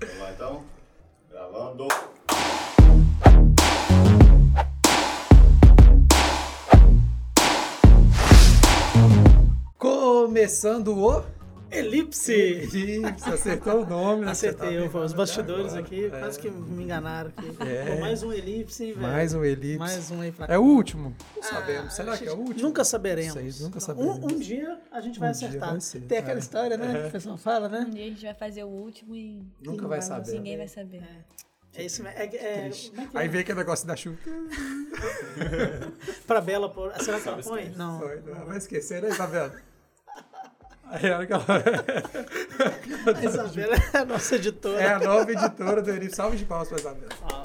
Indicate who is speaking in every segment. Speaker 1: Vamos lá então? Gravando.
Speaker 2: Começando o.
Speaker 3: Elipse!
Speaker 2: Você acertou o nome, né?
Speaker 3: Acertei,
Speaker 2: Você
Speaker 3: eu,
Speaker 2: tá
Speaker 3: os
Speaker 2: vendo
Speaker 3: bastidores
Speaker 2: agora.
Speaker 3: aqui,
Speaker 2: É.
Speaker 3: quase que me enganaram aqui.
Speaker 2: É.
Speaker 3: Pô, mais um elipse, hein, velho?
Speaker 2: Mais um elipse.
Speaker 3: Mais um aí pra cá.
Speaker 2: É o último. Não
Speaker 3: Ah,
Speaker 2: sabemos. Será que é o
Speaker 3: gente,
Speaker 2: último?
Speaker 3: Nunca saberemos.
Speaker 2: Vocês nunca saberemos.
Speaker 3: Um, um dia a gente vai
Speaker 2: Um dia
Speaker 3: acertar.
Speaker 2: vai ser,
Speaker 3: Tem
Speaker 2: é.
Speaker 3: aquela história, né? Que o pessoal fala,
Speaker 4: Um
Speaker 3: né?
Speaker 4: dia a gente vai fazer o último e
Speaker 2: Nunca vai saber. né?
Speaker 4: ninguém vai saber.
Speaker 3: É isso mesmo. É, é, como é que é?
Speaker 2: Aí vem aquele negócio da chuva.
Speaker 3: Pra Bela pôr. ah, Será que ela põe? Não.
Speaker 2: Foi, não, Vai esquecer, né, Isabela? Aí a hora que ela-
Speaker 3: A Isabela é a nossa editora.
Speaker 2: É a nova editora do Elipse. Salve de palmas pra Isabela.
Speaker 3: Ah,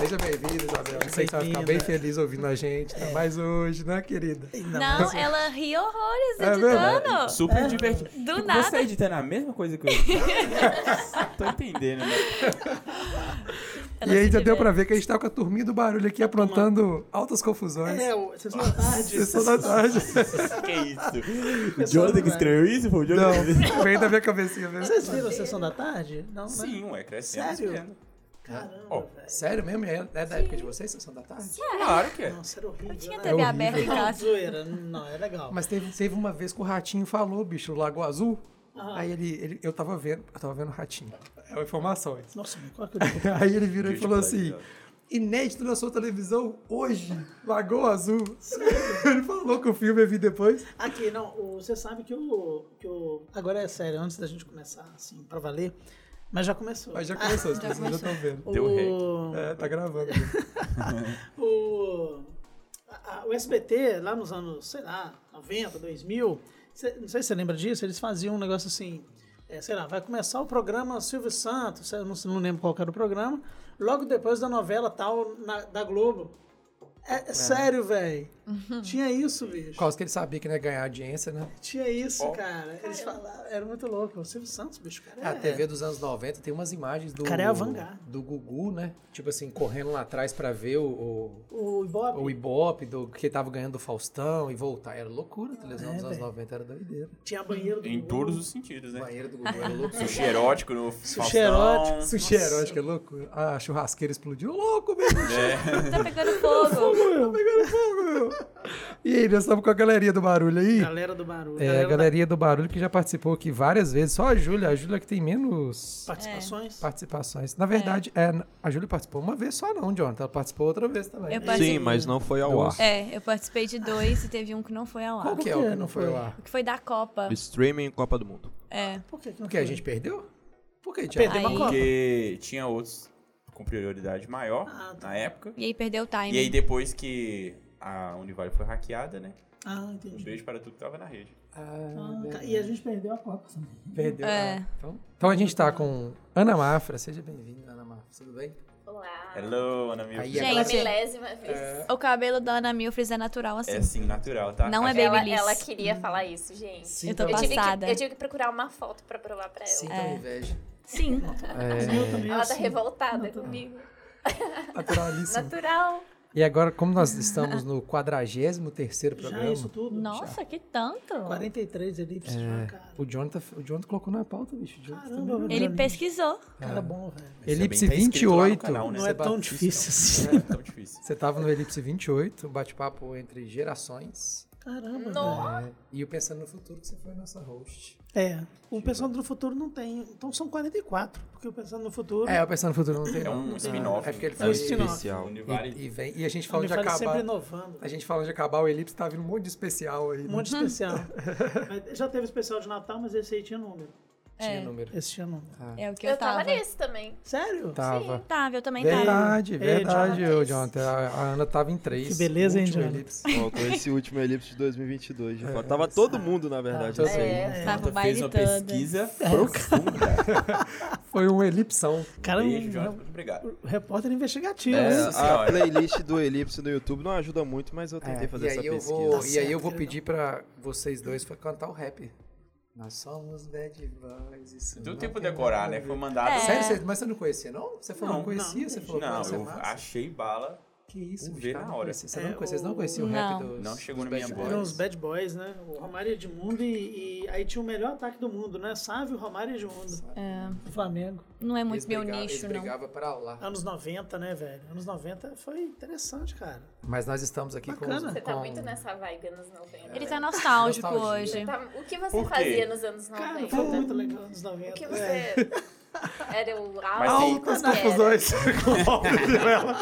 Speaker 2: Seja bem-vinda, Isabela. Sei que você vai ficar bem
Speaker 3: Bem-vinda.
Speaker 2: feliz ouvindo a gente. Ainda mais hoje, né, querida?
Speaker 3: ainda mais.
Speaker 4: Não, ela ri horrores
Speaker 2: É
Speaker 4: editando.
Speaker 5: Super divertido.
Speaker 4: Do
Speaker 5: Tipo,
Speaker 4: nada.
Speaker 5: Você editando a mesma coisa que eu. edito? Tô entendendo, né?
Speaker 4: Ela
Speaker 2: e
Speaker 4: se
Speaker 2: ainda deu
Speaker 4: diverte.
Speaker 2: pra ver que a gente tá com a turminha do barulho aqui aprontando altas confusões.
Speaker 3: É, o- sessão da tarde.
Speaker 2: Sessão da tarde.
Speaker 5: que isso? O
Speaker 3: Pessoal
Speaker 5: Jonathan que
Speaker 3: do-
Speaker 5: escreveu isso? Foi o Jonathan? que fez isso?
Speaker 2: Não, vem da minha cabecinha mesmo.
Speaker 3: Vocês viram a sessão da tarde? Não, né?
Speaker 5: Sim, ué, crescendo.
Speaker 3: Sério?
Speaker 5: crescendo.
Speaker 3: Caramba,
Speaker 5: Ó.
Speaker 3: velho.
Speaker 2: Sério mesmo? É é da época de vocês, Sessão da Tarde?
Speaker 5: Claro que é.
Speaker 3: Nossa, era horrível.
Speaker 4: Eu tinha
Speaker 3: né?
Speaker 4: TV
Speaker 2: É
Speaker 4: aberta em
Speaker 3: Não,
Speaker 4: casa.
Speaker 3: zoeira. Não, é legal.
Speaker 2: Mas teve, teve uma vez que o Ratinho falou, bicho, o Lago Azul.
Speaker 3: Ah.
Speaker 2: Aí ele, ele- Eu tava vendo, eu tava vendo o Ratinho. É uma informação isso.
Speaker 3: Nossa, qual que eu digo?
Speaker 2: Aí ele virou e
Speaker 5: Gente,
Speaker 2: falou
Speaker 5: pode,
Speaker 2: assim:
Speaker 5: ó.
Speaker 2: inédito na sua televisão hoje, Lagoa Azul. ele falou que o filme ia vir depois.
Speaker 3: Aqui, não, o- você sabe que o, que o. Agora é sério, antes da gente começar, assim, pra valer. Mas já começou. Ah,
Speaker 2: Mas já começou, as pessoas Ah, já estão vendo.
Speaker 3: O,
Speaker 5: Deu
Speaker 2: É, tá gravando. né?
Speaker 3: o, a- a- o SBT, lá nos anos, sei lá, 90, 2000, cê- não sei se você lembra disso, eles faziam um negócio assim, é, sei lá, vai começar o programa Silvio Santos, eu não, não lembro qual que era o programa, logo depois da novela tal na- da Globo. É, é sério, velho. Tinha isso, bicho.
Speaker 2: Por causa que ele sabia que não ia ganhar audiência, né?
Speaker 3: Tinha isso, cara. Eles falaram, era muito louco. O Silvio Santos, bicho, cara.
Speaker 2: A
Speaker 3: é-
Speaker 2: TV dos anos 90 tem umas imagens do.
Speaker 3: Cara, é a vanguarda.
Speaker 2: Do Gugu, né? Tipo assim, correndo lá atrás pra ver o,
Speaker 3: O
Speaker 2: o,
Speaker 3: Ibope
Speaker 2: o Ibope, do, que tava ganhando do Faustão e voltar. Era loucura, a televisão
Speaker 3: É,
Speaker 2: dos anos
Speaker 3: velho.
Speaker 2: 90 era doideira.
Speaker 3: tinha banheiro do
Speaker 5: Em
Speaker 3: Gugu.
Speaker 5: todos os sentidos,
Speaker 2: O
Speaker 5: né?
Speaker 2: banheiro do Gugu era louco.
Speaker 5: Sushi erótico no
Speaker 3: Sushi
Speaker 5: Faustão.
Speaker 3: erótico.
Speaker 2: Sushi erótico é louco? A churrasqueira explodiu. Louco mesmo!
Speaker 5: É.
Speaker 4: Tá pegando fogo.
Speaker 2: Tá pegando fogo, meu. E aí, nós estamos com a galeria do barulho aí.
Speaker 3: Galera do Barulho.
Speaker 2: É, a
Speaker 3: galera
Speaker 2: galeria do barulho que já participou aqui várias vezes. Só a Júlia. A Júlia que tem menos
Speaker 3: das participações.
Speaker 2: É. participações. Na verdade, é, a Júlia participou uma vez só, não, Jonathan. Ela participou outra vez também.
Speaker 4: Eu participei,
Speaker 6: Sim, mas não
Speaker 5: Tá
Speaker 6: foi ao ar.
Speaker 4: É, eu participei de dois e teve um que não foi ao
Speaker 2: Qual
Speaker 4: ar.
Speaker 2: que é o que não foi lá?
Speaker 4: O que foi da Copa.
Speaker 6: Streaming Copa do Mundo.
Speaker 4: É.
Speaker 3: Por que que não
Speaker 2: Porque a gente perdeu? Por que a gente
Speaker 3: perdeu uma
Speaker 4: Aí-
Speaker 3: Copa?
Speaker 5: Porque tinha outros com prioridade maior
Speaker 3: Ah, tá.
Speaker 5: na época.
Speaker 4: E aí perdeu o time.
Speaker 5: E aí depois que a Univale foi hackeada, né?
Speaker 3: Ah,
Speaker 5: Um
Speaker 3: entendi.
Speaker 5: beijo para tudo que tava na rede.
Speaker 2: Ah,
Speaker 3: Ah, tá. E a gente perdeu a Copa também.
Speaker 2: perdeu.
Speaker 4: É.
Speaker 2: Ah, Então, então a gente tá com Ana Mafra. Seja bem-vinda, Ana Mafra. Tudo bem?
Speaker 4: Ah.
Speaker 7: Olá.
Speaker 5: Hello, Ana Milton.
Speaker 2: Aí
Speaker 3: é
Speaker 7: Pela
Speaker 4: Gente,
Speaker 7: milésima vez.
Speaker 4: O cabelo da Ana Milfres é natural assim.
Speaker 5: É sim, natural, tá?
Speaker 4: Não é
Speaker 5: Acho-
Speaker 7: ela,
Speaker 4: Babyliss.
Speaker 7: ela queria falar isso, gente.
Speaker 2: Sim,
Speaker 4: Eu tô
Speaker 7: Eu tive,
Speaker 4: passada.
Speaker 7: que, eu tive que procurar uma foto pra provar pra ela.
Speaker 2: Sinta
Speaker 4: É.
Speaker 2: inveja.
Speaker 4: Sim.
Speaker 2: É.
Speaker 3: Eu também,
Speaker 7: Ela tá
Speaker 3: assim.
Speaker 7: revoltada comigo.
Speaker 2: Naturalíssimo.
Speaker 7: Natural.
Speaker 2: E agora, como nós estamos no 43º
Speaker 3: Já é isso
Speaker 2: programa,
Speaker 3: tudo.
Speaker 4: Nossa, que tanto.
Speaker 3: 43 elipses,
Speaker 2: É.
Speaker 3: já, ah, cara.
Speaker 2: o Jonathan, o Jonathan colocou na pauta, bicho. O Jonathan
Speaker 3: Caramba,
Speaker 2: também-
Speaker 3: velho.
Speaker 4: Ele pesquisou.
Speaker 3: Cara bom, velho.
Speaker 2: Elipse
Speaker 5: Também tá inscrito lá no
Speaker 2: 28.
Speaker 5: canal, né?
Speaker 3: Não é tão
Speaker 2: Batista.
Speaker 3: difícil assim.
Speaker 5: Não é tão difícil.
Speaker 2: Você tava no Elipse 28, um bate-papo entre gerações.
Speaker 3: Caramba, velho.
Speaker 7: Nossa.
Speaker 2: né? E o Pensando no Futuro, que você foi nossa host.
Speaker 3: É. O Pensando no Futuro não tem. Então são 44. Porque o Pensando no Futuro. um
Speaker 2: É, o Pensando no Futuro não tem.
Speaker 5: É
Speaker 2: não.
Speaker 5: um spin-off.
Speaker 2: É porque ele
Speaker 3: É um
Speaker 2: foi.
Speaker 3: spin-off.
Speaker 6: Especial.
Speaker 5: Univale.
Speaker 2: E, e vem, e a gente
Speaker 3: a
Speaker 2: falou de
Speaker 3: Unifale sempre
Speaker 2: acabar.
Speaker 3: inovando.
Speaker 2: A gente falando de acabar o Elipse, tá vindo um monte de especial aí.
Speaker 3: Um
Speaker 2: né?
Speaker 3: monte de especial. Mas já teve especial de Natal, mas esse aí tinha número.
Speaker 2: Tinha
Speaker 4: É.
Speaker 2: número.
Speaker 3: Esse tinha número.
Speaker 4: É o que eu,
Speaker 7: Eu tava nesse também.
Speaker 3: Sério?
Speaker 2: Tava.
Speaker 4: Tava, eu também tava.
Speaker 2: Verdade,
Speaker 3: Ei,
Speaker 2: verdade,
Speaker 7: Jonathan.
Speaker 2: ô, Jonathan. A, a Ana tava em três.
Speaker 3: É, Que beleza, hein,
Speaker 2: Último
Speaker 3: Jonathan?
Speaker 2: Elipse.
Speaker 6: com esse último Elipse de 2022. Já Tava todo mundo, na verdade.
Speaker 2: Ah,
Speaker 6: assim.
Speaker 4: Tava o
Speaker 7: É.
Speaker 5: Jonathan fez
Speaker 4: baile
Speaker 5: uma
Speaker 4: todo.
Speaker 5: pesquisa profunda.
Speaker 2: Foi um elipsão.
Speaker 3: Caramba,
Speaker 5: Beijo, Jonathan. Muito obrigado.
Speaker 3: o repórter investigativo. né?
Speaker 6: É,
Speaker 3: hein?
Speaker 5: senhora.
Speaker 6: a playlist do Elipse no YouTube não ajuda muito, mas eu tentei
Speaker 2: É,
Speaker 6: fazer
Speaker 2: e
Speaker 6: essa
Speaker 2: aí eu
Speaker 6: pesquisa.
Speaker 2: Vou,
Speaker 3: Tá
Speaker 2: e aí eu
Speaker 3: certo,
Speaker 2: vou
Speaker 3: querido.
Speaker 2: pedir pra vocês dois pra cantar o rap. Nós somos bad boys. Isso
Speaker 5: Deu
Speaker 2: não
Speaker 5: um tempo de
Speaker 2: tem
Speaker 5: decorar,
Speaker 2: nada a
Speaker 5: né?
Speaker 2: ver.
Speaker 5: Foi mandado.
Speaker 4: É.
Speaker 2: Sério? Você- mas você não conhecia, não? Você falou
Speaker 5: Não,
Speaker 2: não conhecia? você falou
Speaker 5: Não,
Speaker 2: "Nossa, é
Speaker 5: eu
Speaker 2: massa."
Speaker 5: achei bala
Speaker 2: Que isso,
Speaker 5: Um
Speaker 2: bicho,
Speaker 5: V
Speaker 2: cara,
Speaker 5: na
Speaker 2: não
Speaker 5: hora.
Speaker 2: conhecia- Você não
Speaker 3: É,
Speaker 2: conhecia, vocês não
Speaker 3: o-
Speaker 2: conheciam o
Speaker 4: Não.
Speaker 2: rap dos
Speaker 5: Não chegou
Speaker 2: dos
Speaker 5: na minha
Speaker 2: Bad
Speaker 5: voz.
Speaker 3: Eram os
Speaker 2: Boys?
Speaker 3: bad boys, né? O Romário Edmundo e, e aí tinha o melhor ataque do mundo, né? Sávio, Romário Edmundo.
Speaker 4: É.
Speaker 3: Do Flamengo.
Speaker 4: Não é
Speaker 2: Eles
Speaker 4: muito meu
Speaker 2: brigavam-
Speaker 4: nicho,
Speaker 2: eles
Speaker 4: não.
Speaker 2: brigava pra lá.
Speaker 3: Anos 90, né, velho? Anos 90 foi interessante, cara.
Speaker 2: Mas nós estamos aqui com, os-
Speaker 3: Bacana.
Speaker 7: Você tá
Speaker 2: com-
Speaker 7: muito nessa vibe nos 90.
Speaker 4: Ele tá nostálgico
Speaker 2: É. Nostalgia.
Speaker 4: hoje.
Speaker 7: Você tá- O que você
Speaker 5: Por quê?
Speaker 7: fazia nos anos
Speaker 3: Cara,
Speaker 7: 90?
Speaker 3: foi muito legal anos é.
Speaker 7: O que
Speaker 3: 90. velho.
Speaker 7: você... Era o
Speaker 5: Mas tem-
Speaker 7: auge?
Speaker 2: altas
Speaker 7: Como que era?
Speaker 2: confusões. com o áudio dela.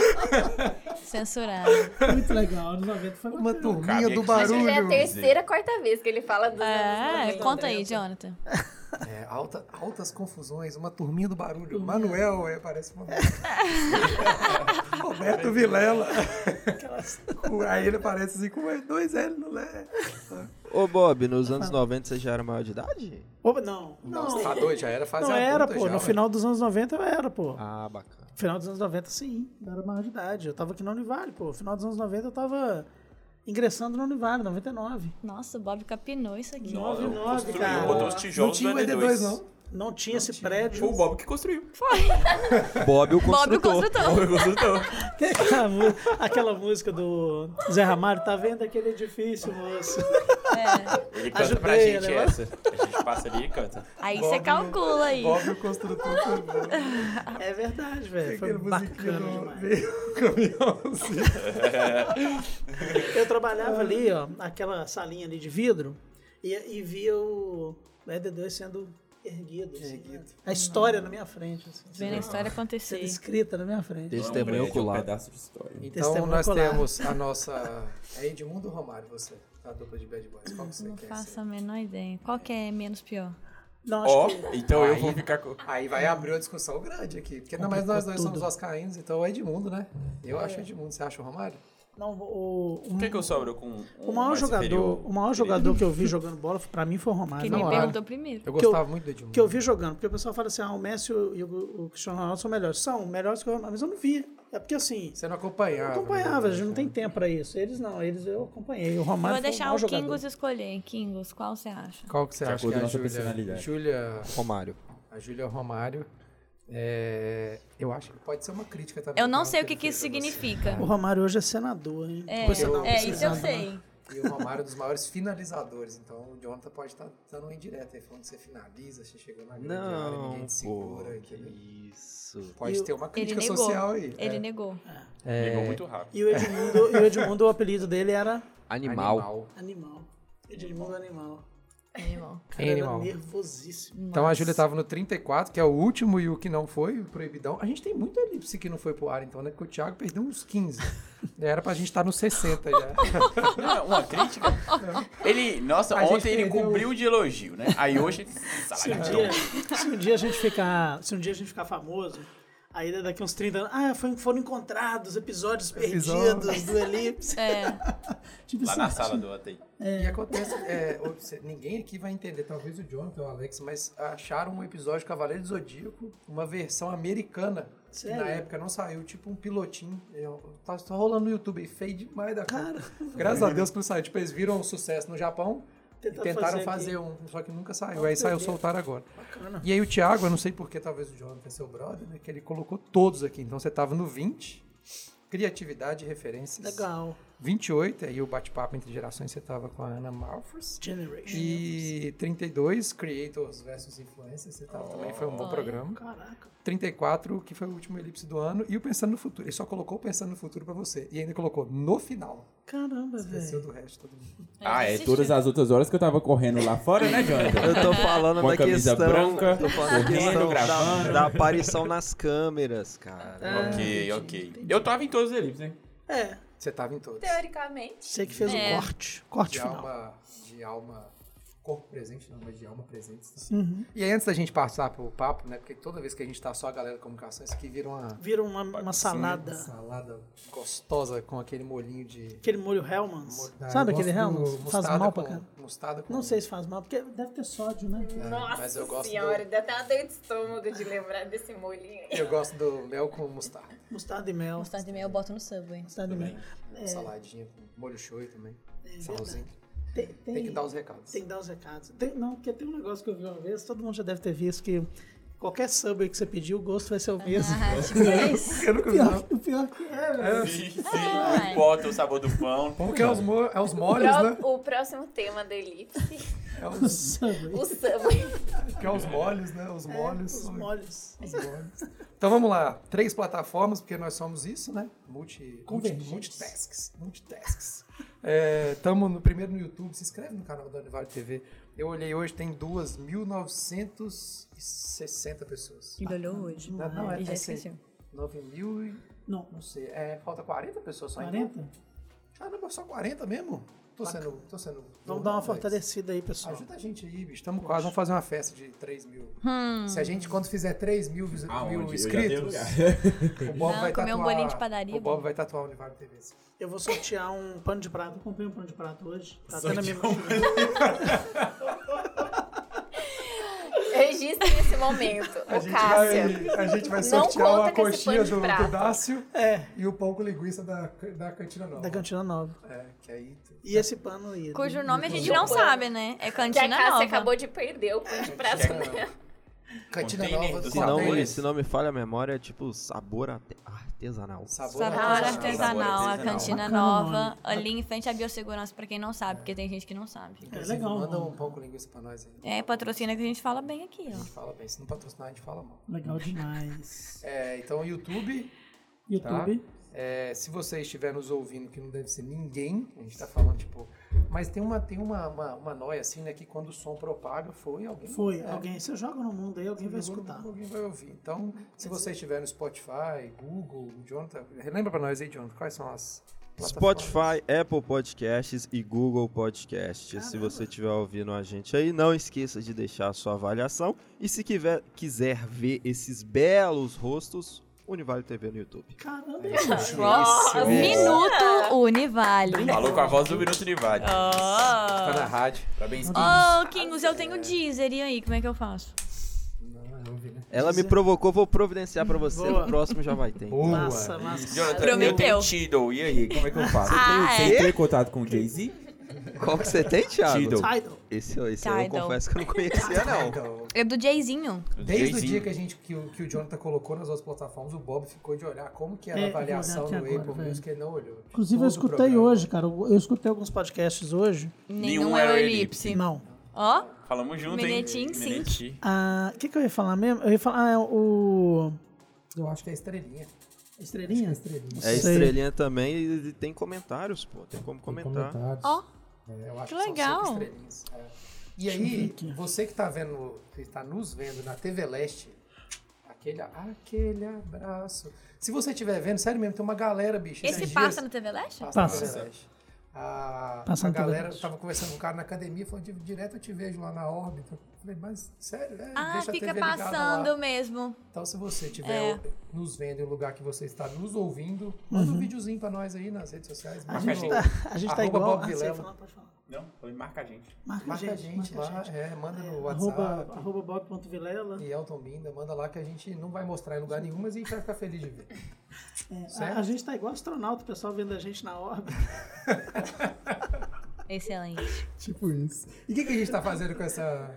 Speaker 4: Censurado.
Speaker 3: Muito legal, anos 90 foi
Speaker 2: Uma
Speaker 3: bacana.
Speaker 2: turminha
Speaker 5: Cabe
Speaker 2: do
Speaker 5: aqui. Acho
Speaker 7: Acho que já é a
Speaker 2: barulho.
Speaker 7: terceira, quarta vez que ele fala dos anos
Speaker 4: É,
Speaker 7: 90.
Speaker 4: conta aí, Jonathan.
Speaker 2: É, alta- altas confusões, uma turminha do barulho. Manuel, é, parece uma. Roberto Vilela. Aí ele parece assim com dois L no Lé.
Speaker 6: Ô, Bob, nos anos 90 você já era maior de idade?
Speaker 3: Opa, não, não.
Speaker 2: Nossa, tá doido, já era fazer
Speaker 3: Não era,
Speaker 2: adulta
Speaker 3: pô.
Speaker 2: já,
Speaker 3: No
Speaker 2: ué.
Speaker 3: final dos anos 90 eu era, pô.
Speaker 6: Ah, bacana.
Speaker 3: Final dos anos 90, sim. Eu era maior de idade. Eu tava aqui na Univale, pô. Final dos anos 90 eu tava ingressando na Univale, 99.
Speaker 4: Nossa, o Bob capinou isso aqui.
Speaker 5: Nossa,
Speaker 3: Nove, nove,
Speaker 5: construiu,
Speaker 8: um
Speaker 3: cara.
Speaker 5: botou os tijolos
Speaker 2: Não tinha o
Speaker 5: do
Speaker 2: ED2, não.
Speaker 3: Não tinha esse prédio.
Speaker 5: Foi o Bob que construiu.
Speaker 6: Bob
Speaker 4: Bob o
Speaker 6: o construtor.
Speaker 4: construtor.
Speaker 5: Bob construtor.
Speaker 3: Tem aquela, mu- aquela música do Zé Ramalho, tá vendo aquele edifício, moço?
Speaker 5: Ele canta
Speaker 3: Ajudei,
Speaker 5: pra gente
Speaker 3: né?
Speaker 5: essa. A gente passa ali e canta.
Speaker 4: Aí você
Speaker 2: Bob-
Speaker 4: calcula aí.
Speaker 2: Bob o construtor também.
Speaker 3: É verdade, velho. Foi
Speaker 2: Aquele musiquinho
Speaker 3: bacana
Speaker 2: do
Speaker 3: demais.
Speaker 2: veio o caminhãozinho.
Speaker 3: Eu trabalhava ali, ó, naquela salinha ali de vidro, e, e via o ED2 sendo erguido. assim, né? A história na minha frente. Assim,
Speaker 4: Vendo a história acontecer.
Speaker 3: sendo escrita na minha frente.
Speaker 6: Testemunho
Speaker 5: Não, é um
Speaker 6: ocular.
Speaker 5: pedaço de história.
Speaker 2: Então
Speaker 3: Testemunho
Speaker 2: nós
Speaker 3: ocular.
Speaker 2: temos a nossa. É Edmundo Romário, você. A dupla de Bad Boys. Qual que você
Speaker 4: Não
Speaker 2: quer?
Speaker 4: faço
Speaker 2: ser?
Speaker 4: a menor ideia. Qual que é menos pior?
Speaker 3: Não, acho
Speaker 5: Ó,
Speaker 3: que
Speaker 5: então eu
Speaker 2: Aí-
Speaker 5: vou ficar com...
Speaker 2: Aí vai abrir uma discussão grande aqui. Porque não, mas nós dois somos vascaínos, então é Edmundo, né? Eu
Speaker 4: É.
Speaker 2: acho Edmundo. Você acha o Romário?
Speaker 3: não, o, o,
Speaker 5: Por que que eu sobro com um
Speaker 3: o maior
Speaker 5: mais
Speaker 3: jogador,
Speaker 5: inferior?
Speaker 3: o maior jogador que eu vi jogando bola, pra mim foi o Romário.
Speaker 4: Quem
Speaker 3: na
Speaker 4: me
Speaker 2: Ah, não,
Speaker 3: moral.
Speaker 4: perguntou primeiro.
Speaker 2: Eu
Speaker 3: Que
Speaker 2: gostava muito do Edmundo.
Speaker 3: que eu vi jogando, porque o pessoal fala assim, ah, o Messi e o, e o- o Cristiano Ronaldo são melhores. São melhores que o Ronaldo, mas eu não vi. É porque assim,
Speaker 2: Você não acompanhava.
Speaker 3: eu
Speaker 2: né?
Speaker 3: acompanhava, a gente não tem tempo pra isso. Eles não, eles eu acompanhei. O Romário
Speaker 4: Vou
Speaker 3: foi um
Speaker 4: deixar
Speaker 3: mau
Speaker 4: o
Speaker 3: jogador.
Speaker 4: Kingos escolher. Kingos, qual você acha?
Speaker 2: Qual que você
Speaker 5: De
Speaker 2: acha
Speaker 5: acordo
Speaker 2: que
Speaker 5: com
Speaker 2: é a
Speaker 5: a nossa
Speaker 2: Júlia?
Speaker 5: personalidade.
Speaker 2: Júlia,
Speaker 6: Romário.
Speaker 2: a Júlia Romário. é, eu acho que pode ser uma crítica também. tá?
Speaker 4: Eu não sei o
Speaker 2: ele
Speaker 4: que, que
Speaker 2: fez
Speaker 4: isso
Speaker 2: pra você.
Speaker 4: significa.
Speaker 3: O Romário hoje é senador, hein?
Speaker 4: É,
Speaker 3: Depois você dá uma
Speaker 4: é, isso eu
Speaker 3: pesquisada, né?
Speaker 4: sei.
Speaker 2: E o Romário é um dos maiores finalizadores. Então o Jonathan pode estar dando um indireto aí, falando que você finaliza, você chegou na grande área,
Speaker 6: Não,
Speaker 2: ninguém te segura.
Speaker 6: pô, que
Speaker 2: entendeu?
Speaker 6: isso.
Speaker 2: Pode
Speaker 3: E
Speaker 2: ter uma
Speaker 4: Ele
Speaker 2: crítica
Speaker 4: negou.
Speaker 2: social aí.
Speaker 4: Ele
Speaker 2: é.
Speaker 4: negou.
Speaker 5: Pegou muito rápido.
Speaker 3: E o Edmundo, e o Edmundo, o apelido dele era
Speaker 6: Animal.
Speaker 3: Animal. Edmundo Animal.
Speaker 4: Animal.
Speaker 3: Cara, era
Speaker 2: Animal.
Speaker 3: nervosíssimo.
Speaker 2: Então a Júlia tava no 34, que é o último e o que não foi, o proibidão. A gente tem muita elipse que não foi pro ar, então, né? Porque o Thiago perdeu uns 15. Era pra gente estar nos 60 já.
Speaker 5: Não, uma crítica. Ele, nossa,
Speaker 2: A gente
Speaker 5: ontem ele
Speaker 2: perdeu-
Speaker 5: cobriu de elogio, né? Aí hoje ele.
Speaker 3: Se um, dia, se um dia a gente ficar. Se um dia a gente ficar famoso, aí daqui uns 30 anos. Ah, foi- foram encontrados episódios
Speaker 2: Episódios.
Speaker 3: perdidos do Elipse.
Speaker 4: É,
Speaker 3: Tipo
Speaker 5: Lá
Speaker 3: assim,
Speaker 5: na sala do hotel.
Speaker 2: E acontece, é, ou se- ninguém aqui vai entender, talvez o Jonathan ou o Alex, mas acharam um episódio de Cavaleiro do Zodíaco, uma versão americana. que
Speaker 3: Sério?
Speaker 2: na época não saiu, tipo um pilotinho. Eu- Tá só rolando no YouTube aí, feio demais da cara. Graças a Deus que não saiu. Tipo, eles viram um sucesso no Japão e
Speaker 3: Tentaram
Speaker 2: tentaram
Speaker 3: fazer
Speaker 2: fazer, um, só que nunca saiu. Aí saiu, soltaram agora.
Speaker 3: Bacana.
Speaker 2: E aí o Thiago, eu não sei porque, talvez o Jonathan é seu brother, né? Que ele colocou todos aqui. Então você tava no 20, criatividade e referências.
Speaker 3: Legal.
Speaker 2: 28, aí o bate-papo entre gerações você tava com a Ana Malfors.
Speaker 3: Generation.
Speaker 2: E 32, Creators versus Influencers, você tava também, foi um bom
Speaker 4: Olha.
Speaker 2: programa.
Speaker 3: Caraca.
Speaker 2: 34, que foi o último elipse do ano, e o Pensando no Futuro. Ele só colocou o Pensando no Futuro pra você. E ainda colocou no final.
Speaker 3: Caramba,
Speaker 2: Esqueceu
Speaker 3: velho.
Speaker 2: do resto todo mundo.
Speaker 5: Ah, é
Speaker 4: existe. né?
Speaker 5: todas as outras horas que eu tava correndo lá fora, né, Jonathan?
Speaker 6: Eu tô falando
Speaker 5: Uma
Speaker 6: da
Speaker 5: camisa
Speaker 6: questão,
Speaker 5: branca,
Speaker 6: tô falando da
Speaker 5: correndo,
Speaker 6: questão da,
Speaker 5: gravando.
Speaker 6: da aparição nas câmeras, cara.
Speaker 5: ok, ok. Eu tava em todos os elipses, né?
Speaker 3: É.
Speaker 2: Você tava em todos.
Speaker 7: Teoricamente.
Speaker 3: Você que fez o
Speaker 4: É.
Speaker 3: corte. Corte
Speaker 2: de
Speaker 3: final.
Speaker 2: alma, de alma, corpo presente, não, mas de alma presente. assim.
Speaker 3: Uhum.
Speaker 2: E aí, antes da gente passar pro papo, né? Porque toda vez que a gente tá só a galera da comunicação, isso aqui vira uma
Speaker 3: Vira uma, uma salada.
Speaker 2: salada gostosa com aquele molinho de...
Speaker 3: Aquele molho Hellmann's.
Speaker 2: Ah, eu
Speaker 3: Sabe
Speaker 2: gosto
Speaker 3: aquele
Speaker 2: do
Speaker 3: Hellmann's? Faz
Speaker 2: mostarda
Speaker 3: mal pra
Speaker 2: com-
Speaker 3: cara.
Speaker 2: Mostarda com...
Speaker 3: Não sei se faz mal, porque deve ter sódio, né?
Speaker 7: Nossa
Speaker 2: mas eu gosto
Speaker 7: senhora,
Speaker 2: do-
Speaker 7: dá até uma dor de estômago de lembrar desse molhinho aí.
Speaker 2: Eu gosto do mel com mostarda.
Speaker 3: Mostarda e mel.
Speaker 4: mostarda de meia eu boto no Subway.
Speaker 3: Mostarda e mel.
Speaker 2: Saladinha com molho shoyu também.
Speaker 3: É
Speaker 2: Salzinho.
Speaker 3: Tem,
Speaker 2: Tem que dar os recados.
Speaker 3: Tem que dar os recados. Tem- não, porque tem um negócio que eu vi uma vez, todo mundo já deve ter visto, que Qualquer subway que você pedir, o gosto vai ser o mesmo. É
Speaker 4: Ah, tipo isso.
Speaker 2: Eu nunca vi.
Speaker 3: Pior,
Speaker 2: não.
Speaker 3: o pior que é, velho.
Speaker 2: Ah,
Speaker 8: Sim, sim. O bota o sabor do pão.
Speaker 2: Como que é os, mo- é os molhos, né?
Speaker 7: Pro- O próximo tema da Elipse,
Speaker 2: É os,
Speaker 3: Subway.
Speaker 7: o Subway.
Speaker 2: que é os molhos, né? Os molhos.
Speaker 3: Os molhos.
Speaker 2: Os molhos. Então vamos lá. Três plataformas, porque nós somos isso, né? Multi, multi,
Speaker 3: Convergentes.
Speaker 2: multitasks. Multitasks. Estamos no, primeiro no YouTube. Se inscreve no canal da Univale TV. Eu olhei hoje, tem 2.960 pessoas.
Speaker 4: Ele olhou hoje.
Speaker 2: Não, não, é-
Speaker 4: e já
Speaker 2: é
Speaker 4: esqueceu.
Speaker 2: 9 mil e...
Speaker 3: Não,
Speaker 2: Não sei. É, falta 40 pessoas só então? ainda.
Speaker 3: 40?
Speaker 2: Caramba, só 40 mesmo? Tô sendo... Tô sendo
Speaker 3: Vamos dar uma
Speaker 2: mas-
Speaker 3: fortalecida aí, pessoal.
Speaker 2: Ajuda a gente aí, bicho. Estamos quase. Vamos fazer uma festa de 3 mil.
Speaker 4: Hum.
Speaker 2: Se a gente, quando fizer 3 mil, visu-
Speaker 8: Aonde?
Speaker 2: mil
Speaker 8: Eu já dei
Speaker 2: inscritos,
Speaker 8: lugar.
Speaker 2: o Bob
Speaker 4: Não,
Speaker 2: vai
Speaker 4: comer
Speaker 2: tatuar...
Speaker 4: um bolinho de padaria,
Speaker 2: O Bob
Speaker 4: bom.
Speaker 2: vai tatuar o Univar TV.
Speaker 3: Eu vou sortear um pano de prato. Eu comprei um pano de prato hoje. Tá até na minha
Speaker 8: Sortear um
Speaker 3: mochila.
Speaker 7: Registre esse momento,
Speaker 2: A
Speaker 7: o
Speaker 2: gente,
Speaker 7: Cássio.
Speaker 2: vai, a gente vai
Speaker 7: Não
Speaker 2: sortear
Speaker 7: conta
Speaker 2: uma
Speaker 7: com esse
Speaker 2: coxinha
Speaker 7: pano de
Speaker 2: do, do
Speaker 7: prato.
Speaker 2: Dácio
Speaker 3: É,
Speaker 2: e o pão com linguiça da, da Cantina Nova.
Speaker 3: da Cantina Nova.
Speaker 2: É, que aí... tu-
Speaker 3: E esse pano aí. né?
Speaker 4: Cujo
Speaker 3: do-
Speaker 4: nome a
Speaker 3: do-
Speaker 4: gente não sabe, né? É
Speaker 7: Que a
Speaker 4: Cantina
Speaker 7: Cássia
Speaker 4: Nova.
Speaker 7: acabou de perder o ponto de prazo dela.
Speaker 2: Cantina
Speaker 8: Container
Speaker 2: Nova
Speaker 8: do
Speaker 2: do
Speaker 6: Se não,
Speaker 8: Sabores.
Speaker 6: me, se não me falha a memória, é tipo sabor arte- artesanal.
Speaker 2: Sabor é
Speaker 4: Sabor artesanal, a
Speaker 8: Sabor
Speaker 4: cantina
Speaker 3: artesanal. Bacana o
Speaker 4: nova,
Speaker 3: nome.
Speaker 4: ali em frente à biossegurança, pra quem não sabe, porque tem gente que não sabe.
Speaker 3: É
Speaker 2: Inclusive,
Speaker 3: legal.
Speaker 2: Manda
Speaker 3: mano.
Speaker 2: um pão com linguiça pra nós aí.
Speaker 4: É, patrocina que a gente fala bem aqui,
Speaker 2: A
Speaker 4: ó.
Speaker 2: gente fala bem. Se não patrocinar, a gente fala mal.
Speaker 3: Legal demais.
Speaker 2: É, então, YouTube...
Speaker 3: YouTube.
Speaker 2: É, se você estiver nos ouvindo, que não deve ser ninguém, a gente tá falando, tipo. Mas tem uma, tem uma, uma, uma noia assim, né? Que quando o som propaga, foi alguém.
Speaker 3: Foi.
Speaker 2: é,
Speaker 3: Alguém, você joga no mundo aí, alguém vai
Speaker 2: jogou no
Speaker 3: escutar. é
Speaker 2: Google, Alguém vai ouvir. Então, se você estiver no Spotify, Google, Jonathan. Lembra pra nós aí, Jonathan, quais são as. plataformas?
Speaker 6: Spotify, Apple Podcasts e Google Podcasts. Se você estiver ouvindo a gente aí, não esqueça de deixar a sua avaliação. E se quiver- quiser ver esses belos rostos, Univale TV no YouTube.
Speaker 3: Caramba,
Speaker 4: Ó,
Speaker 8: É.
Speaker 4: Minuto Univale.
Speaker 8: Falou com a voz do Minuto de Vade.
Speaker 4: Ah.
Speaker 2: Tá na
Speaker 4: Ó.
Speaker 2: rádio.
Speaker 8: Parabéns,
Speaker 4: Ô, Kingos, eu tenho Deezer, e aí, como é que eu faço?
Speaker 2: Não, eu ouvi, né?
Speaker 6: Ela me provocou, vou providenciar pra você.
Speaker 3: Boa.
Speaker 6: No próximo já vai ter.
Speaker 2: Boa!
Speaker 3: massa, massa.
Speaker 8: Jonathan,
Speaker 4: Prometeu.
Speaker 8: eu tenho Tidal. E aí, como é que eu faço?
Speaker 4: Ah,
Speaker 5: Você entrou em contato com o Jay-Z?
Speaker 6: Qual que você tem, Thiago?
Speaker 8: Tidal.
Speaker 3: Tidal.
Speaker 6: Esse, esse eu
Speaker 4: Tidal.
Speaker 6: confesso que eu não conhecia, não.
Speaker 2: Então,
Speaker 4: É do Jayzinho.
Speaker 2: desde o
Speaker 8: Jay-Z.
Speaker 2: dia que, a gente, que, o, que o Jonathan colocou nas outras plataformas, o Bob ficou de olhar como que era
Speaker 3: É,
Speaker 2: a
Speaker 3: eu vou olhar
Speaker 2: avaliação
Speaker 3: aqui
Speaker 2: do
Speaker 3: agora,
Speaker 2: Apple
Speaker 3: velho.
Speaker 2: Music, ele não olhou.
Speaker 3: Inclusive, eu
Speaker 2: Todo o
Speaker 3: escutei
Speaker 2: programa.
Speaker 3: hoje, cara. Eu eu escutei alguns podcasts hoje.
Speaker 4: Nenhum
Speaker 8: Nenhum
Speaker 4: é o
Speaker 8: é o
Speaker 4: elipse.
Speaker 3: Não.
Speaker 4: Ó,
Speaker 8: Falamos junto, hein?
Speaker 4: Minutinho, sim.
Speaker 8: Minutinho.
Speaker 3: Ah, O que, que eu ia falar mesmo? Eu ia falar ah, o.
Speaker 2: Eu acho que é estrelinha.
Speaker 3: Estrelinha?
Speaker 2: Estrelinha.
Speaker 6: É
Speaker 3: Sei.
Speaker 6: estrelinha também e e tem comentários, pô. Tem como comentar.
Speaker 4: ó.
Speaker 2: É, eu acho
Speaker 4: Que
Speaker 2: que,
Speaker 4: legal.
Speaker 2: São cinco estrelinhas. É. E
Speaker 3: eu ver
Speaker 2: aí,
Speaker 3: aqui.
Speaker 2: você que tá vendo, que está nos vendo na TV Leste, aquele, aquele abraço. Se você estiver vendo, sério mesmo, tem uma galera, bicho.
Speaker 4: Esse
Speaker 2: esses
Speaker 4: passa
Speaker 2: dias-
Speaker 4: no TV Leste?
Speaker 2: passa,
Speaker 3: Passa.
Speaker 2: na TV Leste. A,
Speaker 3: Passa
Speaker 2: a
Speaker 3: na TV
Speaker 2: galera, eu
Speaker 3: Leste.
Speaker 2: tava conversando com um cara na academia, falou, "Di- direto eu te vejo lá na órbita. Eu Falei, mas sério, é,
Speaker 4: Ah,
Speaker 2: deixa a
Speaker 4: fica
Speaker 2: TV ligada lá."
Speaker 4: passando É. mesmo.
Speaker 2: Então, se você estiver nos vendo em um lugar que você está nos ouvindo, manda um videozinho pra nós aí nas redes sociais.
Speaker 3: Uhum.
Speaker 2: um
Speaker 3: A
Speaker 2: marca
Speaker 3: gente
Speaker 2: no-
Speaker 3: tá, a gente tá
Speaker 2: Arroba
Speaker 3: igual.
Speaker 2: Bob
Speaker 3: Ah, sei
Speaker 2: Vilela.
Speaker 3: falar, pode falar.
Speaker 8: Não, falei, marca a gente.
Speaker 3: Marca,
Speaker 2: Marca a gente
Speaker 3: marca
Speaker 2: lá,
Speaker 3: a gente.
Speaker 2: é, manda no WhatsApp. né?
Speaker 3: Arroba, arroba bob.vilela.
Speaker 2: E Elton Binda, manda lá que a gente não vai mostrar em lugar nenhum, mas a gente vai ficar feliz de ver.
Speaker 3: É,
Speaker 2: Certo?
Speaker 3: a, a gente tá igual astronauta, o pessoal vendo a gente na órbita.
Speaker 4: Excelente.
Speaker 2: tipo isso. E o que, que a gente tá fazendo com essa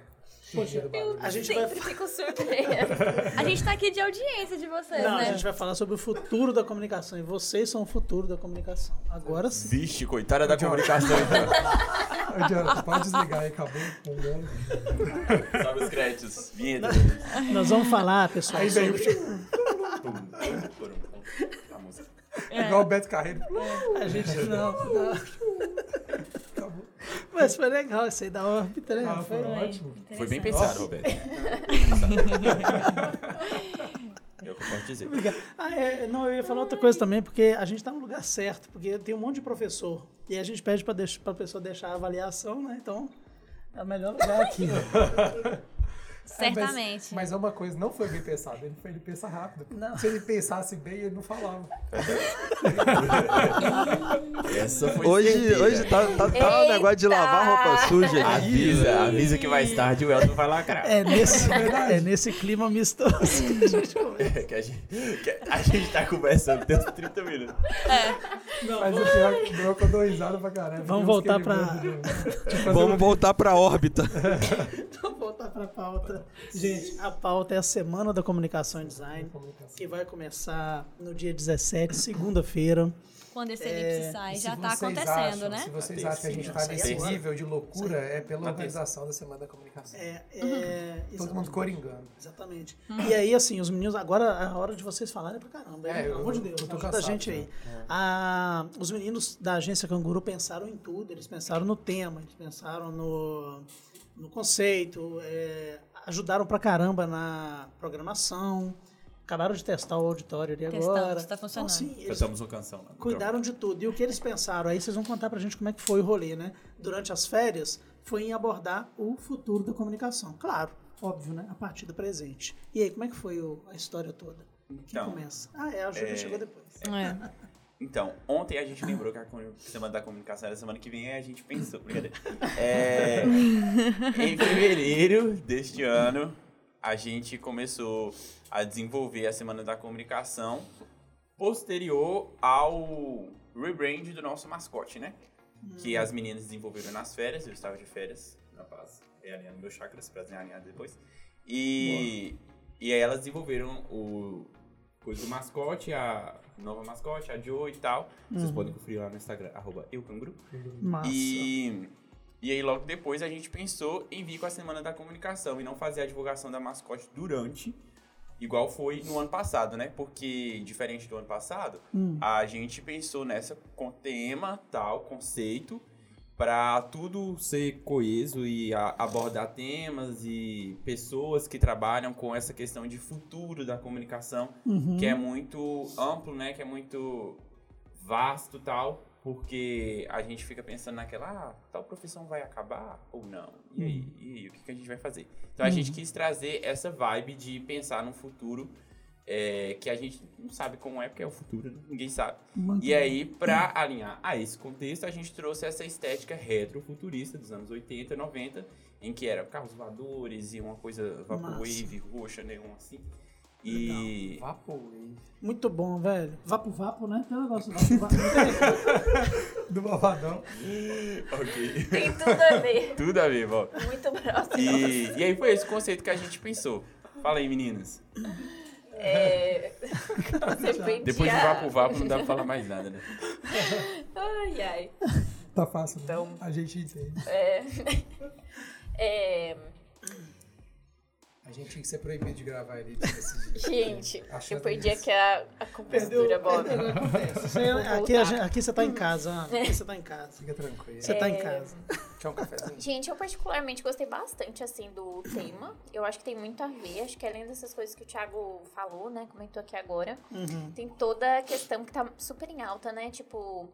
Speaker 2: turnê do barulho?
Speaker 3: A gente vai.
Speaker 7: Sempre fico surpresa.
Speaker 4: A gente tá aqui de audiência de vocês,
Speaker 3: Não, a
Speaker 4: né?
Speaker 3: gente vai falar sobre o futuro da comunicação. E vocês são o futuro da comunicação. Agora sim.
Speaker 8: Vixe, coitada da comunicação. então.
Speaker 2: Ô, Jonathan, pode desligar aí, acabou. com o mundo.
Speaker 8: Sobe os créditos. Vinheta.
Speaker 3: Nós vamos falar, pessoal.
Speaker 2: Aí
Speaker 3: sobre-
Speaker 2: veio
Speaker 8: A música.
Speaker 2: É
Speaker 4: É.
Speaker 2: igual o Beto Carreiro.
Speaker 3: A gente não. não.
Speaker 2: Acabou.
Speaker 3: Mas foi legal isso aí da órbita, né?
Speaker 2: Ah, foi
Speaker 3: Tá Foi-
Speaker 2: ótimo.
Speaker 8: Foi bem
Speaker 4: Interessante.
Speaker 8: pensado, Roberto. É o que eu posso dizer.
Speaker 3: Ah, é, não, eu ia falar outra coisa também, porque a gente tá no lugar certo, porque tem um monte de professor. E a gente pede pra, deix- pra pessoa deixar a avaliação, né? Então, é o melhor lugar aqui.
Speaker 4: Certamente.
Speaker 2: É, mas, mas é uma coisa, não foi bem pensado. Ele, ele pensa rápido.
Speaker 3: Não.
Speaker 2: Se ele pensasse bem, ele não falava.
Speaker 8: Essa foi
Speaker 6: Hoje,
Speaker 8: certeira.
Speaker 6: hoje tá, tá, tá um
Speaker 7: Eita!
Speaker 6: negócio de lavar roupa suja né? aqui.
Speaker 8: Avisa, avisa que mais tarde o Elton vai lacrar.
Speaker 3: É nesse, é nesse clima mistoso que a gente conversa.
Speaker 8: que a, gente, que a gente tá conversando tem uns 30 minutos.
Speaker 2: Mas o pior é que deu que eu dou risada pra caralho.
Speaker 3: Vamos
Speaker 2: Deus que
Speaker 3: voltar
Speaker 2: ele
Speaker 3: pra-
Speaker 2: manda de- de fazer
Speaker 6: Vamos voltar pra órbita.
Speaker 3: Então, voltar pra pauta. Gente, a pauta é a Semana da Comunicação e Design, que vai começar no dia 17, segunda-feira.
Speaker 4: Quando esse elipse sai,
Speaker 2: E
Speaker 4: já
Speaker 2: se
Speaker 4: tá
Speaker 2: vocês
Speaker 4: acontecendo,
Speaker 2: acham- assim.
Speaker 4: né?
Speaker 2: Se vocês
Speaker 8: Atenção,
Speaker 2: acham que a gente está
Speaker 3: atenção.
Speaker 2: nesse nível de loucura, é pela
Speaker 8: Atenção.
Speaker 2: organização da Semana da Comunicação.
Speaker 3: É, é,
Speaker 2: Todo mundo coringando.
Speaker 3: Exatamente.
Speaker 4: Hum.
Speaker 3: E aí, assim, os meninos, agora a hora de vocês falarem é pra caramba,
Speaker 2: É,
Speaker 3: é, pelo
Speaker 2: eu-
Speaker 3: amor de Deus,
Speaker 2: eu tô
Speaker 3: ajuda a
Speaker 2: cansado
Speaker 3: gente
Speaker 2: já. É.
Speaker 3: aí. Ah, os meninos da agência Canguru pensaram em tudo, eles pensaram no tema, eles pensaram no, no conceito, é, ajudaram pra caramba na programação, acabaram de testar o auditório ali
Speaker 4: Testamos,
Speaker 3: agora.
Speaker 4: tá funcionando.
Speaker 3: Então, assim, eles
Speaker 5: Cantamos uma canção. né?
Speaker 3: cuidaram de tudo. E o que eles pensaram? Aí vocês vão contar pra gente como é que foi o rolê, né? Durante as férias, foi em abordar o futuro da comunicação. Claro, óbvio, né? A partir do presente. E aí, como é que foi o- a história toda? Quem
Speaker 8: Então,
Speaker 3: começa? Ah, é, a Júlia
Speaker 8: é-
Speaker 3: chegou depois.
Speaker 4: É.
Speaker 8: Então, ontem a gente lembrou que a comu- Semana da Comunicação era semana que vem e a gente pensou, brincadeira. É, em fevereiro deste ano, a gente começou a desenvolver a Semana da Comunicação posterior ao rebrand do nosso mascote, né? Que as meninas desenvolveram nas férias, eu estava de férias, na paz, realinhando meus chakras para realinhar depois. E, e aí elas desenvolveram o coisa do mascote, a nova mascote, a Joe e tal. Vocês podem conferir lá no Instagram, arroba eucanguru.
Speaker 3: Massa.
Speaker 8: E, e aí logo depois a gente pensou em vir com a Semana da Comunicação e não fazer a divulgação da mascote durante, igual foi no ano passado, né? Porque, diferente do ano passado, a gente pensou nessa com tema, tal, conceito, para tudo ser coeso e a- abordar temas e pessoas que trabalham com essa questão de futuro da comunicação,
Speaker 3: Uhum.
Speaker 8: que é muito amplo, né? Que é muito vasto e tal, porque a gente fica pensando naquela, ah, tal profissão vai acabar ou não? E aí, e aí, o que, que a gente vai fazer? Então a gente quis trazer essa vibe de pensar num futuro é, que a gente não sabe como é, porque é o futuro, né? ninguém sabe. E
Speaker 3: Uhum.
Speaker 8: aí, pra alinhar a esse contexto, a gente trouxe essa estética retrofuturista dos anos 80, 90, em que era carros voadores e uma coisa vaporwave, roxa, neon assim. E
Speaker 2: Vaporwave.
Speaker 3: Muito bom, velho. Vapo Vapo, né? Tem um negócio Vapo Vapo.
Speaker 2: Do Malvadão.
Speaker 8: Ok.
Speaker 7: Tem tudo a ver.
Speaker 8: tudo a ver, Val.
Speaker 7: Muito próximo.
Speaker 8: E, e aí foi esse conceito que a gente pensou. Fala aí, meninas.
Speaker 7: É... Você pentear.
Speaker 8: Depois de vapo vapo não dá pra falar mais nada, né?
Speaker 7: Ai, ai.
Speaker 2: Tá fácil.
Speaker 7: Então-
Speaker 2: A gente entende.
Speaker 7: É... É...
Speaker 2: A gente tinha que ser proibido de gravar ele nesse dia.
Speaker 7: Gente,
Speaker 2: Achando
Speaker 7: eu perdi
Speaker 2: isso.
Speaker 7: aqui a, a compostura, Bob.
Speaker 3: Isso aí, né? aqui, a gente- aqui você tá em casa, Ana. Aqui você tá em casa.
Speaker 2: Fica tranquilo.
Speaker 3: Você tá em casa.
Speaker 2: Quer um cafezinho?
Speaker 7: Gente, eu particularmente gostei bastante, assim, do tema. Eu acho que tem muito a ver. Acho que além dessas coisas que o Thiago falou, né? Comentou aqui agora.
Speaker 3: Uhum.
Speaker 7: Tem toda a questão que tá super em alta, né? Tipo,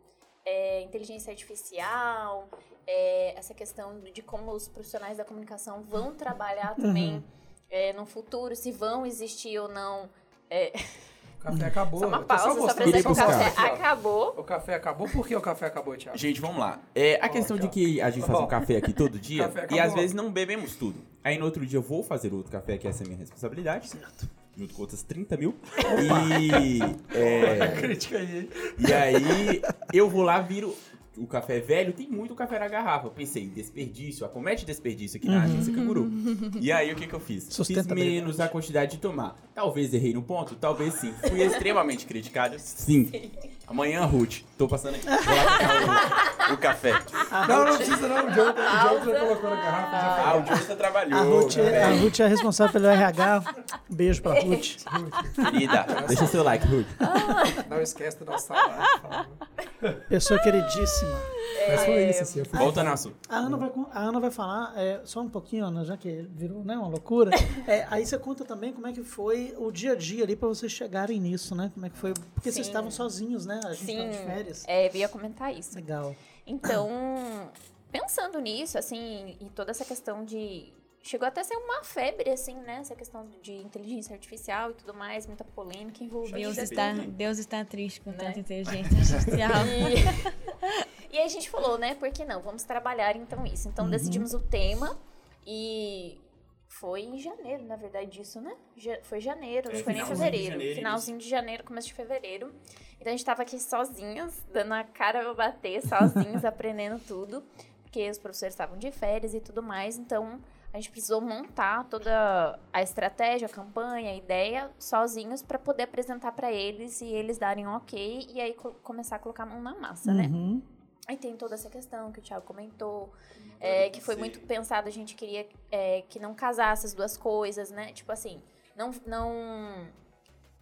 Speaker 7: é, inteligência artificial. é, essa questão de como os profissionais da comunicação vão trabalhar
Speaker 3: Uhum.
Speaker 7: também é, no futuro. Se vão existir ou não.
Speaker 2: O café acabou.
Speaker 7: Só uma
Speaker 2: eu tô
Speaker 7: pausa, só, pra
Speaker 2: mostrando
Speaker 7: dizer que
Speaker 2: pra
Speaker 7: o
Speaker 2: vocês.
Speaker 7: café acabou.
Speaker 2: O café acabou? Por que o café acabou, Thiago?
Speaker 8: Gente, vamos lá. É, a questão de que a gente faz um café aqui todo dia
Speaker 2: Café
Speaker 8: e
Speaker 2: acabou.
Speaker 8: às vezes não bebemos tudo. Aí no outro dia eu vou fazer outro café, que essa é a minha responsabilidade. Certo. Junto com outras 30 mil. E. é,
Speaker 2: Crítica aí.
Speaker 8: E aí, eu vou lá, viro. O café velho tem muito café na garrafa. Eu pensei, desperdício, acomete desperdício
Speaker 3: Uhum.
Speaker 8: aqui na agência Canguru. E aí, o que, que eu fiz? Fiz
Speaker 3: Sustentabilidade.
Speaker 8: menos a quantidade de tomar. Talvez errei no ponto, talvez sim. Fui extremamente criticado, sim. Amanhã, Ruth. Tô passando aqui. Vou lá pegar o, o café.
Speaker 2: Não, não precisa não. O Diogo, o Diogo já colocou na garrafa. Já
Speaker 8: Ah, o Jonathan trabalhou.
Speaker 3: A Ruth, é, a
Speaker 8: né?
Speaker 3: Ruth é responsável pelo RH. Beijo pra Ruth.
Speaker 8: Querida, deixa seu like, Ruth.
Speaker 2: Não esquece do nosso salário. por favor.
Speaker 3: Pessoa queridíssima.
Speaker 2: Mas foi isso, assim. Eu fui
Speaker 8: Volta na assunto.
Speaker 3: A
Speaker 7: É.
Speaker 3: Ana vai, con- a Ana vai falar é, só um pouquinho, Ana, já que virou né, uma loucura. É, aí você conta também como é que foi o dia a dia ali pra vocês chegarem nisso, né? Como é que foi? Porque vocês
Speaker 7: Sim.
Speaker 3: estavam sozinhos, né? A gente
Speaker 7: Sim,
Speaker 3: estava de férias.
Speaker 7: é, eu ia comentar isso.
Speaker 3: Legal.
Speaker 7: Então, pensando nisso, assim, e toda essa questão de. Chegou até a ser uma febre, assim, né? Essa questão de inteligência artificial e tudo mais, muita polêmica envolvida.
Speaker 4: Deus está, Deus está triste com
Speaker 7: Né?
Speaker 4: tanta inteligência artificial.
Speaker 7: E aí a gente falou, né? Por que não? Vamos trabalhar então isso.
Speaker 8: Uhum.
Speaker 7: Então decidimos o tema e foi em janeiro, na verdade, isso, né? Ja- foi janeiro, não
Speaker 8: É,
Speaker 7: foi nem
Speaker 8: finalzinho de
Speaker 7: fevereiro.
Speaker 8: janeiro,
Speaker 7: finalzinho de janeiro, começo de fevereiro. Então a gente tava aqui sozinhas, dando a cara pra bater, sozinhos, aprendendo tudo. Porque os professores estavam de férias e tudo mais. Então A gente precisou montar toda a estratégia, a campanha, a ideia sozinhos para poder apresentar para eles e eles darem um ok e aí co- começar a colocar a mão na massa, né?
Speaker 3: Uhum.
Speaker 7: Aí tem toda essa questão que o Thiago comentou, é, que foi muito pensado, a gente queria é, que não casasse as duas coisas, né? Tipo assim, não, não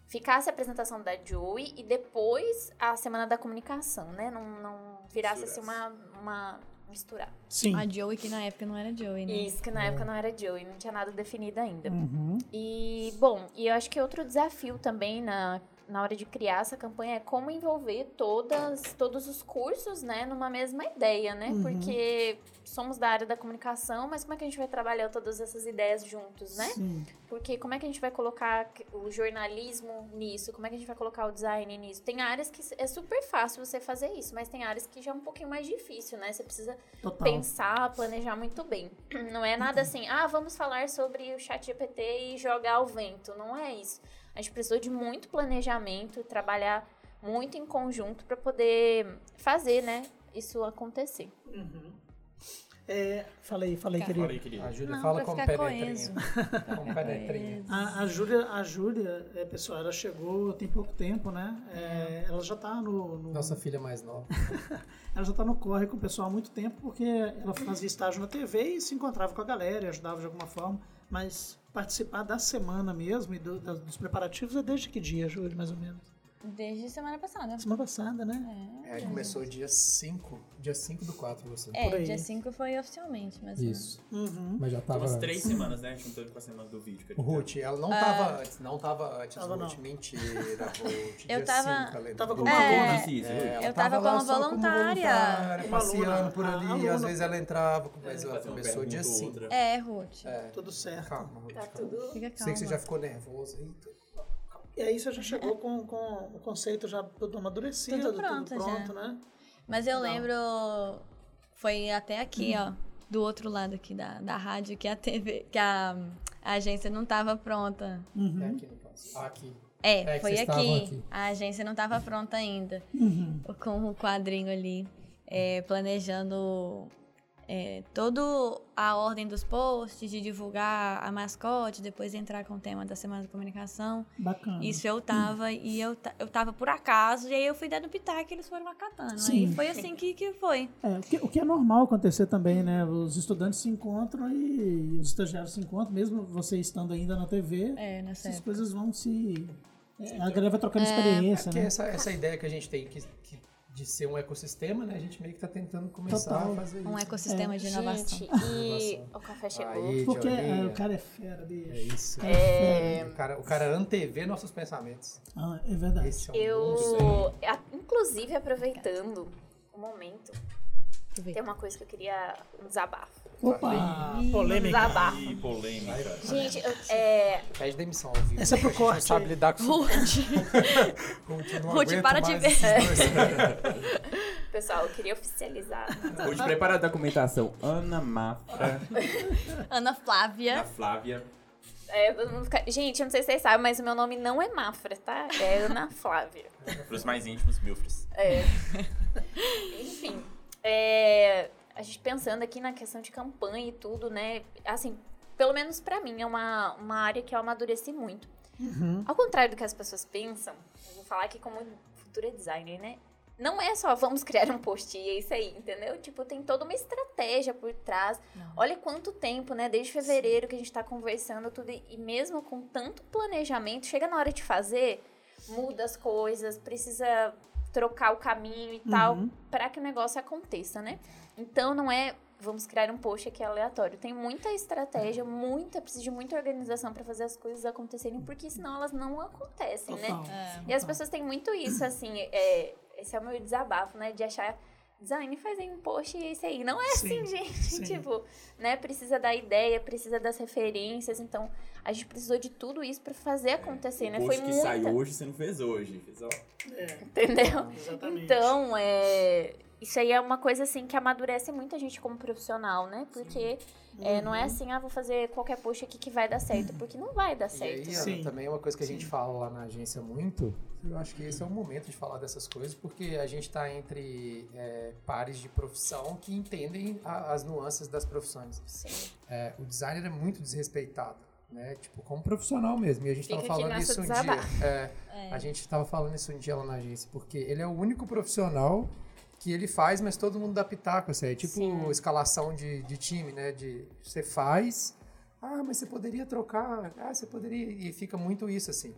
Speaker 7: ficasse a apresentação da Joey e depois a semana da comunicação, né? Não, não virasse assim uma, uma mistura.
Speaker 3: Sim.
Speaker 4: A Joey, que na época não era Joey, né?
Speaker 7: Isso, que na época não era Joey, não tinha nada definido ainda.
Speaker 3: É. Uhum.
Speaker 7: E, bom, e eu acho que outro desafio também na, na hora de criar essa campanha é como envolver todas, todos os cursos, né, numa mesma ideia, né?
Speaker 3: Uhum.
Speaker 7: Porque somos da área da comunicação, mas como é que a gente vai trabalhar todas essas ideias juntos, né?
Speaker 3: Sim.
Speaker 7: Porque como é que a gente vai colocar o jornalismo nisso? Como é que a gente vai colocar o design nisso? Tem áreas que é super fácil você fazer isso, mas tem áreas que já é um pouquinho mais difícil, né? Você precisa
Speaker 3: Total.
Speaker 7: pensar, planejar muito bem. Não é nada assim, ah, vamos falar sobre o chat GPT e jogar ao vento. Não é isso. A gente precisou de muito planejamento, trabalhar muito em conjunto para poder fazer, né, isso acontecer.
Speaker 3: É, falei, falei,
Speaker 7: Tá.
Speaker 4: Cara.
Speaker 3: querido.
Speaker 8: Falei, querido.
Speaker 2: A Júlia
Speaker 4: Não,
Speaker 2: fala
Speaker 4: pra
Speaker 2: com
Speaker 4: ficar É.
Speaker 2: pedetrinha.
Speaker 4: coeso.
Speaker 2: Com pedetrinha.
Speaker 3: A, a Júlia, a Júlia é, pessoal, ela chegou tem pouco tempo, né? É,
Speaker 7: Uhum.
Speaker 3: Ela já tá no, no-
Speaker 2: Nossa filha é mais nova.
Speaker 3: ela já tá no corre com o pessoal há muito tempo, porque ela fazia estágio na TV e se encontrava com a galera, e ajudava de alguma forma, mas participar da semana mesmo e do- das- dos preparativos é desde que dia, Júlia, mais ou menos?
Speaker 4: Desde semana passada.
Speaker 3: Semana passada, né?
Speaker 2: É, começou dia 5. Dia 5 do 4 você.
Speaker 3: por
Speaker 4: É,
Speaker 3: aí.
Speaker 4: dia 5 foi oficialmente, mas.
Speaker 2: Isso.
Speaker 4: É.
Speaker 3: Uhum.
Speaker 2: Mas já tava.
Speaker 8: Umas três
Speaker 2: antes.
Speaker 8: semanas, né? Juntando com a semana do vídeo. que eu
Speaker 2: O
Speaker 8: te dei.
Speaker 2: Tá Ruth, ela não
Speaker 4: Ah.
Speaker 2: tava antes, não tava antes,
Speaker 3: Tava
Speaker 2: Ruth.
Speaker 3: não.
Speaker 2: Mentira, Ruth.
Speaker 4: Eu
Speaker 2: dia
Speaker 4: tava-
Speaker 2: cinco, ela-
Speaker 3: Tava com
Speaker 8: Como
Speaker 2: É,
Speaker 8: uma
Speaker 4: É,
Speaker 8: aluna, Cícero.
Speaker 2: ela
Speaker 4: Eu tava
Speaker 2: lá
Speaker 4: como
Speaker 2: só
Speaker 4: voluntária.
Speaker 2: voluntária,
Speaker 3: Uma aluna,
Speaker 2: passeando por
Speaker 3: a-
Speaker 2: ali,
Speaker 3: aluna.
Speaker 2: às vezes ela entrava, mas ela
Speaker 8: É. Fazer uma
Speaker 2: começou dia
Speaker 8: pergunta ou
Speaker 2: 5.
Speaker 8: outra.
Speaker 4: É, Ruth.
Speaker 3: Tudo certo.
Speaker 2: Calma, Ruth. calma.
Speaker 4: Fica
Speaker 2: Sei
Speaker 4: Tá calma.
Speaker 2: que você já ficou nervoso. Eita.
Speaker 3: E aí você já chegou com, com o conceito já todo amadurecido,
Speaker 4: Tudo
Speaker 3: tudo
Speaker 4: pronto
Speaker 3: pronto,
Speaker 4: já.
Speaker 3: né?
Speaker 4: Mas eu
Speaker 3: Não.
Speaker 4: lembro. Foi até aqui, ó. Do outro lado aqui da, da rádio, que a TV. Que a, a agência não tava pronta.
Speaker 2: É aqui no caso. Ah, aqui.
Speaker 4: É,
Speaker 2: É, que
Speaker 4: foi
Speaker 2: vocês
Speaker 4: aqui.
Speaker 2: estavam aqui. Uhum.
Speaker 4: A agência não tava pronta ainda. Com o quadrinho ali. é, planejando é, toda a ordem dos posts, de divulgar a mascote, depois entrar com o tema da Semana da Comunicação.
Speaker 2: Uhum.
Speaker 3: Bacana.
Speaker 4: Isso eu tava, e eu, ta- eu tava por acaso, e aí eu fui dando pitaco e eles foram acatando.
Speaker 3: Sim.
Speaker 4: Aí foi assim que, que foi.
Speaker 3: É, o, que, o que é normal acontecer também, né? Os estudantes se encontram e os estagiários se encontram, mesmo você estando ainda na TV,
Speaker 4: É, nessa
Speaker 3: essas
Speaker 4: época.
Speaker 3: coisas vão se. é, A galera vai trocando experiência,
Speaker 2: Porque
Speaker 3: né?
Speaker 2: essa, essa ideia que a gente tem que, que- de ser um ecossistema, né? A gente meio que tá tentando começar
Speaker 3: Total.
Speaker 2: a fazer isso.
Speaker 4: Um ecossistema de inovação.
Speaker 7: Gente, e o café chegou.
Speaker 2: Aí,
Speaker 3: Porque é,
Speaker 2: Diolinha,
Speaker 3: o cara é fera, bicho.
Speaker 2: É isso.
Speaker 7: É,
Speaker 2: O, cara, o cara antevê nossos pensamentos.
Speaker 3: Ah, é verdade.
Speaker 2: Esse é um monstro.
Speaker 7: eu, a- inclusive aproveitando o momento, tem uma coisa que eu queria um desabafo.
Speaker 2: tá Ah,
Speaker 3: Opa! Hum.
Speaker 7: Um desabafo.
Speaker 8: Ih, polêmica.
Speaker 7: Gente, eu- é,
Speaker 2: Pede demissão ao vivo.
Speaker 3: Essa é pro
Speaker 2: A gente
Speaker 3: corte
Speaker 2: Não sabe
Speaker 3: aí.
Speaker 2: lidar com isso.
Speaker 4: Ruth,
Speaker 2: Ruth, eu não
Speaker 4: Ruth,
Speaker 2: aguento
Speaker 4: para de
Speaker 2: mais
Speaker 4: ver.
Speaker 2: esses dois.
Speaker 7: pessoal, eu queria oficializar.
Speaker 8: Hoje prepara a documentação. Ana Mafra,
Speaker 4: Ana
Speaker 8: a
Speaker 4: Flávia.
Speaker 8: Flávia.
Speaker 7: É, todo mundo fica- Gente, eu não sei se vocês sabem, mas o meu nome não é Mafra, tá? É Ana Flávia.
Speaker 8: Pros mais íntimos, Milfres.
Speaker 7: É. Enfim, é, a gente pensando aqui na questão de campanha e tudo, né? Assim, pelo menos pra mim, é uma, uma área que eu amadureci muito. Ao contrário do que as pessoas pensam, eu vou falar aqui como futura designer, né? Não é só vamos criar um post e é isso aí, entendeu? Tipo, tem toda uma estratégia por trás. Olha quanto tempo, né? Desde fevereiro que a gente tá conversando tudo. e- E mesmo com tanto planejamento, chega na hora de fazer, muda as coisas, precisa trocar o caminho e
Speaker 3: Uhum.
Speaker 7: tal, pra que o negócio aconteça, né? Então não é vamos criar um post aqui aleatório. Tem muita estratégia, muita, precisa de muita organização pra fazer as coisas acontecerem, porque senão elas não acontecem, né?
Speaker 3: Total.
Speaker 7: E as pessoas têm muito isso, assim, é, esse é o meu desabafo, né? De achar design, faz aí um post e é isso aí. Não é
Speaker 3: Sim,
Speaker 7: assim, gente.
Speaker 3: sim.
Speaker 7: Tipo, né? Precisa da ideia, precisa das referências. Então, a gente precisou de tudo isso pra fazer
Speaker 4: Assim,
Speaker 7: acontecer, né?
Speaker 8: o
Speaker 7: Foi
Speaker 8: post que
Speaker 7: muita,
Speaker 8: sai hoje, você não fez hoje. Fez, ó.
Speaker 7: entendeu?
Speaker 3: Exatamente.
Speaker 7: Então, é. Isso aí é uma coisa assim que amadurece muito a gente como profissional, né? Porque
Speaker 2: Uhum.
Speaker 7: é, não é assim, ah, vou fazer qualquer push aqui que vai dar certo, porque não vai dar
Speaker 2: E aí,
Speaker 7: certo.
Speaker 2: Ana,
Speaker 3: Sim.
Speaker 2: também é uma coisa que a gente fala lá na agência muito. Eu acho que esse é o momento de falar dessas coisas, porque a gente está entre é, pares de profissão que entendem a- as nuances das profissões.
Speaker 7: Sim.
Speaker 2: É, o designer é muito desrespeitado, né? Tipo, como profissional mesmo. E a gente
Speaker 7: Fica
Speaker 2: estava
Speaker 7: aqui
Speaker 2: falando
Speaker 7: nosso
Speaker 2: isso um dia.
Speaker 7: desabafo.
Speaker 2: É, A gente estava falando isso um dia lá na agência, porque ele é o único profissional que ele faz, mas todo mundo dá pitaco, assim, é tipo escalação de, de time, né? De você faz, ah, mas você poderia trocar, ah, você poderia. E fica muito isso, assim.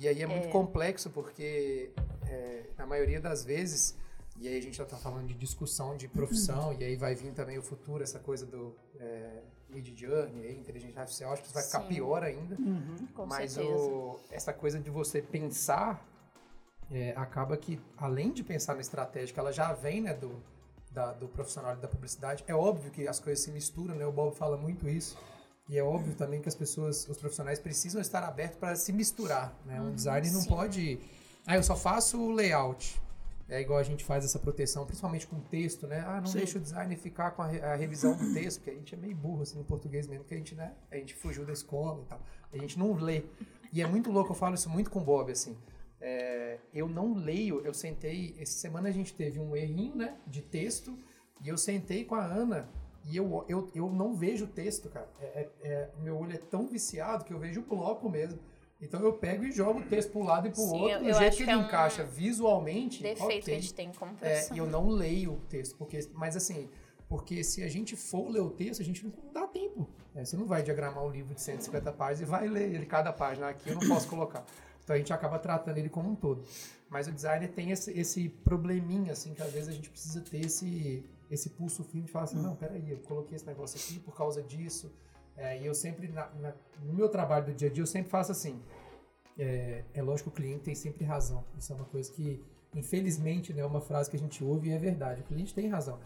Speaker 2: E aí é muito complexo, porque é, na maioria das vezes, e aí a gente já tá falando de discussão de profissão, e aí vai vir também o futuro, essa coisa do é, mid journey, inteligência artificial, acho que isso vai ficar
Speaker 7: Sim.
Speaker 2: pior ainda.
Speaker 7: Com
Speaker 2: Mas
Speaker 7: certeza.
Speaker 2: o- essa coisa de você pensar é, acaba que, além de pensar na estratégia, que ela já vem né, do, da- do profissional da publicidade, é óbvio que as coisas se misturam, né? O Bob fala muito isso. E é óbvio também que as pessoas, os profissionais precisam estar abertos para se misturar, né? Um designer não
Speaker 7: Uhum, sim.
Speaker 2: pode... Ah, eu só faço layout. É igual a gente faz essa proteção, principalmente com texto, né? Ah, não
Speaker 3: Sim.
Speaker 2: deixa o designer ficar com a, re- a revisão do texto, porque a gente é meio burro assim no português mesmo, porque a gente, né? A gente fugiu da escola e tal. A gente não lê. E é muito louco, eu falo isso muito com o Bob, assim. É, eu não leio, eu sentei. Essa semana a gente teve um errinho, né? De texto, e eu sentei com a Ana e eu, eu, eu não vejo o texto, cara. É, é- é- meu olho é tão viciado que eu vejo o bloco mesmo. Então eu pego e jogo o texto pro lado e pro
Speaker 7: Sim,
Speaker 2: outro,
Speaker 7: eu-
Speaker 2: do
Speaker 7: eu
Speaker 2: jeito
Speaker 7: acho
Speaker 2: que
Speaker 7: que
Speaker 2: ele
Speaker 7: é um
Speaker 2: encaixa visualmente.
Speaker 7: Defeito
Speaker 2: ok.
Speaker 7: que a gente tem como
Speaker 2: É,
Speaker 7: profissional.
Speaker 2: e eu não leio o texto, porque, mas assim, porque se a gente for ler o texto, a gente não dá tempo. né? Você não vai diagramar um livro de 150 páginas e vai ler ele cada página aqui, eu não posso colocar. Então a gente acaba tratando ele como um todo. Mas o designer tem esse, esse probleminha, assim, que às vezes a gente precisa ter esse, esse pulso firme de falar assim, não, peraí, eu coloquei esse negócio aqui por causa disso. É, e eu sempre, na- na- no meu trabalho do dia a dia, eu sempre faço assim. É, é lógico que o cliente tem sempre razão. Isso é uma coisa que, infelizmente, né, é uma frase que a gente ouve e é verdade. O cliente tem razão.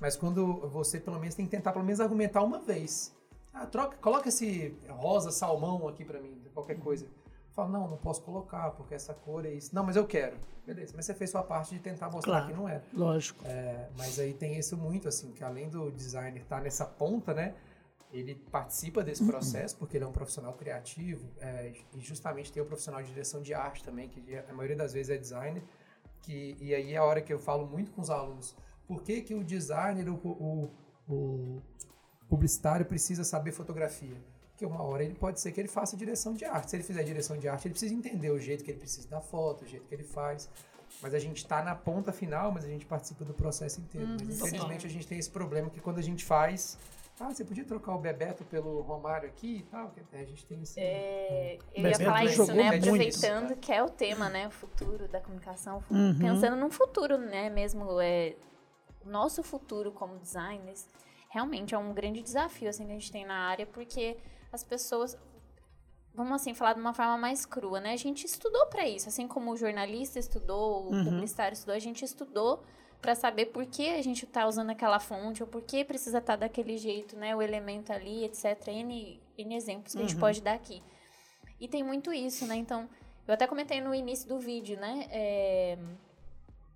Speaker 2: Mas quando você, pelo menos, tem que tentar, pelo menos, argumentar uma vez. Ah, troca, coloca esse rosa salmão aqui pra mim, qualquer coisa. Fala, não, não posso colocar, porque essa cor é isso. Não, mas eu quero. Beleza, mas você fez sua parte de tentar mostrar
Speaker 3: Claro.
Speaker 2: que não era.
Speaker 3: Lógico.
Speaker 2: É, mas aí tem isso muito, assim, que além do designer estar nessa ponta, né? Ele participa desse processo porque ele é um profissional criativo é, e justamente tem o profissional de direção de arte também, que a maioria das vezes é designer. Que, e aí é a hora que eu falo muito com os alunos. Por que, que o designer, o, o- o publicitário precisa saber fotografia? Porque uma hora ele pode ser que ele faça direção de arte. Se ele fizer direção de arte, ele precisa entender o jeito que ele precisa da foto, o jeito que ele faz. Mas a gente está na ponta final, mas a gente participa do processo inteiro. mas infelizmente a gente tem esse problema que quando a gente faz. Ah, você podia trocar o Bebeto pelo Romário aqui e tal? que A gente tem esse.
Speaker 7: É, eu ia
Speaker 3: Bebeto
Speaker 7: falar isso,
Speaker 3: jogou
Speaker 7: né?
Speaker 2: muito.
Speaker 7: Aproveitando que é o tema, né? O futuro da comunicação. o fu- Pensando num futuro, né? Mesmo é, o nosso futuro como designers, realmente é um grande desafio assim, que a gente tem na área, porque as pessoas. Vamos assim, falar de uma forma mais crua, né? A gente estudou para isso, assim como o jornalista estudou, o publicitário estudou, a gente estudou para saber por que a gente tá usando aquela fonte, ou por que precisa estar daquele jeito, né? O elemento ali, etc. N, N exemplos que a gente pode dar aqui. E tem muito isso, né? Então, eu até comentei no início do vídeo, né? É,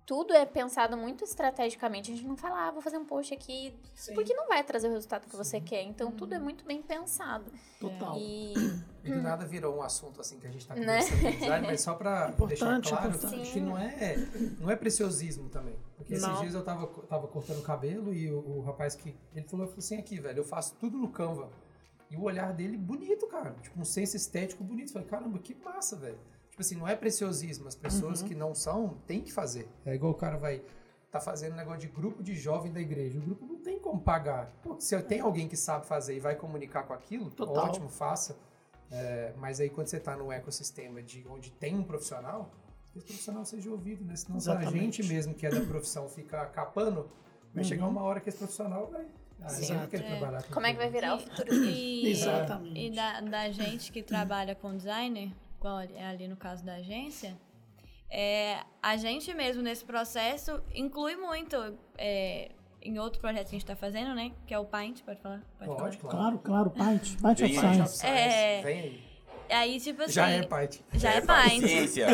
Speaker 7: Tudo é pensado muito estrategicamente. A gente não fala, ah, vou fazer um post aqui, porque não vai trazer o resultado que você quer. Então, tudo é muito bem pensado.
Speaker 3: Total.
Speaker 7: E
Speaker 2: E
Speaker 3: Hum.
Speaker 2: do nada virou um assunto assim que a gente está
Speaker 7: Né?
Speaker 2: conversando de design, mas só para deixar
Speaker 3: Importante,
Speaker 2: claro
Speaker 3: importante.
Speaker 2: que não é, não é preciosismo também. Porque esses
Speaker 3: Não.
Speaker 2: dias eu tava, tava cortando o cabelo e o, o rapaz que. Ele falou, eu falei assim: aqui, velho, eu faço tudo no Canva. E o olhar dele bonito, cara. Tipo, um senso estético bonito. Eu falei, caramba, que massa, velho. Tipo assim, não é preciosismo. As pessoas
Speaker 3: Uhum.
Speaker 2: que não são têm que fazer. É igual o cara vai tá fazendo negócio de grupo de jovem da igreja. O grupo não tem como pagar. Pô, se tem alguém que sabe fazer e vai comunicar com aquilo,
Speaker 3: É. Total.
Speaker 2: ótimo, faça. É, mas aí quando você tá num ecossistema de onde tem um profissional, que esse profissional seja ouvido, né? Senão se a
Speaker 3: Exatamente.
Speaker 2: gente mesmo que é da profissão fica capando, vai
Speaker 3: Uhum.
Speaker 2: chegar uma hora que esse profissional vai. Ah,
Speaker 3: Sim.
Speaker 2: eu não quero
Speaker 4: É.
Speaker 2: trabalhar com
Speaker 7: como é que vai
Speaker 2: aquilo.
Speaker 7: virar o futuro?
Speaker 4: E,
Speaker 3: Exatamente.
Speaker 4: e da, da gente que trabalha com designer, igual ali- é ali no caso da agência, é, a gente mesmo nesse processo inclui muito é, em outro projeto que a gente está fazendo, né? Que é o Paint, pode falar? Pode falar.
Speaker 7: é.
Speaker 2: Pode, claro.
Speaker 3: Claro, claro, Paint. Paint of
Speaker 8: Sim.
Speaker 3: Science.
Speaker 4: É.
Speaker 2: Vem aí.
Speaker 4: Aí, tipo assim.
Speaker 2: Já é parte.
Speaker 4: Já é Paint.
Speaker 8: Ciência.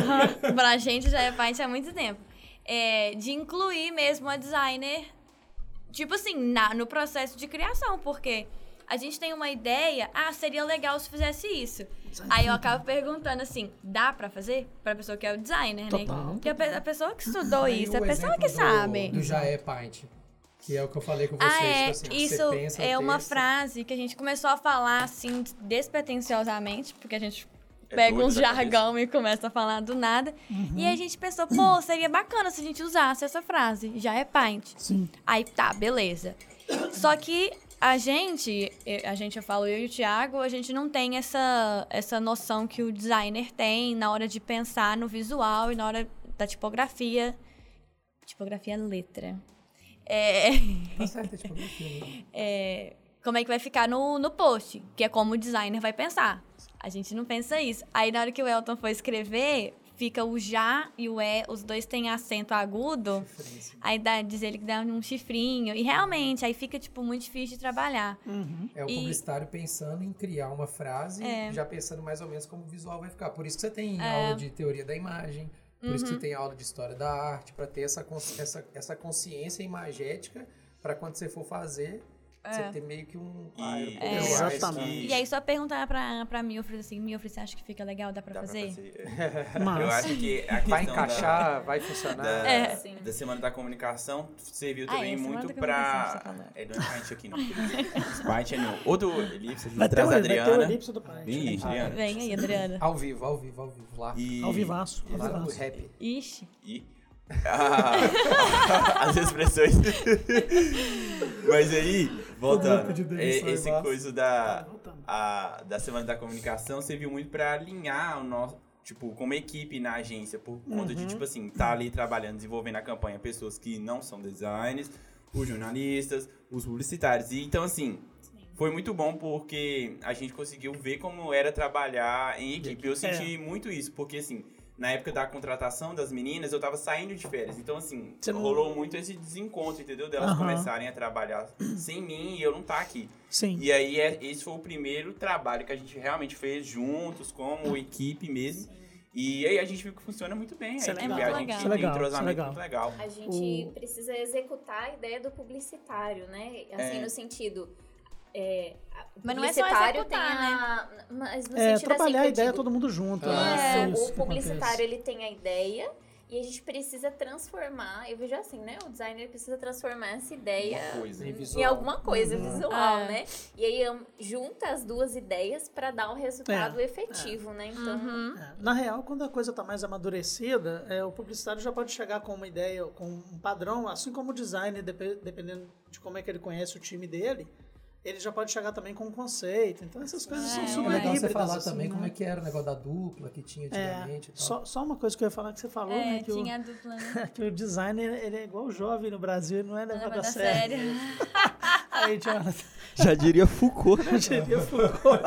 Speaker 4: pra gente já é Paint há muito tempo. é, de incluir mesmo a designer, tipo assim, na- no processo de criação, porque a gente tem uma ideia, ah, seria legal se fizesse isso. Aí eu acabo perguntando assim, dá pra fazer? Pra pessoa que é o designer, né?
Speaker 3: Total,
Speaker 4: Porque a, pe- a pessoa que estudou
Speaker 2: Aí
Speaker 4: isso, é a
Speaker 2: o
Speaker 4: pessoa que
Speaker 2: exemplo do-
Speaker 4: sabe.
Speaker 2: Do já é Paint. Que é o que eu falei com vocês.
Speaker 4: Ah, é.
Speaker 2: tipo assim, você
Speaker 4: Isso
Speaker 2: pensa o
Speaker 4: é uma
Speaker 2: texto,
Speaker 4: frase que a gente começou a falar, assim, despretensiosamente, porque a gente
Speaker 8: É
Speaker 4: pega
Speaker 8: doido
Speaker 4: um
Speaker 8: da cabeça.
Speaker 4: jargão e começa a falar do nada. E
Speaker 2: Uhum.
Speaker 4: aí a gente pensou, pô, seria bacana se a gente usasse essa frase. Já é Paint.
Speaker 3: Sim.
Speaker 4: Aí tá, beleza. Só que a gente, eh, a gente, eu falo, eu e o Thiago, a gente não tem essa, essa noção que o designer tem na hora de pensar no visual e na hora da tipografia. Tipografia é letra. É,
Speaker 2: Tá certo, é tipo um filme.
Speaker 4: é, como é que vai ficar no, no post, que é como o designer vai pensar. A gente não pensa isso. Aí na hora que o Elton foi escrever, fica o já e o é, os dois têm acento agudo. Aí dá, diz ele que dá um chifrinho. E realmente, aí fica, tipo, muito difícil de trabalhar.
Speaker 3: Uhum.
Speaker 2: É o
Speaker 4: E-
Speaker 2: publicitário pensando em criar uma frase,
Speaker 4: É.
Speaker 2: já pensando mais ou menos como o visual vai ficar. Por isso que você tem aula de teoria da imagem, por isso
Speaker 4: Uhum.
Speaker 2: que você tem aula de história da arte, pra ter essa, cons- essa, essa consciência imagética pra quando você for fazer,
Speaker 4: É.
Speaker 2: você ter meio que um. Ah, eu
Speaker 8: E-
Speaker 2: vou-
Speaker 8: eu acho
Speaker 3: Exatamente.
Speaker 8: que- então
Speaker 4: E aí só perguntar pra, pra Milfred assim, Milfred, você acha que fica legal? Dá pra
Speaker 8: Dá pra
Speaker 4: fazer?
Speaker 8: fazer, é. Eu
Speaker 3: Mas,
Speaker 8: acho que a questão
Speaker 2: Vai
Speaker 8: da-
Speaker 2: encaixar, né? vai funcionar.
Speaker 8: da,
Speaker 4: É.
Speaker 7: Sim.
Speaker 8: da Semana da Comunicação serviu
Speaker 4: Ah,
Speaker 8: também
Speaker 4: é, Semana
Speaker 8: muito
Speaker 4: da Comunicação que você
Speaker 8: pra.
Speaker 4: falou.
Speaker 8: É do Spite aqui, não. Spite é não. Ou do Elipse, a gente
Speaker 3: vai, ter
Speaker 8: traz
Speaker 3: o,
Speaker 8: a
Speaker 3: vai ter o
Speaker 8: Adriana.
Speaker 3: elipse do pai.
Speaker 8: Vem, Adriana.
Speaker 4: Vem aí, Adriana.
Speaker 2: Ao vivo, ao vivo, ao vivo, lá.
Speaker 8: E,
Speaker 3: Ao vivaço. ao
Speaker 2: Lá no
Speaker 3: vivaço.
Speaker 2: rap.
Speaker 4: Ixi.
Speaker 8: E. Ah, as expressões. Mas aí, voltando.
Speaker 2: grupo de Dani
Speaker 8: é,
Speaker 2: Sorvas.
Speaker 8: esse coisa da,
Speaker 3: Voltando.
Speaker 8: a- da Semana da Comunicação serviu muito pra alinhar o nosso. Tipo, como equipe na agência, por conta
Speaker 3: Uhum.
Speaker 8: de, tipo assim, tá ali trabalhando, desenvolvendo a campanha, pessoas que não são designers, os jornalistas, os publicitários. E então, assim, foi muito bom porque a gente conseguiu ver como era trabalhar em equipe. Eu
Speaker 3: é.
Speaker 8: senti muito isso, porque assim, na época da contratação das meninas, eu tava saindo de férias. Então, assim,
Speaker 3: Você não-
Speaker 8: rolou muito esse desencontro, entendeu? Delas
Speaker 3: Aham.
Speaker 8: começarem a trabalhar sem mim e eu não tá aqui.
Speaker 3: Sim.
Speaker 8: E aí, é- esse foi o primeiro trabalho que a gente realmente fez juntos, como equipe mesmo. E aí a gente viu que funciona muito bem.
Speaker 3: Isso é
Speaker 8: a equipe,
Speaker 4: legal. Isso
Speaker 8: A gente
Speaker 4: é
Speaker 8: tem um
Speaker 3: legal, isso é
Speaker 8: entrosamento
Speaker 3: legal.
Speaker 8: muito legal.
Speaker 7: A gente
Speaker 3: O-
Speaker 7: precisa executar a ideia do publicitário, né? Assim,
Speaker 8: É.
Speaker 7: no sentido. É, né? a- o
Speaker 4: Mas não é só
Speaker 7: publicitário
Speaker 4: executar,
Speaker 7: tem a, Mas no
Speaker 3: É,
Speaker 7: sentido
Speaker 3: trabalhar
Speaker 7: assim,
Speaker 3: a ideia
Speaker 7: que eu digo,
Speaker 3: todo mundo junto.
Speaker 7: Isso,
Speaker 3: né?
Speaker 7: é, o publicitário ele tem a ideia e a gente precisa transformar. Eu vejo assim, né? O designer precisa transformar essa ideia
Speaker 8: Uma coisa.
Speaker 2: Em
Speaker 7: em
Speaker 2: visual.
Speaker 7: alguma coisa
Speaker 3: Uhum.
Speaker 7: visual,
Speaker 3: É.
Speaker 4: Ah.
Speaker 7: né? E aí hum, junta as duas ideias pra dar um resultado efetivo, né? Então,
Speaker 3: É, Na real, quando a coisa está mais amadurecida, é, o publicitário já pode chegar com uma ideia, com um padrão, assim como o designer, depe- dependendo de como é que ele conhece o time dele, ele já pode chegar também com um conceito. Então essas coisas são
Speaker 4: É,
Speaker 2: É
Speaker 3: super
Speaker 2: legal você
Speaker 3: híbridas.
Speaker 2: falar
Speaker 3: assim,
Speaker 2: também
Speaker 3: né?
Speaker 2: como é que era o negócio da dupla que tinha antigamente e tal.
Speaker 3: É, Só, só uma coisa que eu ia falar que você falou,
Speaker 4: É,
Speaker 3: né? Que,
Speaker 4: tinha a dupla, né?
Speaker 3: o, que o designer ele é igual o jovem no Brasil, ele não é levado
Speaker 4: Leva
Speaker 3: a
Speaker 4: da
Speaker 3: sério.
Speaker 4: série.
Speaker 3: Aí, Jonathan,
Speaker 6: Já diria Foucault. né,
Speaker 3: eu diria Foucault.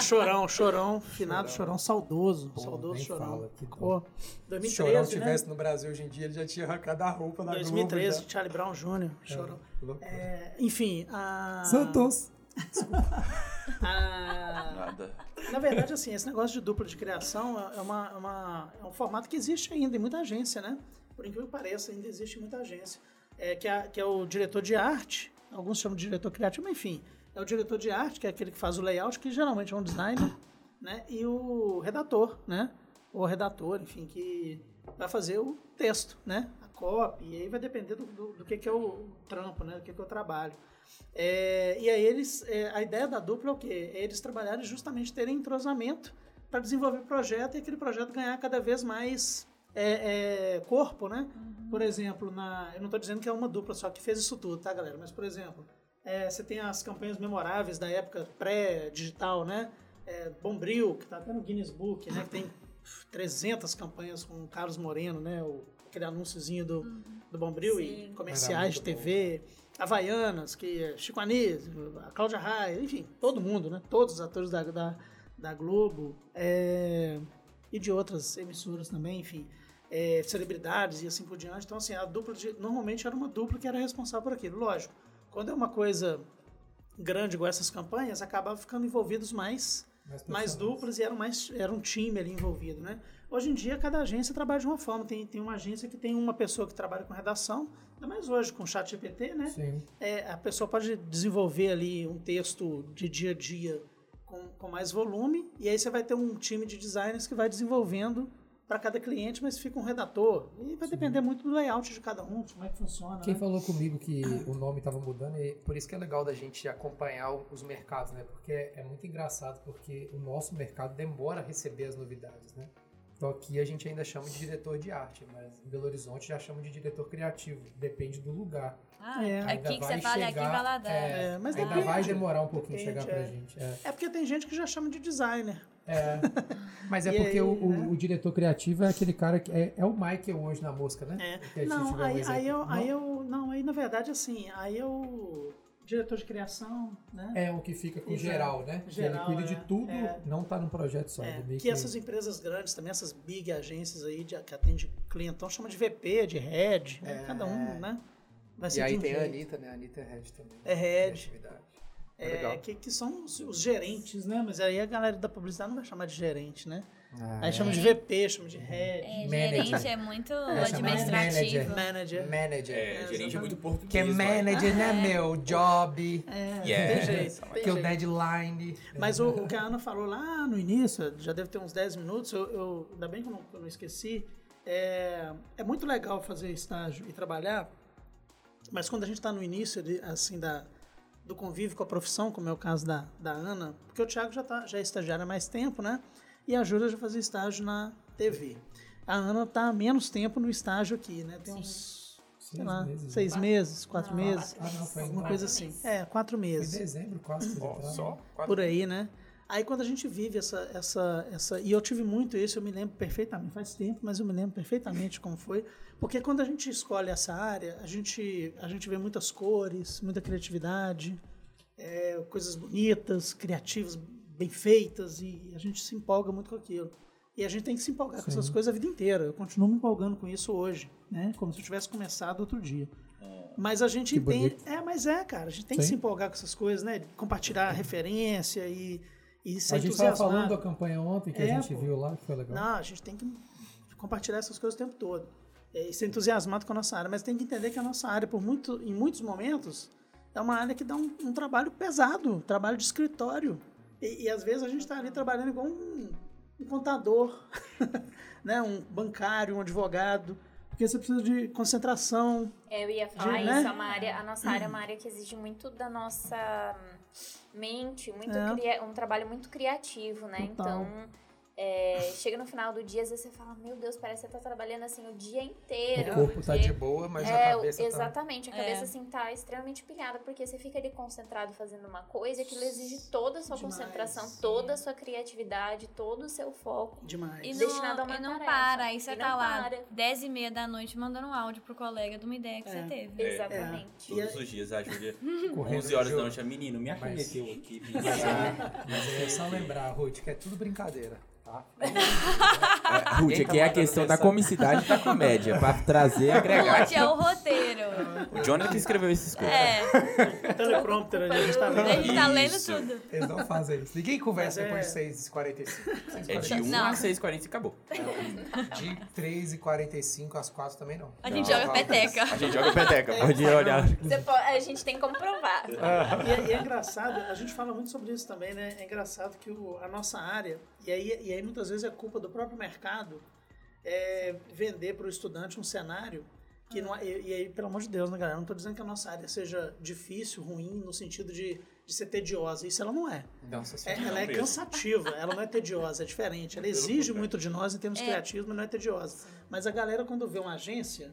Speaker 3: chorão, chorão, finado, chorão, saudoso.
Speaker 2: Pô,
Speaker 3: saudoso,
Speaker 2: nem
Speaker 3: chorão.
Speaker 2: fala, que
Speaker 3: Pô,
Speaker 2: dó. Se
Speaker 3: 2013,
Speaker 2: Chorão
Speaker 3: né?
Speaker 2: estivesse no Brasil hoje em dia, ele já tinha arrancado a roupa na
Speaker 3: 2013,
Speaker 2: Globo.
Speaker 3: Charlie Brown Jr. Chorou.
Speaker 2: Já.
Speaker 3: É, enfim, a,
Speaker 2: Santos.
Speaker 3: a-
Speaker 8: Nada.
Speaker 3: na verdade, assim, esse negócio de dupla de criação é, é uma, é uma- é um formato que existe ainda em muita agência, né? Por incrível que pareça, ainda existe muita agência. É, que, é, que é o diretor de arte, alguns chamam de diretor criativo, mas enfim, é o diretor de arte, que é aquele que faz o layout, que geralmente é um designer, né? E o redator, né? Ou redator, enfim, que vai fazer o texto, né? A copy, e aí vai depender do, do, do que, que é o trampo, né? Do que, que é o trabalho. É, e aí eles, é, a ideia da dupla é o quê? É eles trabalharem justamente terem entrosamento para desenvolver o projeto e aquele projeto ganhar cada vez mais é, é, corpo, né? Por exemplo, na, eu não estou dizendo que é uma dupla só que fez isso tudo, tá, galera? Mas, por exemplo, é, você tem as campanhas memoráveis da época pré-digital, né? É, Bombril, que está até no Guinness Book, né? Que tem 300 campanhas com o Carlos Moreno, né? O, aquele anúnciozinho do, do Bombril e
Speaker 4: Sim.
Speaker 3: comerciais de
Speaker 2: Era muito bom. né?
Speaker 3: TV. Havaianas, que é Chico Anísio, a Cláudia Raia, enfim, todo mundo, né? Todos os atores da, da, da Globo é, e de outras emissoras também, enfim, é, celebridades e assim por diante. Então, assim, a dupla de, normalmente era uma dupla que era responsável por aquilo. Lógico, quando é uma coisa grande igual essas campanhas, acabava ficando envolvidos mais mais duplas e eram mais era um time ali envolvido, né? Hoje em dia cada agência trabalha de uma forma. Tem, tem uma agência que tem uma pessoa que trabalha com redação, ainda mais hoje com o chat GPT, né?
Speaker 2: Sim.
Speaker 3: É, a pessoa pode desenvolver ali um texto de dia a dia com, com mais volume, e aí você vai ter um time de designers que vai desenvolvendo para cada cliente, mas fica um redator. E vai depender muito do layout de cada um, de como é que funciona.
Speaker 2: Quem
Speaker 3: né?
Speaker 2: falou comigo que o nome estava mudando, e por isso que é legal da gente acompanhar o- os mercados, né? Porque é muito engraçado, porque o nosso mercado demora a receber as novidades, né? Então aqui a gente ainda chama de diretor de arte, mas em Belo Horizonte já chama de diretor criativo, depende do lugar.
Speaker 4: Ah,
Speaker 3: É.
Speaker 2: Ainda
Speaker 4: aqui que você
Speaker 2: vai
Speaker 4: fala, é aqui em
Speaker 2: chegar-
Speaker 4: Valadares.
Speaker 2: É,
Speaker 3: É, mas
Speaker 4: Ah.
Speaker 2: Ainda vai
Speaker 3: depende.
Speaker 2: demorar um pouquinho
Speaker 3: Depende,
Speaker 2: chegar pra
Speaker 3: é.
Speaker 2: gente. É.
Speaker 3: É porque tem gente que já chama de designer.
Speaker 2: É. Mas é
Speaker 3: E
Speaker 2: porque
Speaker 3: aí,
Speaker 2: o, o-
Speaker 3: né?
Speaker 2: o diretor criativo é aquele cara que é, é o Michael hoje na mosca, né?
Speaker 3: É.
Speaker 2: Que a gente
Speaker 3: Não,
Speaker 2: tiver um
Speaker 3: aí,
Speaker 2: exemplo.
Speaker 3: aí, eu,
Speaker 2: Não?
Speaker 3: aí eu. Não, aí na verdade, assim, aí eu. Diretor de criação, né?
Speaker 2: É o que fica com
Speaker 3: Exato.
Speaker 2: geral, né? Que ele
Speaker 3: Geral,
Speaker 2: cuida
Speaker 3: é.
Speaker 2: de tudo,
Speaker 3: É.
Speaker 2: não tá num projeto só.
Speaker 3: É,
Speaker 2: ele meio
Speaker 3: que essas empresas grandes também, essas big agências aí de, que atende clientão, chama de VP, de head, né?
Speaker 2: É.
Speaker 3: cada um, né? Vai
Speaker 2: E
Speaker 3: ser de
Speaker 2: aí
Speaker 3: um
Speaker 2: tem a
Speaker 3: jeito.
Speaker 2: Anitta, né? A Anitta é head também.
Speaker 3: É head.
Speaker 2: Criatividade.
Speaker 3: É,
Speaker 6: legal.
Speaker 3: que, que são os, os gerentes, né? Mas aí a galera da publicidade não vai chamar de gerente, né?
Speaker 2: Ah,
Speaker 3: aí chama
Speaker 2: é.
Speaker 3: de VP, chama de head,
Speaker 4: É,
Speaker 2: Manager.
Speaker 4: gerente é muito
Speaker 2: chamado manager.
Speaker 4: administrativo.
Speaker 3: manager. né?
Speaker 2: Manager.
Speaker 8: É, gerente é muito português.
Speaker 2: Que é
Speaker 8: ué.
Speaker 2: manager, né, meu? Job,
Speaker 3: É,
Speaker 8: Yeah.
Speaker 3: tem jeito. tem
Speaker 2: que é o
Speaker 3: jeito.
Speaker 2: deadline.
Speaker 3: Mas o, o que
Speaker 2: É.
Speaker 3: a Ana falou lá no início, já deve ter uns 10 minutos, eu, eu- ainda bem que eu não, que eu não esqueci. É, é muito legal fazer estágio e trabalhar, mas quando a gente está no início de- assim, da, do convívio com a profissão, como é o caso da, da Ana, porque o Thiago já, tá, já é estagiário há mais tempo, né? E a Júlia já fazia estágio na TV. A Ana está há menos tempo no estágio aqui, né? Tem uns, sei
Speaker 2: Seis
Speaker 3: lá,
Speaker 2: meses, né?
Speaker 3: seis meses, quatro
Speaker 4: Não,
Speaker 3: meses,
Speaker 2: Ah, não, foi em
Speaker 3: alguma
Speaker 2: maio.
Speaker 3: coisa assim. É, quatro
Speaker 2: Foi em
Speaker 3: meses
Speaker 2: dezembro quase. que tá,
Speaker 8: Ó,
Speaker 2: eles
Speaker 8: só
Speaker 2: entraram.
Speaker 8: quatro
Speaker 3: por aí, né? Aí quando a gente vive essa, essa, essa. E eu tive muito isso, eu me lembro perfeitamente, faz tempo, mas eu me lembro perfeitamente como foi. Porque quando a gente escolhe essa área, a gente, a gente vê muitas cores, muita criatividade, é, coisas bonitas, criativas, bem feitas, e a gente se empolga muito com aquilo. E a gente tem que se empolgar com essas coisas a vida inteira. Eu continuo me empolgando com isso hoje, né? Como se eu tivesse começado outro dia. Mas a gente
Speaker 2: Que
Speaker 3: entende.
Speaker 2: bonito.
Speaker 3: É, mas é, cara, a gente tem que
Speaker 2: Sim.
Speaker 3: se empolgar com essas coisas, né? Compartilhar referência e, e ser
Speaker 2: A gente estava
Speaker 3: entusiasmado.
Speaker 2: falando né? da campanha ontem que
Speaker 3: É,
Speaker 2: a gente
Speaker 3: pô.
Speaker 2: viu lá, que foi legal.
Speaker 3: Não, a gente tem que compartilhar essas coisas o tempo todo. É, E ser entusiasmado com a nossa área. Mas tem que entender que a nossa área, por muito, em muitos momentos, é uma área que dá um, um trabalho pesado, um trabalho de escritório. E, e, às vezes a gente está ali trabalhando igual um, um contador, né? um bancário, um advogado. Porque você precisa de concentração,
Speaker 7: Eu ia falar
Speaker 3: Ju,
Speaker 7: isso,
Speaker 3: né? Uhum.
Speaker 7: é uma área, a nossa área é uma área que exige muito da nossa mente, muito
Speaker 3: É.
Speaker 7: cria- um trabalho muito criativo, né?
Speaker 3: Total.
Speaker 7: Então, é, chega no final do dia, às vezes você fala, meu Deus, parece que você tá trabalhando assim o dia inteiro.
Speaker 2: O corpo tá
Speaker 7: porque-
Speaker 2: de boa, mas
Speaker 7: é,
Speaker 2: a cabeça tá...
Speaker 7: exatamente. A
Speaker 4: É.
Speaker 7: cabeça, assim, tá extremamente pilhada, porque você fica ali concentrado fazendo uma coisa, e aquilo exige toda a sua
Speaker 3: Demais.
Speaker 7: concentração, toda a sua criatividade, todo o seu foco.
Speaker 3: Demais.
Speaker 4: E
Speaker 7: Destinado
Speaker 4: não,
Speaker 7: a uma
Speaker 4: e não
Speaker 7: tarefa.
Speaker 4: para, aí
Speaker 7: E
Speaker 4: você
Speaker 7: não
Speaker 4: tá lá
Speaker 7: para.
Speaker 4: 10 e meia da noite mandando um áudio pro colega de uma ideia que
Speaker 3: É.
Speaker 4: você teve.
Speaker 7: Exatamente.
Speaker 8: Todos os dias a Júlia,
Speaker 2: é correndo
Speaker 8: 11 horas
Speaker 2: no jogo.
Speaker 8: da noite, a menino me
Speaker 2: Mas- é
Speaker 8: arremeteu aqui. bicho.
Speaker 2: Mas é só lembrar, Ruth, que é tudo brincadeira, tá?
Speaker 6: Ah,
Speaker 5: É, Ruth,
Speaker 8: Quem tá
Speaker 5: aqui é a
Speaker 8: matando
Speaker 5: questão da
Speaker 8: essa-
Speaker 5: comicidade e da comédia, pra trazer e agregar.
Speaker 4: Ponte é o roteiro.
Speaker 8: O Jonathan que escreveu esses coisas.
Speaker 4: É,
Speaker 3: Teleprompter ali, a gente tá
Speaker 4: a gente tá lendo
Speaker 8: Isso.
Speaker 4: tudo.
Speaker 2: Eles não fazem isso. Ninguém conversa
Speaker 3: Mas é-
Speaker 2: depois de 6h45.
Speaker 8: É de 1
Speaker 4: Não.
Speaker 8: a 6h40 e acabou.
Speaker 2: De 3h45 às 4 também não.
Speaker 4: A gente
Speaker 8: Não,
Speaker 4: joga
Speaker 8: não.
Speaker 4: peteca.
Speaker 8: A gente joga peteca.
Speaker 5: Pode olhar.
Speaker 7: Você po- a gente tem como provar.
Speaker 3: E é, e é engraçado, a gente fala muito sobre isso também, né? É engraçado que o- a nossa área, e aí, e aí muitas vezes é culpa do próprio mercado é, vender para o estudante um cenário que não é- e, e aí, pelo amor de Deus, né, galera? Eu não tô dizendo que a nossa área seja difícil, ruim, no sentido de, de ser tediosa. Isso ela não é.
Speaker 2: Nossa
Speaker 3: É,
Speaker 2: senhora.
Speaker 3: ela é
Speaker 8: mesmo.
Speaker 3: cansativa, ela não é tediosa, é diferente. Ela
Speaker 8: Pelo
Speaker 3: exige
Speaker 8: contrário.
Speaker 3: muito de nós em termos criativos, mas não é tediosa. Mas a galera, quando vê uma agência,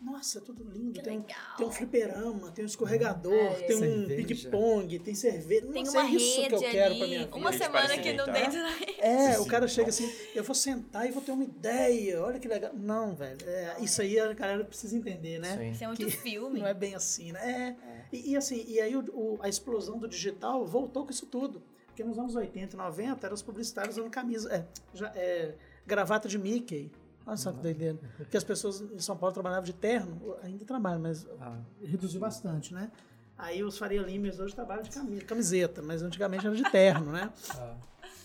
Speaker 3: nossa, é tudo lindo.
Speaker 4: Que
Speaker 3: Tem, um-
Speaker 4: legal.
Speaker 3: tem um fliperama, tem um escorregador,
Speaker 7: É.
Speaker 3: tem um
Speaker 2: Cerveja.
Speaker 3: ping-pong, tem cerveja.
Speaker 4: Tem
Speaker 3: nossa,
Speaker 4: uma
Speaker 3: é isso
Speaker 4: rede
Speaker 3: que eu quero pra minha
Speaker 4: ali.
Speaker 3: vida.
Speaker 4: Uma
Speaker 8: Eles
Speaker 4: semana
Speaker 8: parecem
Speaker 4: que não
Speaker 8: deitar.
Speaker 4: deito na
Speaker 3: É, o cara chega assim, eu vou sentar e vou ter uma ideia, olha que legal. Não, velho, é, isso aí a galera precisa entender, né?
Speaker 2: Sim.
Speaker 4: Isso é muito
Speaker 3: Que-
Speaker 4: filme.
Speaker 3: Não é bem assim, né? É. E, e assim, e aí o- o- a explosão do digital voltou com isso tudo. Porque nos anos 80 e 90 eram os publicitários usando camisa, é, já- é, gravata de Mickey. Olha só que doideira. Porque as pessoas em São Paulo trabalhavam de terno, ainda trabalham, mas
Speaker 2: Ah.
Speaker 3: reduziu bastante, né? Aí os Faria Limers hoje trabalham de cami- camiseta, mas antigamente era de terno, né?
Speaker 2: Ah.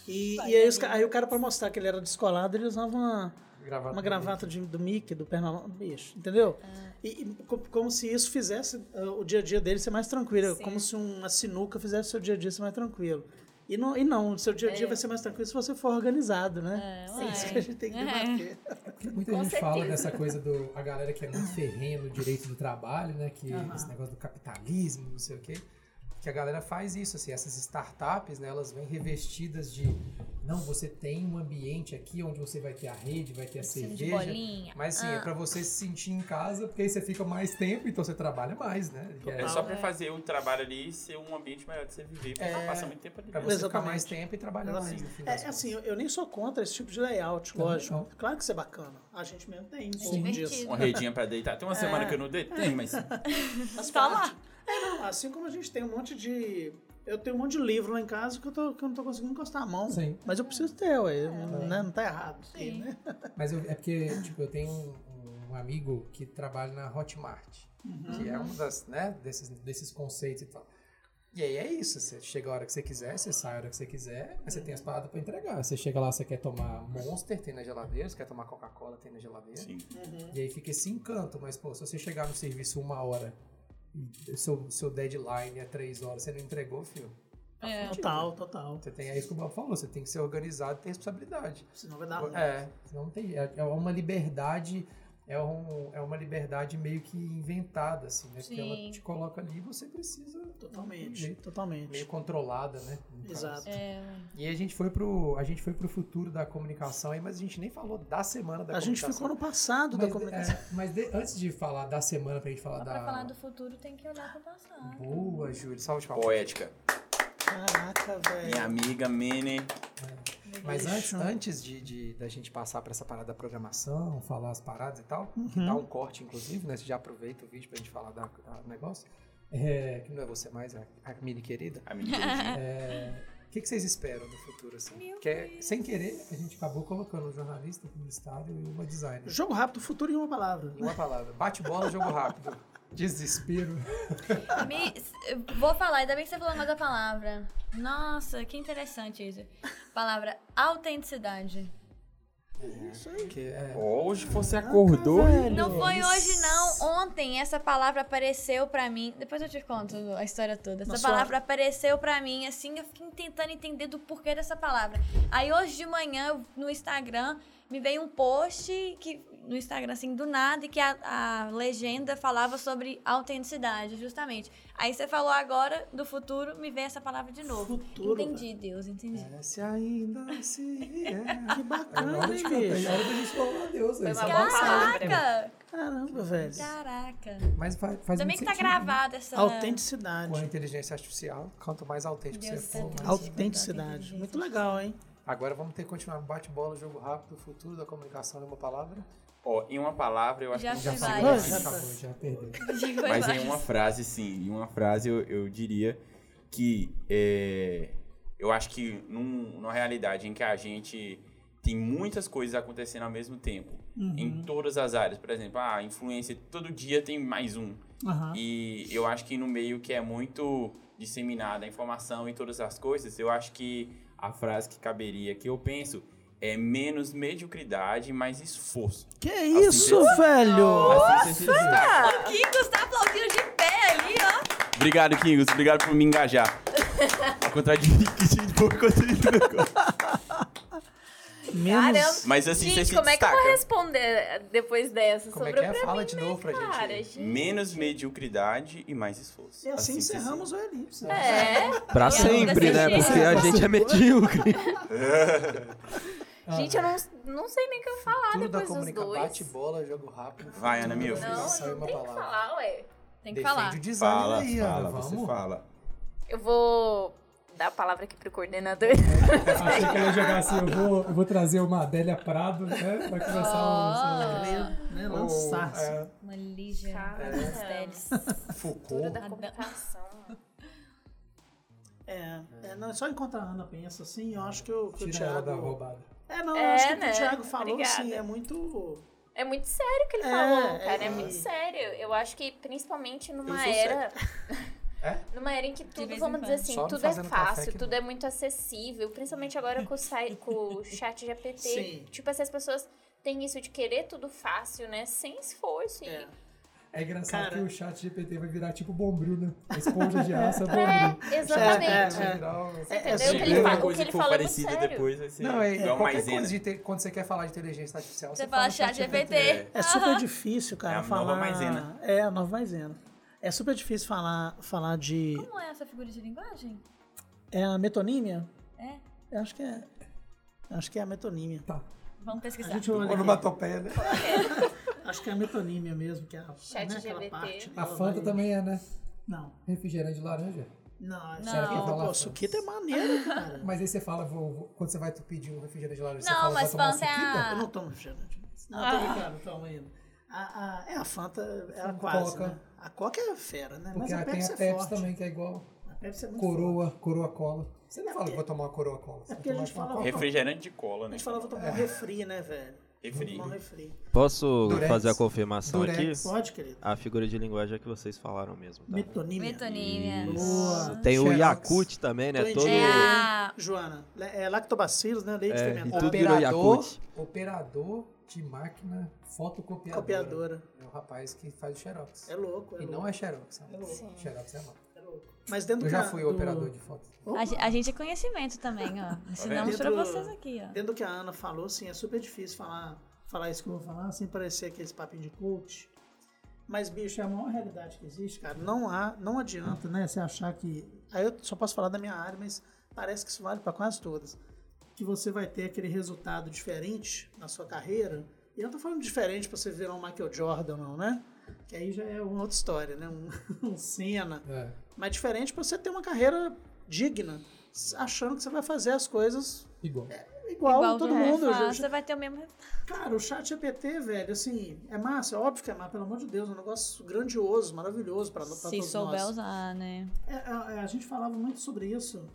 Speaker 3: E, e aí, os ca- aí o cara, pra mostrar que ele era descolado, ele usava uma,
Speaker 2: Gravata
Speaker 3: uma gravata de- do Mickey, do Pernalonga, bicho, entendeu? E, e co- como se isso fizesse ah, o dia a dia dele ser mais tranquilo,
Speaker 4: Sim.
Speaker 3: como se uma sinuca fizesse o seu dia a dia ser mais tranquilo. E não, e não, o seu dia a dia vai ser mais tranquilo se você for organizado, né?
Speaker 4: É,
Speaker 3: É, isso
Speaker 4: uai.
Speaker 3: que a gente tem que debater.
Speaker 2: Muita
Speaker 7: Com
Speaker 2: gente
Speaker 7: certeza.
Speaker 2: fala dessa coisa do. A galera que é muito ferrenha no direito do trabalho, né? Que esse negócio do capitalismo, não sei o quê. Que a galera faz isso, assim, essas startups, né, elas vêm revestidas de não, você tem um ambiente aqui onde você vai ter a rede, vai ter a
Speaker 4: Piscina de
Speaker 2: cerveja.
Speaker 4: bolinha. Ah.
Speaker 2: Mas sim, é pra você se sentir em casa, porque aí você fica mais tempo, então você trabalha mais, né? E
Speaker 8: É
Speaker 2: é
Speaker 8: só pra fazer o trabalho ali ser um ambiente melhor de você viver, porque você passa muito tempo ali.
Speaker 2: pra
Speaker 8: dentro.
Speaker 2: você ficar
Speaker 3: Exatamente.
Speaker 2: mais tempo e trabalhar mais.
Speaker 3: Exatamente.
Speaker 2: No fim das
Speaker 3: É,
Speaker 2: contas.
Speaker 3: assim, eu, eu nem sou contra esse tipo de layout,
Speaker 2: Também
Speaker 3: lógico.
Speaker 2: não.
Speaker 3: Claro que isso é bacana. A gente mesmo tem um pouco
Speaker 4: É divertido.
Speaker 3: disso.
Speaker 8: Uma redinha pra deitar. Tem uma semana que eu não deito? Tem, mas
Speaker 3: Mas
Speaker 4: Tá lá.
Speaker 3: É, não, assim como a gente tem um monte de. Eu tenho um monte de livro lá em casa que eu, tô, que eu não tô conseguindo encostar a mão.
Speaker 2: Sim.
Speaker 3: Mas eu preciso ter, ué. né? Não tá errado. isso aí, né?
Speaker 2: Mas eu- é porque, tipo, eu tenho um, um amigo que trabalha na Hotmart, que é um das, né, desses, desses conceitos e tal. E aí é isso, você chega a hora que você quiser, você sai a hora que você quiser, mas você tem as paradas pra entregar. Você chega lá, você quer tomar Monster, tem na geladeira, você quer tomar Coca-Cola, tem na geladeira.
Speaker 8: Sim.
Speaker 2: E aí fica esse encanto, mas, pô, se você chegar no serviço uma hora, e seu, seu deadline é três horas, você não entregou, filho.
Speaker 4: É.
Speaker 3: Total, total.
Speaker 2: Você tem, é isso que o Bob falou, você tem que ser organizado e ter responsabilidade.
Speaker 3: Senão vai dar ruim.
Speaker 2: É, não tem. É, é uma liberdade, é, um, é uma liberdade meio que inventada, assim, né? Porque ela
Speaker 4: Sim.
Speaker 2: te coloca ali e você precisa.
Speaker 3: Totalmente,
Speaker 2: Meio, meio
Speaker 3: totalmente.
Speaker 2: controlada, né? no caso.
Speaker 3: Exato.
Speaker 4: É,
Speaker 2: E a gente foi pro. A gente foi pro futuro da comunicação aí, mas a gente nem falou da semana da
Speaker 3: A gente
Speaker 2: comunicação.
Speaker 3: ficou no passado
Speaker 2: mas,
Speaker 3: da comunicação.
Speaker 2: é, mas de- antes de falar da semana pra gente falar da.
Speaker 4: Pra falar do futuro, tem que olhar pro passado.
Speaker 2: Boa, Júlio. Salve de palmas.
Speaker 8: poética.
Speaker 3: Caraca,
Speaker 8: Minha
Speaker 3: velho.
Speaker 8: amiga Mene.
Speaker 2: Mas antes,
Speaker 3: Isso.
Speaker 2: antes de, de- da gente passar pra essa parada da programação, falar as paradas e tal, que dá um corte, inclusive, né? Você já aproveita o vídeo pra gente falar da, da negócio. É, que não é você mais, é a mini querida.
Speaker 8: A Mini queridinha.
Speaker 2: O que, que vocês esperam do futuro, assim?
Speaker 4: Meu
Speaker 2: Que é- sem querer, a gente acabou colocando um jornalista, um publicitário e uma designer.
Speaker 3: Jogo rápido, futuro em uma palavra.
Speaker 2: Em uma palavra. Bate-bola, jogo rápido. Desespero.
Speaker 4: Me- eu vou falar, ainda bem que você falou mais a palavra. Nossa, que interessante isso. Palavra autenticidade.
Speaker 2: Que é-
Speaker 8: Hoje você acordou. hein?
Speaker 4: Não foi hoje, não. Ontem essa palavra apareceu pra mim. Depois eu te conto a história toda. Essa
Speaker 3: Nossa,
Speaker 4: palavra apareceu pra mim, assim, eu fiquei tentando entender do porquê dessa palavra. Aí hoje de manhã, eu- no Instagram, me veio um post que no Instagram, assim, do nada, e que a, a legenda falava sobre autenticidade, justamente. Aí você falou agora, do futuro, me veio essa palavra de novo.
Speaker 3: Futuro,
Speaker 4: entendi, Deus, entendi.
Speaker 2: Se ainda se é.
Speaker 3: Que
Speaker 4: Ah,
Speaker 2: Agora a
Speaker 3: bacana, hein,
Speaker 2: gente canta, é
Speaker 3: bicho?
Speaker 2: hora da gente falar Deus.
Speaker 7: Foi
Speaker 2: né?
Speaker 7: uma boa palavra.
Speaker 4: Caraca!
Speaker 3: Caramba, velho.
Speaker 4: Caraca.
Speaker 2: Mas faz, faz
Speaker 4: Também
Speaker 2: muito
Speaker 4: que tá
Speaker 2: sentido, né?
Speaker 4: gravada essa.
Speaker 3: Autenticidade.
Speaker 2: com a inteligência artificial, quanto mais autêntico
Speaker 4: Deus
Speaker 2: você for. mais-
Speaker 4: tá tão-
Speaker 3: Autenticidade. Muito legal, hein?
Speaker 2: Agora vamos ter que continuar bate-bola, jogo rápido, futuro da comunicação é uma palavra.
Speaker 8: Ó, em uma palavra, eu acho
Speaker 4: Já
Speaker 8: que
Speaker 4: foi
Speaker 2: acabou,
Speaker 4: várias.
Speaker 2: já acabou, já perdeu.
Speaker 4: Já foi
Speaker 8: Mas
Speaker 4: várias.
Speaker 8: em um uma frase, sim. Em uma frase, eu, eu diria que é, eu acho que num- numa realidade em que a gente tem muitas coisas acontecendo ao mesmo tempo, em todas as áreas. Por exemplo, a influência, todo dia tem mais um.
Speaker 3: Aham.
Speaker 8: E eu acho que no meio que é muito disseminada a informação e todas as coisas, eu acho que a frase que caberia, que eu penso, é menos mediocridade, mais esforço.
Speaker 3: Que
Speaker 8: Assim,
Speaker 3: isso,
Speaker 8: eu-
Speaker 3: velho?
Speaker 8: Assim, você se destaca.
Speaker 4: Kiko tá aplaudindo de pé ali, ó.
Speaker 8: Obrigado, Kingos. Obrigado por me engajar. Ao contrário de mim, que tinha de pouco conteúdo.
Speaker 3: Menos.
Speaker 7: Caramba.
Speaker 8: Mas assim, você
Speaker 7: Gente,
Speaker 8: se
Speaker 7: como é que eu
Speaker 8: destaca.
Speaker 7: vou responder depois dessa?
Speaker 2: Como é
Speaker 7: Sobrou
Speaker 2: que é?
Speaker 7: pra
Speaker 2: Fala
Speaker 7: mim,
Speaker 2: de
Speaker 7: né,
Speaker 2: novo pra gente
Speaker 7: cara?
Speaker 2: aí.
Speaker 7: Gente,
Speaker 8: Menos mediocridade e mais esforço.
Speaker 3: E assim
Speaker 8: você se-
Speaker 3: encerramos o Elipse.
Speaker 7: É.
Speaker 6: Pra sempre, né? Porque a gente é medíocre.
Speaker 7: Gente, eu não, não sei nem o que eu falar
Speaker 2: Ah. Futuro da
Speaker 7: depois dos
Speaker 2: comunicação,
Speaker 7: dois.
Speaker 2: bate-bola, jogo rápido.
Speaker 8: Vai,
Speaker 2: futuro
Speaker 8: Ana Mil.
Speaker 2: da
Speaker 7: Não,
Speaker 2: comunicação é
Speaker 7: não
Speaker 2: uma
Speaker 7: tem o que
Speaker 2: palavra.
Speaker 7: falar, ué.
Speaker 4: Tem que
Speaker 2: Defende
Speaker 4: falar.
Speaker 2: o design
Speaker 8: Fala,
Speaker 2: aí,
Speaker 8: fala,
Speaker 2: Ana, vamos.
Speaker 8: você fala.
Speaker 7: Eu vou dar a palavra aqui pro coordenador.
Speaker 2: Achei que eu ia jogar assim, eu vou, eu vou trazer uma Adélia Prado, né? Pra começar
Speaker 3: Né?
Speaker 2: um...
Speaker 3: Lançar-se.
Speaker 2: é,
Speaker 4: Uma Lígia.
Speaker 7: Cara,
Speaker 4: É. Mistérios.
Speaker 7: Futuro
Speaker 2: Foucault.
Speaker 7: da comunicação.
Speaker 3: É, é, não, é só encontrar a Ana pensa assim, eu acho que o, que o
Speaker 2: Tira ela da
Speaker 3: Thiago.
Speaker 2: roubada.
Speaker 3: É, não, eu
Speaker 7: É,
Speaker 3: acho que o que
Speaker 7: né?
Speaker 3: o Thiago falou
Speaker 7: Obrigada.
Speaker 3: assim, é muito.
Speaker 7: É muito sério o que ele
Speaker 3: É,
Speaker 7: falou, cara.
Speaker 3: é.
Speaker 7: É muito sério. Eu acho que principalmente
Speaker 3: Eu
Speaker 7: numa
Speaker 3: sou
Speaker 7: era.
Speaker 2: É?
Speaker 7: Numa era em que tudo,
Speaker 4: vez em
Speaker 7: vamos dizer
Speaker 4: quando.
Speaker 7: assim,
Speaker 2: Só não
Speaker 7: tudo é
Speaker 2: fazendo café
Speaker 7: fácil,
Speaker 2: que
Speaker 7: tudo
Speaker 2: não.
Speaker 7: é muito acessível, principalmente agora com o, sai- com o chat GPT.
Speaker 3: Sim.
Speaker 7: Tipo, assim, as pessoas têm isso de querer tudo fácil, né? Sem esforço. E...
Speaker 3: É.
Speaker 2: É engraçado
Speaker 3: Cara.
Speaker 2: que o chat GPT vai virar tipo bombril, né? A esponja de aço é bombril.
Speaker 7: É, exatamente.
Speaker 3: É, é,
Speaker 2: Vai virar um-
Speaker 3: É
Speaker 7: Entendeu? O que
Speaker 8: Qualquer
Speaker 7: ele fala, o que
Speaker 8: coisa
Speaker 7: ele
Speaker 8: que for
Speaker 7: fala é muito
Speaker 8: parecida
Speaker 7: sério.
Speaker 8: depois vai ser
Speaker 2: Não, é,
Speaker 8: igual
Speaker 2: qualquer
Speaker 8: maisena.
Speaker 2: coisa de te- quando você quer falar de inteligência artificial, você,
Speaker 4: Você fala chat GPT.
Speaker 3: É super difícil, cara,
Speaker 8: É a nova
Speaker 3: falar.
Speaker 8: maisena.
Speaker 3: É, a nova maisena. É super difícil falar, falar de.
Speaker 4: Como é essa figura de linguagem?
Speaker 3: É a metonímia?
Speaker 4: É?
Speaker 3: Eu acho que é. eu Acho que é a metonímia.
Speaker 2: Tá.
Speaker 4: Vamos
Speaker 3: A
Speaker 4: pesquisar.
Speaker 3: gente olha aqui.
Speaker 2: Onomatopeia, né?
Speaker 3: Acho que é a metonímia mesmo, que é a
Speaker 7: Chat
Speaker 3: né, aquela
Speaker 7: GBT.
Speaker 3: parte.
Speaker 2: A
Speaker 3: dela
Speaker 2: Fanta
Speaker 3: vai-
Speaker 2: também é, né?
Speaker 3: Não.
Speaker 2: Refrigerante de laranja.
Speaker 3: Não, é
Speaker 4: Será que
Speaker 3: suquita.
Speaker 4: eu
Speaker 2: falo
Speaker 3: Pô,
Speaker 2: assim?
Speaker 3: suquita é maneiro, cara.
Speaker 2: Mas aí você fala, vou- vou- quando você vai pedir um refrigerante de laranja, você
Speaker 4: Não,
Speaker 2: fala,
Speaker 4: mas
Speaker 2: vou tomar um
Speaker 4: Fanta é
Speaker 2: suquita?
Speaker 4: a-
Speaker 3: Eu não tomo refrigerante. Não, tô
Speaker 7: Ah.
Speaker 3: brincando, não tomo ainda. A, a- é a Fanta, é a
Speaker 2: Fanta,
Speaker 3: quase,
Speaker 2: Coca.
Speaker 3: né? A Coca é fera, né?
Speaker 2: Porque
Speaker 3: Mas a
Speaker 2: ela tem
Speaker 3: Pepsi
Speaker 2: a
Speaker 3: é
Speaker 2: Pepsi
Speaker 3: forte.
Speaker 2: também, que é igual
Speaker 3: A Pepsi é muito forte.
Speaker 2: coroa, coroa cola. Você não
Speaker 3: É
Speaker 2: fala que
Speaker 3: porque-
Speaker 2: vou tomar uma coroa cola. você
Speaker 3: é
Speaker 2: vai
Speaker 3: porque a
Speaker 2: tomar É.
Speaker 3: gente
Speaker 2: uma
Speaker 3: fala-
Speaker 2: cola.
Speaker 8: Refrigerante de cola,
Speaker 3: A
Speaker 8: né?
Speaker 3: gente falava tomar um refri, né, velho?
Speaker 8: Refri.
Speaker 3: Tomar um refri.
Speaker 6: Posso
Speaker 2: Durex.
Speaker 6: fazer a confirmação
Speaker 2: Durex.
Speaker 6: aqui?
Speaker 3: Pode, querido.
Speaker 2: Ah, tá.
Speaker 6: A figura de linguagem é que vocês falaram mesmo, tá?
Speaker 3: Metonímia.
Speaker 4: Metonímia.
Speaker 3: Boa.
Speaker 6: Tem o
Speaker 2: Xerox.
Speaker 6: Yakut também, né?
Speaker 3: Tô
Speaker 6: Todo...
Speaker 4: É
Speaker 3: indignado.
Speaker 4: a...
Speaker 3: Joana, le- é lactobacilos, né? Leite
Speaker 6: É, e
Speaker 3: fermentado.
Speaker 6: tudo virou
Speaker 2: Operador,
Speaker 6: Yakut.
Speaker 2: operador de máquina fotocopiadora.
Speaker 3: Copiadora.
Speaker 2: É o rapaz que faz o Xerox.
Speaker 3: É louco, é
Speaker 2: e
Speaker 3: louco.
Speaker 2: não é Xerox. É
Speaker 3: É louco.
Speaker 2: louco. Xerox é louco.
Speaker 3: Mas dentro
Speaker 2: Eu já
Speaker 3: do-
Speaker 2: fui
Speaker 3: do-
Speaker 2: operador de foto.
Speaker 4: A, ge- a gente é conhecimento também, ó. Ensinamos pra
Speaker 3: Dentro-
Speaker 4: vocês aqui, ó.
Speaker 3: Dentro do que a Ana falou, assim, é super difícil falar, falar isso que eu vou falar, sem parecer aqueles papinhos de coach. Mas, bicho, é a maior realidade que existe, cara. Não há, não adianta, né, você achar que... Aí eu só posso falar da minha área, mas parece que isso vale para quase todas. Que você vai ter aquele resultado diferente na sua carreira. E eu não tô falando diferente pra você virar um Michael Jordan, não, né? Que aí já é uma outra história, né? Um, um Senna.
Speaker 2: É.
Speaker 3: Mas diferente pra você ter uma carreira digna, achando que você vai fazer as coisas
Speaker 2: Igual.
Speaker 3: igual,
Speaker 4: Igual
Speaker 3: todo
Speaker 4: você
Speaker 3: mundo.
Speaker 4: fala,
Speaker 3: Eu-
Speaker 4: Você vai ter o mesmo...
Speaker 3: Cara, o chat GPT, velho, assim, é massa, é óbvio que é massa, pelo amor de Deus, é um negócio grandioso, maravilhoso para todos
Speaker 4: Se souber
Speaker 3: nós.
Speaker 4: usar, né?
Speaker 3: É, é, é, a gente falava muito sobre isso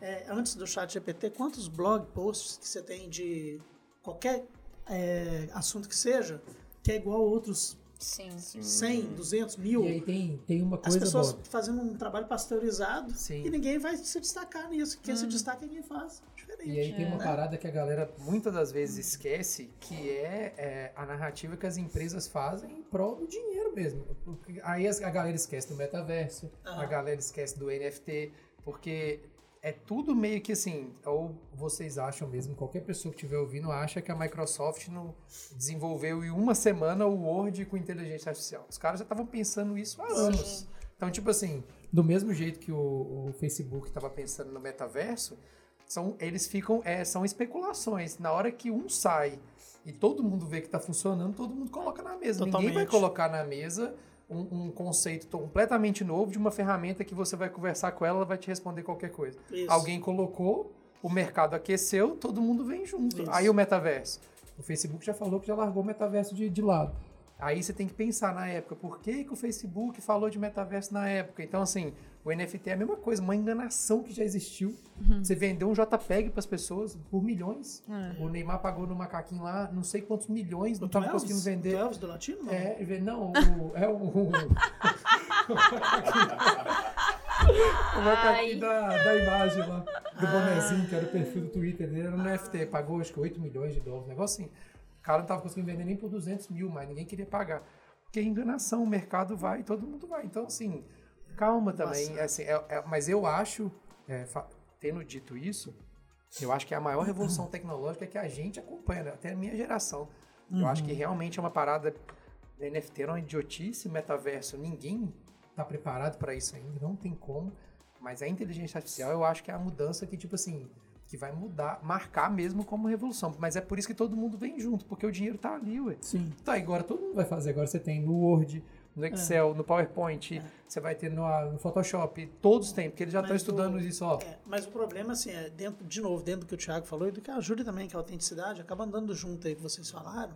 Speaker 3: é, antes do chat GPT, quantos blog posts que você tem de qualquer é, assunto que seja, que é igual a outros
Speaker 7: Sim.
Speaker 3: 100, 200, mil.
Speaker 2: E aí tem, tem uma
Speaker 3: As
Speaker 2: coisa,
Speaker 3: pessoas
Speaker 2: Bob.
Speaker 3: fazendo um trabalho pasteurizado
Speaker 2: Sim.
Speaker 3: e ninguém vai se destacar nisso. Quem
Speaker 4: Uhum.
Speaker 3: se destaca é quem faz. Diferente.
Speaker 2: E aí tem uma
Speaker 3: né?
Speaker 2: parada que a galera muitas das vezes esquece, que é, é, a narrativa que as empresas fazem em prol do dinheiro mesmo. Porque Aí as- a galera esquece do metaverso,
Speaker 3: Aham.
Speaker 2: a galera esquece do NFT, porque é tudo meio que assim, ou vocês acham mesmo, qualquer pessoa que estiver ouvindo acha que a Microsoft não desenvolveu em uma semana o Word com inteligência artificial. Os caras já estavam pensando isso há anos. Então, tipo assim, do mesmo jeito que o, o Facebook estava pensando no metaverso, são, eles ficam, é, são especulações. Na hora que um sai e todo mundo vê que está funcionando, todo mundo coloca na mesa. Ninguém vai
Speaker 3: Totalmente.
Speaker 2: colocar na mesa um, um conceito to- completamente novo de uma ferramenta que você vai conversar com ela, ela vai te responder qualquer coisa.
Speaker 3: Isso.
Speaker 2: Alguém colocou, o mercado aqueceu, todo mundo vem junto.
Speaker 3: Isso.
Speaker 2: Aí o metaverso. O Facebook já falou que já largou o metaverso de, de lado. Aí você tem que pensar na época, por que, que o Facebook falou de metaverso na época? Então, assim, o NFT é a mesma coisa, uma enganação que já existiu.
Speaker 3: Uhum.
Speaker 2: Você vendeu um JPEG para as pessoas por milhões.
Speaker 3: É.
Speaker 2: O Neymar pagou no macaquinho lá não sei quantos milhões, não
Speaker 3: O
Speaker 2: estava
Speaker 3: Elvis?
Speaker 2: conseguindo vender.
Speaker 3: O Elvis do Latino? não?
Speaker 2: É, ele- não, o, é o. O, o macaquinho da, da imagem lá, do bonezinho, que era o perfil do Twitter dele, era no NFT, pagou acho que 8 milhões de dólares, um negócio assim. O cara não tava conseguindo vender nem por 200 mil, mas ninguém queria pagar. Porque é enganação, o mercado vai, todo mundo vai. Então, assim, calma também. assim, é- é- mas eu acho, é, fa- tendo dito isso, eu acho que é a maior revolução tecnológica que a gente acompanha, né? até a minha geração. Eu acho que realmente é uma parada né, NFT era uma idiotice, metaverso, ninguém tá preparado para isso ainda, não tem como. Mas a inteligência artificial, eu acho que é a mudança que, tipo assim, que vai mudar, marcar mesmo como revolução. Mas é por isso que todo mundo vem junto, porque o dinheiro tá ali, ué.
Speaker 3: Sim.
Speaker 2: Tá, agora todo mundo vai fazer. Agora você tem no Word,
Speaker 3: É.
Speaker 2: no Excel, no PowerPoint, você vai ter no, ah, no Photoshop, todos têm, porque eles já
Speaker 3: Mas
Speaker 2: estão estudando
Speaker 3: o-
Speaker 2: isso, ó.
Speaker 3: É, mas o problema, assim, é dentro, de novo, dentro do que o Thiago falou e do que a Júlia também, que é a autenticidade, acaba andando junto aí que um vocês falaram.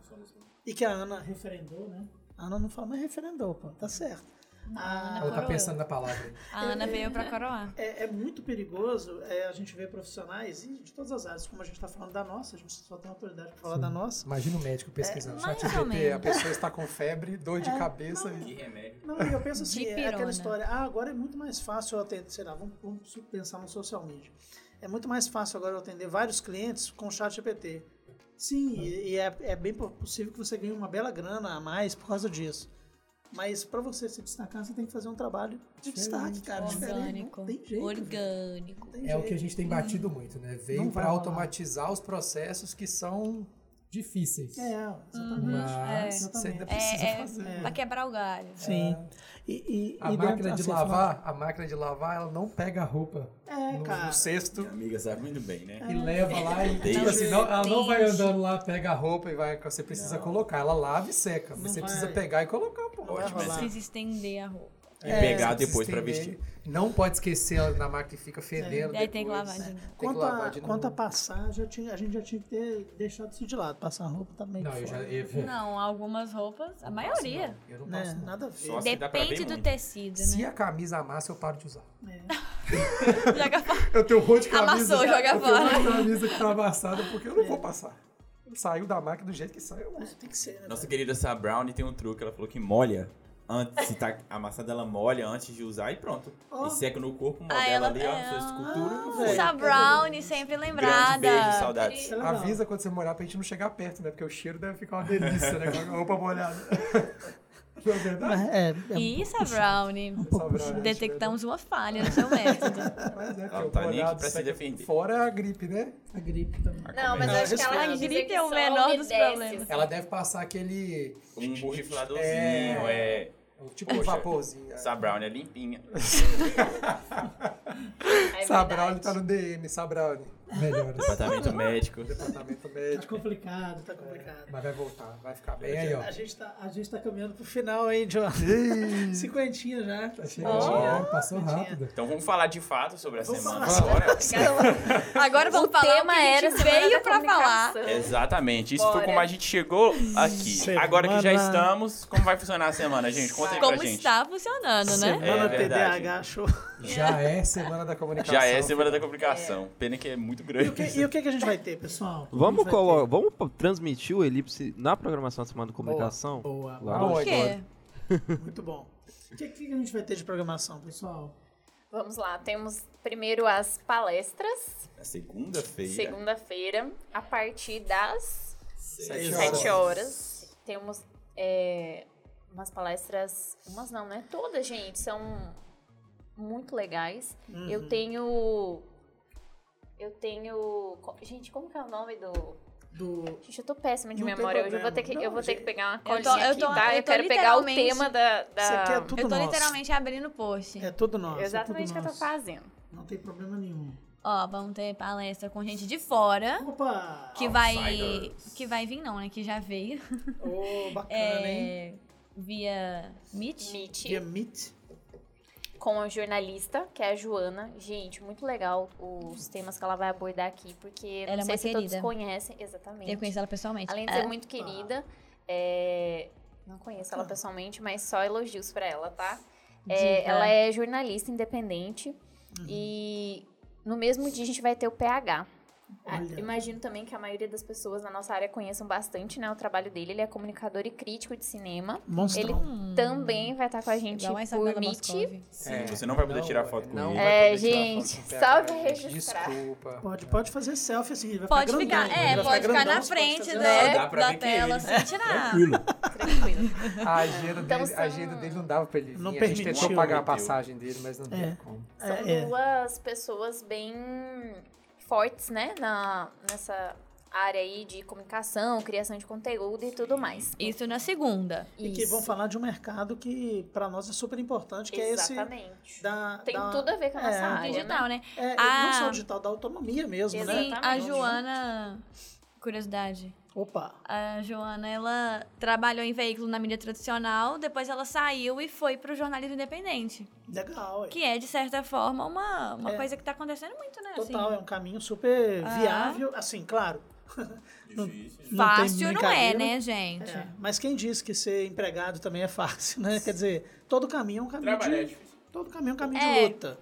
Speaker 3: E que a Ana referendou, né? A Ana não fala, mas referendou, pô, tá certo. Ah,
Speaker 2: Ela tá
Speaker 4: Coroa.
Speaker 2: pensando na palavra.
Speaker 4: A Ana veio pra coroar.
Speaker 3: É, é muito perigoso é, a gente ver profissionais e de todas as áreas, como a gente está falando da nossa, a gente só tem autoridade para falar da nossa.
Speaker 2: Imagina o médico pesquisando.
Speaker 4: É,
Speaker 2: Chat
Speaker 4: mais ou
Speaker 2: GPT, a
Speaker 4: menos.
Speaker 2: pessoa está com febre, dor de
Speaker 3: É,
Speaker 2: cabeça.
Speaker 3: não.
Speaker 2: e-
Speaker 8: Que remédio.
Speaker 3: Não, e eu penso assim,
Speaker 4: De
Speaker 3: é aquela
Speaker 4: pirona.
Speaker 3: história, ah, agora é muito mais fácil eu atender, sei lá, vamos, vamos pensar no social media. É muito mais fácil agora eu atender vários clientes com o chat GPT. Sim, e, e é, é bem po- possível que você ganhe uma bela grana a mais por causa disso. Mas para você se destacar, você tem que fazer um trabalho de destaque, cara. Diferente.
Speaker 4: Orgânico.
Speaker 3: Não tem jeito. velho.
Speaker 4: orgânico.
Speaker 3: Não tem
Speaker 2: É o
Speaker 3: jeito.
Speaker 2: que a gente tem batido muito, né? Veio
Speaker 3: Não vai
Speaker 2: para
Speaker 3: rolar.
Speaker 2: automatizar os processos que são difíceis.
Speaker 3: É, exatamente.
Speaker 2: Mas
Speaker 3: É.
Speaker 2: você ainda
Speaker 3: É,
Speaker 2: precisa
Speaker 4: é.
Speaker 2: fazer.
Speaker 4: Pra quebrar o galho.
Speaker 3: Sim. E, e,
Speaker 2: A
Speaker 3: e
Speaker 2: máquina
Speaker 3: dentro-
Speaker 2: de
Speaker 3: assim,
Speaker 2: lavar, a máquina de lavar, ela não pega a roupa
Speaker 3: É,
Speaker 2: no,
Speaker 3: cara.
Speaker 2: no cesto
Speaker 8: Minha amiga sabe muito bem, né?
Speaker 2: e leva lá e tipo
Speaker 8: Não,
Speaker 2: assim, não- ela não vai
Speaker 4: entendi.
Speaker 2: andando lá, pega a roupa e vai. Você precisa colocar. Ela lava e seca.
Speaker 3: Não
Speaker 2: Mas você
Speaker 3: vai.
Speaker 2: precisa pegar e colocar, pô.
Speaker 3: Não vai
Speaker 8: Ótimo,
Speaker 3: rolar.
Speaker 8: essa-
Speaker 4: Precisa estender a roupa.
Speaker 8: E
Speaker 3: É,
Speaker 8: pegar
Speaker 2: Precisa
Speaker 8: depois pra
Speaker 2: estender.
Speaker 8: vestir.
Speaker 2: Não pode esquecer ela na máquina que fica fedendo.
Speaker 4: É. E aí tem que
Speaker 2: depois. É. né?
Speaker 4: lavar de
Speaker 2: Tem
Speaker 4: novo.
Speaker 2: que
Speaker 3: Quanto,
Speaker 2: lavar
Speaker 3: a,
Speaker 2: de
Speaker 3: quanto a
Speaker 2: novo.
Speaker 3: passar, já tinha, a gente já tinha que ter deixado isso de lado. Passar roupa tá também.
Speaker 2: Não, eu já. Eu,
Speaker 4: Não, algumas roupas, a
Speaker 2: Nossa, não,
Speaker 4: maioria.
Speaker 2: Eu não
Speaker 3: Né?
Speaker 2: posso. não.
Speaker 3: Nada a
Speaker 8: Só
Speaker 3: ver.
Speaker 8: assim dá pra ver
Speaker 4: Depende do
Speaker 8: muito.
Speaker 4: tecido,
Speaker 2: Se
Speaker 4: né?
Speaker 2: a camisa amassa, eu paro de usar.
Speaker 3: É.
Speaker 4: Joga fora.
Speaker 2: Eu tenho um monte de camisa.
Speaker 4: Amassou, joga
Speaker 2: eu tenho um monte de
Speaker 4: fora. É.
Speaker 2: camisa que tá amassada porque eu não vou passar. Saiu da máquina do jeito que saiu, eu uso.
Speaker 3: Tem que ser, né?
Speaker 8: Nossa querida Sarah Brown tem um truque, ela falou que molha. Antes, se tá amassada, ela molha antes de usar e pronto.
Speaker 3: Ó.
Speaker 8: E seca no corpo, modela
Speaker 4: Ah, ela-
Speaker 8: ali, ó,
Speaker 4: é,
Speaker 8: sua escultura.
Speaker 3: ah,
Speaker 8: e
Speaker 3: velho.
Speaker 8: foi.
Speaker 4: Essa Brown, sempre lembrada.
Speaker 8: beijo, saudades.
Speaker 3: Isso é legal.
Speaker 2: Avisa quando você molhar pra gente não chegar perto, né? Porque o cheiro deve ficar uma delícia, né? Com a roupa molhada. Não é verdade?
Speaker 3: Mas É, é,
Speaker 4: Isso, a
Speaker 7: um
Speaker 4: Brown. Detectamos uma falha no seu método.
Speaker 2: Mas é, porque
Speaker 8: Ela
Speaker 2: o
Speaker 8: tá nem aqui
Speaker 2: molhado
Speaker 8: pra se
Speaker 2: seca-
Speaker 8: defender.
Speaker 2: Fora a gripe, né?
Speaker 3: a gripe também.
Speaker 7: Não, mas
Speaker 8: Não,
Speaker 7: eu acho que
Speaker 4: respeito.
Speaker 7: ela
Speaker 4: A
Speaker 7: quis dizer
Speaker 4: gripe
Speaker 7: que
Speaker 4: é o
Speaker 7: só
Speaker 4: menor dos
Speaker 7: umedece,
Speaker 4: problemas.
Speaker 7: assim.
Speaker 2: Ela deve passar aquele.
Speaker 8: Um borrifladorzinho,
Speaker 2: É.
Speaker 8: é.
Speaker 2: Tipo um
Speaker 8: Poxa.
Speaker 2: vaporzinho. né?
Speaker 8: Essa Brown é limpinha.
Speaker 7: É
Speaker 2: Sabraune
Speaker 7: verdade.
Speaker 2: tá no DM, Sabraune. Melhoras.
Speaker 6: tá
Speaker 8: Departamento médico.
Speaker 2: Tá Tratamento
Speaker 3: Tá
Speaker 2: médico.
Speaker 3: complicado, tá complicado.
Speaker 2: Mas vai voltar, vai ficar bem aí, ó.
Speaker 3: A gente, tá, a gente tá caminhando pro final, hein, John? Cinquentinha já.
Speaker 2: Tá chegando, passou rápido.
Speaker 8: Então vamos falar de fato sobre a semana
Speaker 2: falar.
Speaker 8: agora.
Speaker 7: tá
Speaker 4: Agora vamos
Speaker 7: O
Speaker 4: falar
Speaker 7: tema
Speaker 4: o que a
Speaker 7: era
Speaker 4: gente
Speaker 7: Semana
Speaker 4: veio
Speaker 7: da
Speaker 4: pra falar.
Speaker 7: Comunicação.
Speaker 8: Exatamente. Isso foi
Speaker 7: Bora.
Speaker 8: como a gente chegou aqui. Agora que já
Speaker 3: Semana.
Speaker 8: estamos, como vai funcionar a semana, gente? Conta aí pra
Speaker 4: Como
Speaker 8: gente.
Speaker 4: está funcionando, né?
Speaker 3: Semana
Speaker 8: É verdade.
Speaker 3: TDAH, show.
Speaker 2: Já é Semana da Comunicação.
Speaker 8: Já é semana da complicação. Pena que é muito
Speaker 3: E
Speaker 8: grande.
Speaker 3: o que, e o que que a gente vai ter, pessoal?
Speaker 6: Vamos,
Speaker 3: A gente vai
Speaker 6: colo- vamos p- transmitir o Elipse na programação da Semana da Comunicação?
Speaker 3: ter- Boa,
Speaker 6: Lá.
Speaker 2: Boa.
Speaker 4: Por quê?
Speaker 3: muito bom. O que, que que a gente vai ter de programação, pessoal?
Speaker 7: Vamos lá, temos primeiro as palestras,
Speaker 8: É Segunda-feira.
Speaker 7: segunda-feira, a partir das
Speaker 2: Sete horas.
Speaker 7: 7 horas. Temos é, umas palestras, umas não, né? Todas, gente, são muito legais.
Speaker 3: Hum, Uhum.
Speaker 7: Eu tenho. Eu tenho. co- Gente, como que é o nome do.
Speaker 3: Do...
Speaker 7: Gente, eu tô péssima de
Speaker 3: Não tem
Speaker 7: memória. Hoje eu
Speaker 3: problema.
Speaker 7: vou ter que, eu
Speaker 3: Não,
Speaker 7: vou ter
Speaker 3: gente.
Speaker 7: que pegar uma
Speaker 4: Eu
Speaker 7: colinha
Speaker 4: tô- eu
Speaker 7: aqui,
Speaker 4: tô-
Speaker 7: tá?
Speaker 4: eu
Speaker 7: Eu,
Speaker 4: tô
Speaker 7: quero pegar o
Speaker 4: literalmente-
Speaker 7: tema da.
Speaker 3: Isso aqui é
Speaker 7: da...
Speaker 3: tudo
Speaker 4: Eu tô
Speaker 3: nosso.
Speaker 4: literalmente abrindo o post.
Speaker 3: É tudo nosso. é
Speaker 7: Exatamente
Speaker 3: tudo
Speaker 7: o que eu tô
Speaker 3: nosso.
Speaker 7: fazendo.
Speaker 3: Não tem problema nenhum.
Speaker 4: Ó, vamos ter palestra com gente de fora.
Speaker 3: Opa!
Speaker 4: Que vai.
Speaker 8: Outsiders.
Speaker 4: Que vai vir, não, né? Que já veio.
Speaker 3: Ô, bacana, hein?
Speaker 4: É, via Meet.
Speaker 7: Meet
Speaker 3: Dia Meet.
Speaker 7: com a jornalista, que é a Joana. Gente, muito legal os temas que ela vai abordar aqui, porque
Speaker 4: Ela é
Speaker 7: não sei
Speaker 4: uma
Speaker 7: se todos
Speaker 4: querida.
Speaker 7: conhecem. Exatamente.
Speaker 4: Eu conheci ela É. pessoalmente.
Speaker 7: Além de ser muito querida, é, não conheço ela pessoalmente, mas só elogios pra ela, tá? É,
Speaker 4: Diva.
Speaker 7: ela é jornalista independente e no mesmo dia a gente vai ter o PH. Ah,
Speaker 3: Olha.
Speaker 7: imagino também que a maioria das pessoas na nossa área conheçam bastante né, o trabalho dele. Ele é comunicador e crítico de cinema.
Speaker 3: Monstrão.
Speaker 7: Ele
Speaker 4: Hum.
Speaker 7: também vai estar com a gente
Speaker 4: Igual a
Speaker 7: por
Speaker 4: Isabela
Speaker 7: Meet.
Speaker 4: Moscovi.
Speaker 8: Sim, você não vai poder tirar foto com
Speaker 2: não
Speaker 8: ele.
Speaker 2: vai
Speaker 7: É,
Speaker 2: poder tirar
Speaker 7: gente,
Speaker 2: foto com o PH,
Speaker 7: só pra
Speaker 2: gente,
Speaker 7: registrar.
Speaker 2: Desculpa.
Speaker 3: Pode, pode fazer selfie assim, ele vai
Speaker 4: Pode
Speaker 3: ficar
Speaker 4: ficar,
Speaker 3: grandão,
Speaker 4: é,
Speaker 3: ele vai
Speaker 4: pode ficar
Speaker 3: grandão,
Speaker 4: na
Speaker 3: você
Speaker 4: frente
Speaker 3: fazer-
Speaker 8: né?
Speaker 4: da,
Speaker 8: Dá pra
Speaker 4: da
Speaker 8: ver que é
Speaker 4: tela
Speaker 8: ele.
Speaker 4: sem tirar.
Speaker 7: Tranquilo.
Speaker 2: A agenda,
Speaker 7: Então
Speaker 2: dele, a
Speaker 7: são-
Speaker 2: agenda dele não dava pra ele vir.
Speaker 3: Não
Speaker 2: a gente
Speaker 3: permitiu.
Speaker 2: tentou pagar a
Speaker 8: Meu Deus.
Speaker 2: passagem dele, mas não
Speaker 3: É.
Speaker 2: tem como.
Speaker 4: né?
Speaker 7: São
Speaker 3: É, é.
Speaker 7: duas pessoas bem fortes, né? Na, nessa área aí de comunicação, criação de conteúdo e tudo mais.
Speaker 4: Isso na segunda.
Speaker 3: E que vão falar de um mercado que pra nós é super importante, que é
Speaker 7: Exatamente.
Speaker 3: esse da...
Speaker 7: Tem
Speaker 3: da-
Speaker 7: tudo a ver com a
Speaker 3: é,
Speaker 7: nossa área.
Speaker 4: Digital, né?
Speaker 3: É,
Speaker 4: Ah.
Speaker 3: Não só digital, da autonomia mesmo,
Speaker 4: Sim,
Speaker 3: né?
Speaker 4: a
Speaker 7: Exatamente.
Speaker 4: Joana. Curiosidade.
Speaker 3: Opa!
Speaker 4: A Joana, ela trabalhou em veículo na mídia tradicional, depois ela saiu e foi pro jornalismo independente.
Speaker 3: Legal, é.
Speaker 4: Que é, de certa forma, uma, uma
Speaker 3: É.
Speaker 4: coisa que tá acontecendo muito, né?
Speaker 3: Total,
Speaker 4: assim.
Speaker 3: é um caminho super
Speaker 4: Ah.
Speaker 3: viável. Assim, claro,
Speaker 8: Difícil.
Speaker 3: Não tem
Speaker 4: Fácil não é,
Speaker 3: brincadeira.
Speaker 4: né, gente?
Speaker 3: É, mas quem disse que ser empregado também é fácil, né? Quer dizer, todo caminho é um caminho
Speaker 8: Trabalhar é
Speaker 3: de,
Speaker 8: difícil.
Speaker 3: todo caminho é um caminho
Speaker 4: É.
Speaker 3: de luta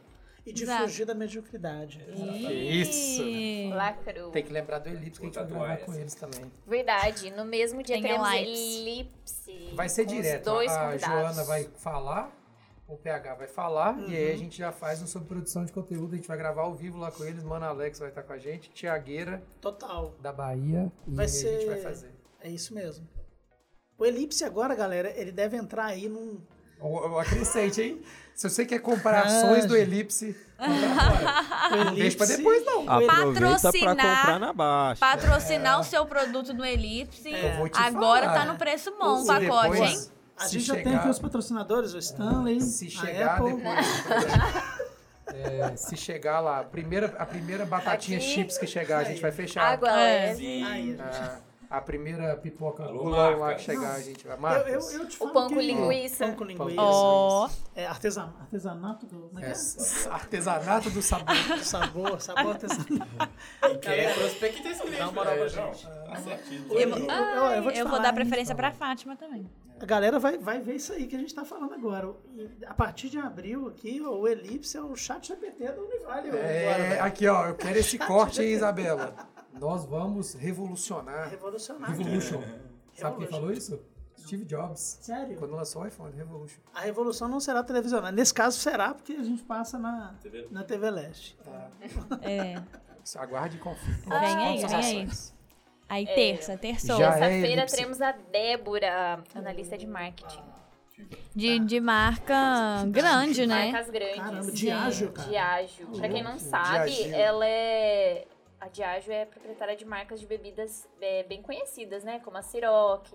Speaker 3: e de
Speaker 4: Exato.
Speaker 3: fugir da mediocridade. É.
Speaker 2: Isso.
Speaker 4: Ih.
Speaker 7: Lacrou.
Speaker 2: Tem que lembrar do Elipse que a gente vai gravar com eles também.
Speaker 7: Verdade, no mesmo dia
Speaker 4: Tem
Speaker 7: teremos
Speaker 4: highlights.
Speaker 7: elipse.
Speaker 2: Vai ser
Speaker 7: com os
Speaker 2: direto.
Speaker 7: Dois
Speaker 2: a
Speaker 7: convidados.
Speaker 2: Joana vai falar, o PH vai falar, e
Speaker 3: Uhum.
Speaker 2: aí a gente já faz um sobre produção de conteúdo. A gente vai gravar ao vivo lá com eles. Mano Alex vai estar com a gente, Tiagueira
Speaker 3: Total.
Speaker 2: da Bahia. E
Speaker 3: Vai
Speaker 2: aí a gente
Speaker 3: ser-
Speaker 2: vai fazer.
Speaker 3: É isso mesmo. O Elipse agora, galera, ele deve entrar aí num.
Speaker 2: O, o acrescente, hein? Se você quer comparações
Speaker 3: Ah,
Speaker 2: do Elipse,
Speaker 4: Ah.
Speaker 3: O elipse,
Speaker 2: deixa pra depois, não.
Speaker 3: o Elipse-
Speaker 6: Aproveita pra
Speaker 4: Patrocinar-
Speaker 6: comprar na baixa.
Speaker 4: Patrocinar o seu produto no Elipse.
Speaker 2: Eu vou te
Speaker 4: Agora
Speaker 2: falar.
Speaker 4: tá no preço bom o
Speaker 2: Se
Speaker 7: um
Speaker 4: pacote,
Speaker 2: depois-
Speaker 4: hein?
Speaker 3: A
Speaker 2: se
Speaker 3: gente já tem
Speaker 2: chegar-
Speaker 3: aqui os patrocinadores, o Stanley,
Speaker 2: Se
Speaker 3: a
Speaker 2: chegar
Speaker 3: Apple.
Speaker 2: depois. É, se chegar lá, a primeira, a primeira batatinha
Speaker 7: Aqui.
Speaker 2: chips que chegar, a gente vai fechar.
Speaker 7: Água
Speaker 4: É.
Speaker 7: leve.
Speaker 8: Sim.
Speaker 3: Aí, gente.
Speaker 2: A, a primeira pipoca
Speaker 8: Alô,
Speaker 2: bolão lá
Speaker 8: marcas.
Speaker 2: que chegar, a gente vai.
Speaker 3: Eu, eu,
Speaker 2: Marcas.
Speaker 3: eu te
Speaker 7: O
Speaker 3: falo
Speaker 7: pão
Speaker 3: que-
Speaker 7: com linguiça.
Speaker 3: Pão com linguiça.
Speaker 4: Ó,
Speaker 3: É artesan- artesanato do. Como é que
Speaker 2: É,
Speaker 3: é?
Speaker 2: s- artesanato do sabor.
Speaker 3: Sabor, sabor artesanal.
Speaker 8: É prospecto escrito. Dá uma moral pra gente.
Speaker 4: eu, vou-
Speaker 3: eu- eu
Speaker 4: Ai,
Speaker 3: vou te
Speaker 4: eu vou
Speaker 3: falar,
Speaker 4: dar
Speaker 3: hein?
Speaker 4: preferência pra Fátima também.
Speaker 3: A galera vai, vai ver isso aí que a gente tá falando agora. E a partir de abril aqui, ó, o Elipse é o chat GPT do Univale. agora,
Speaker 2: É,
Speaker 3: velho.
Speaker 2: aqui, ó, eu quero esse corte, hein, Isabela. Nós vamos revolucionar.
Speaker 3: Revolucionário.
Speaker 2: Revolution. Sabe
Speaker 3: Revolution.
Speaker 2: quem falou isso? Steve Jobs.
Speaker 3: Sério?
Speaker 2: Quando lançou o iPhone, Revolution.
Speaker 3: A revolução não será televisionada. Nesse caso será, porque a gente passa na
Speaker 8: TV.
Speaker 3: na TV Leste.
Speaker 4: É.
Speaker 2: Aguarde e confie.
Speaker 4: Vem aí, vem aí. Aí terça, terçou.
Speaker 2: Já é
Speaker 7: Terça-feira
Speaker 2: elipse.
Speaker 7: teremos a Débora, analista de marketing.
Speaker 4: De, de marca grande, né?
Speaker 7: Marcas grandes.
Speaker 3: Caramba,
Speaker 7: Sim,
Speaker 3: Diageo, cara.
Speaker 7: Diageo. Pra quem não sabe,
Speaker 2: Diageo.
Speaker 7: ela é... A Diageo é proprietária de marcas de bebidas é, bem conhecidas, né? Como a Ciroc.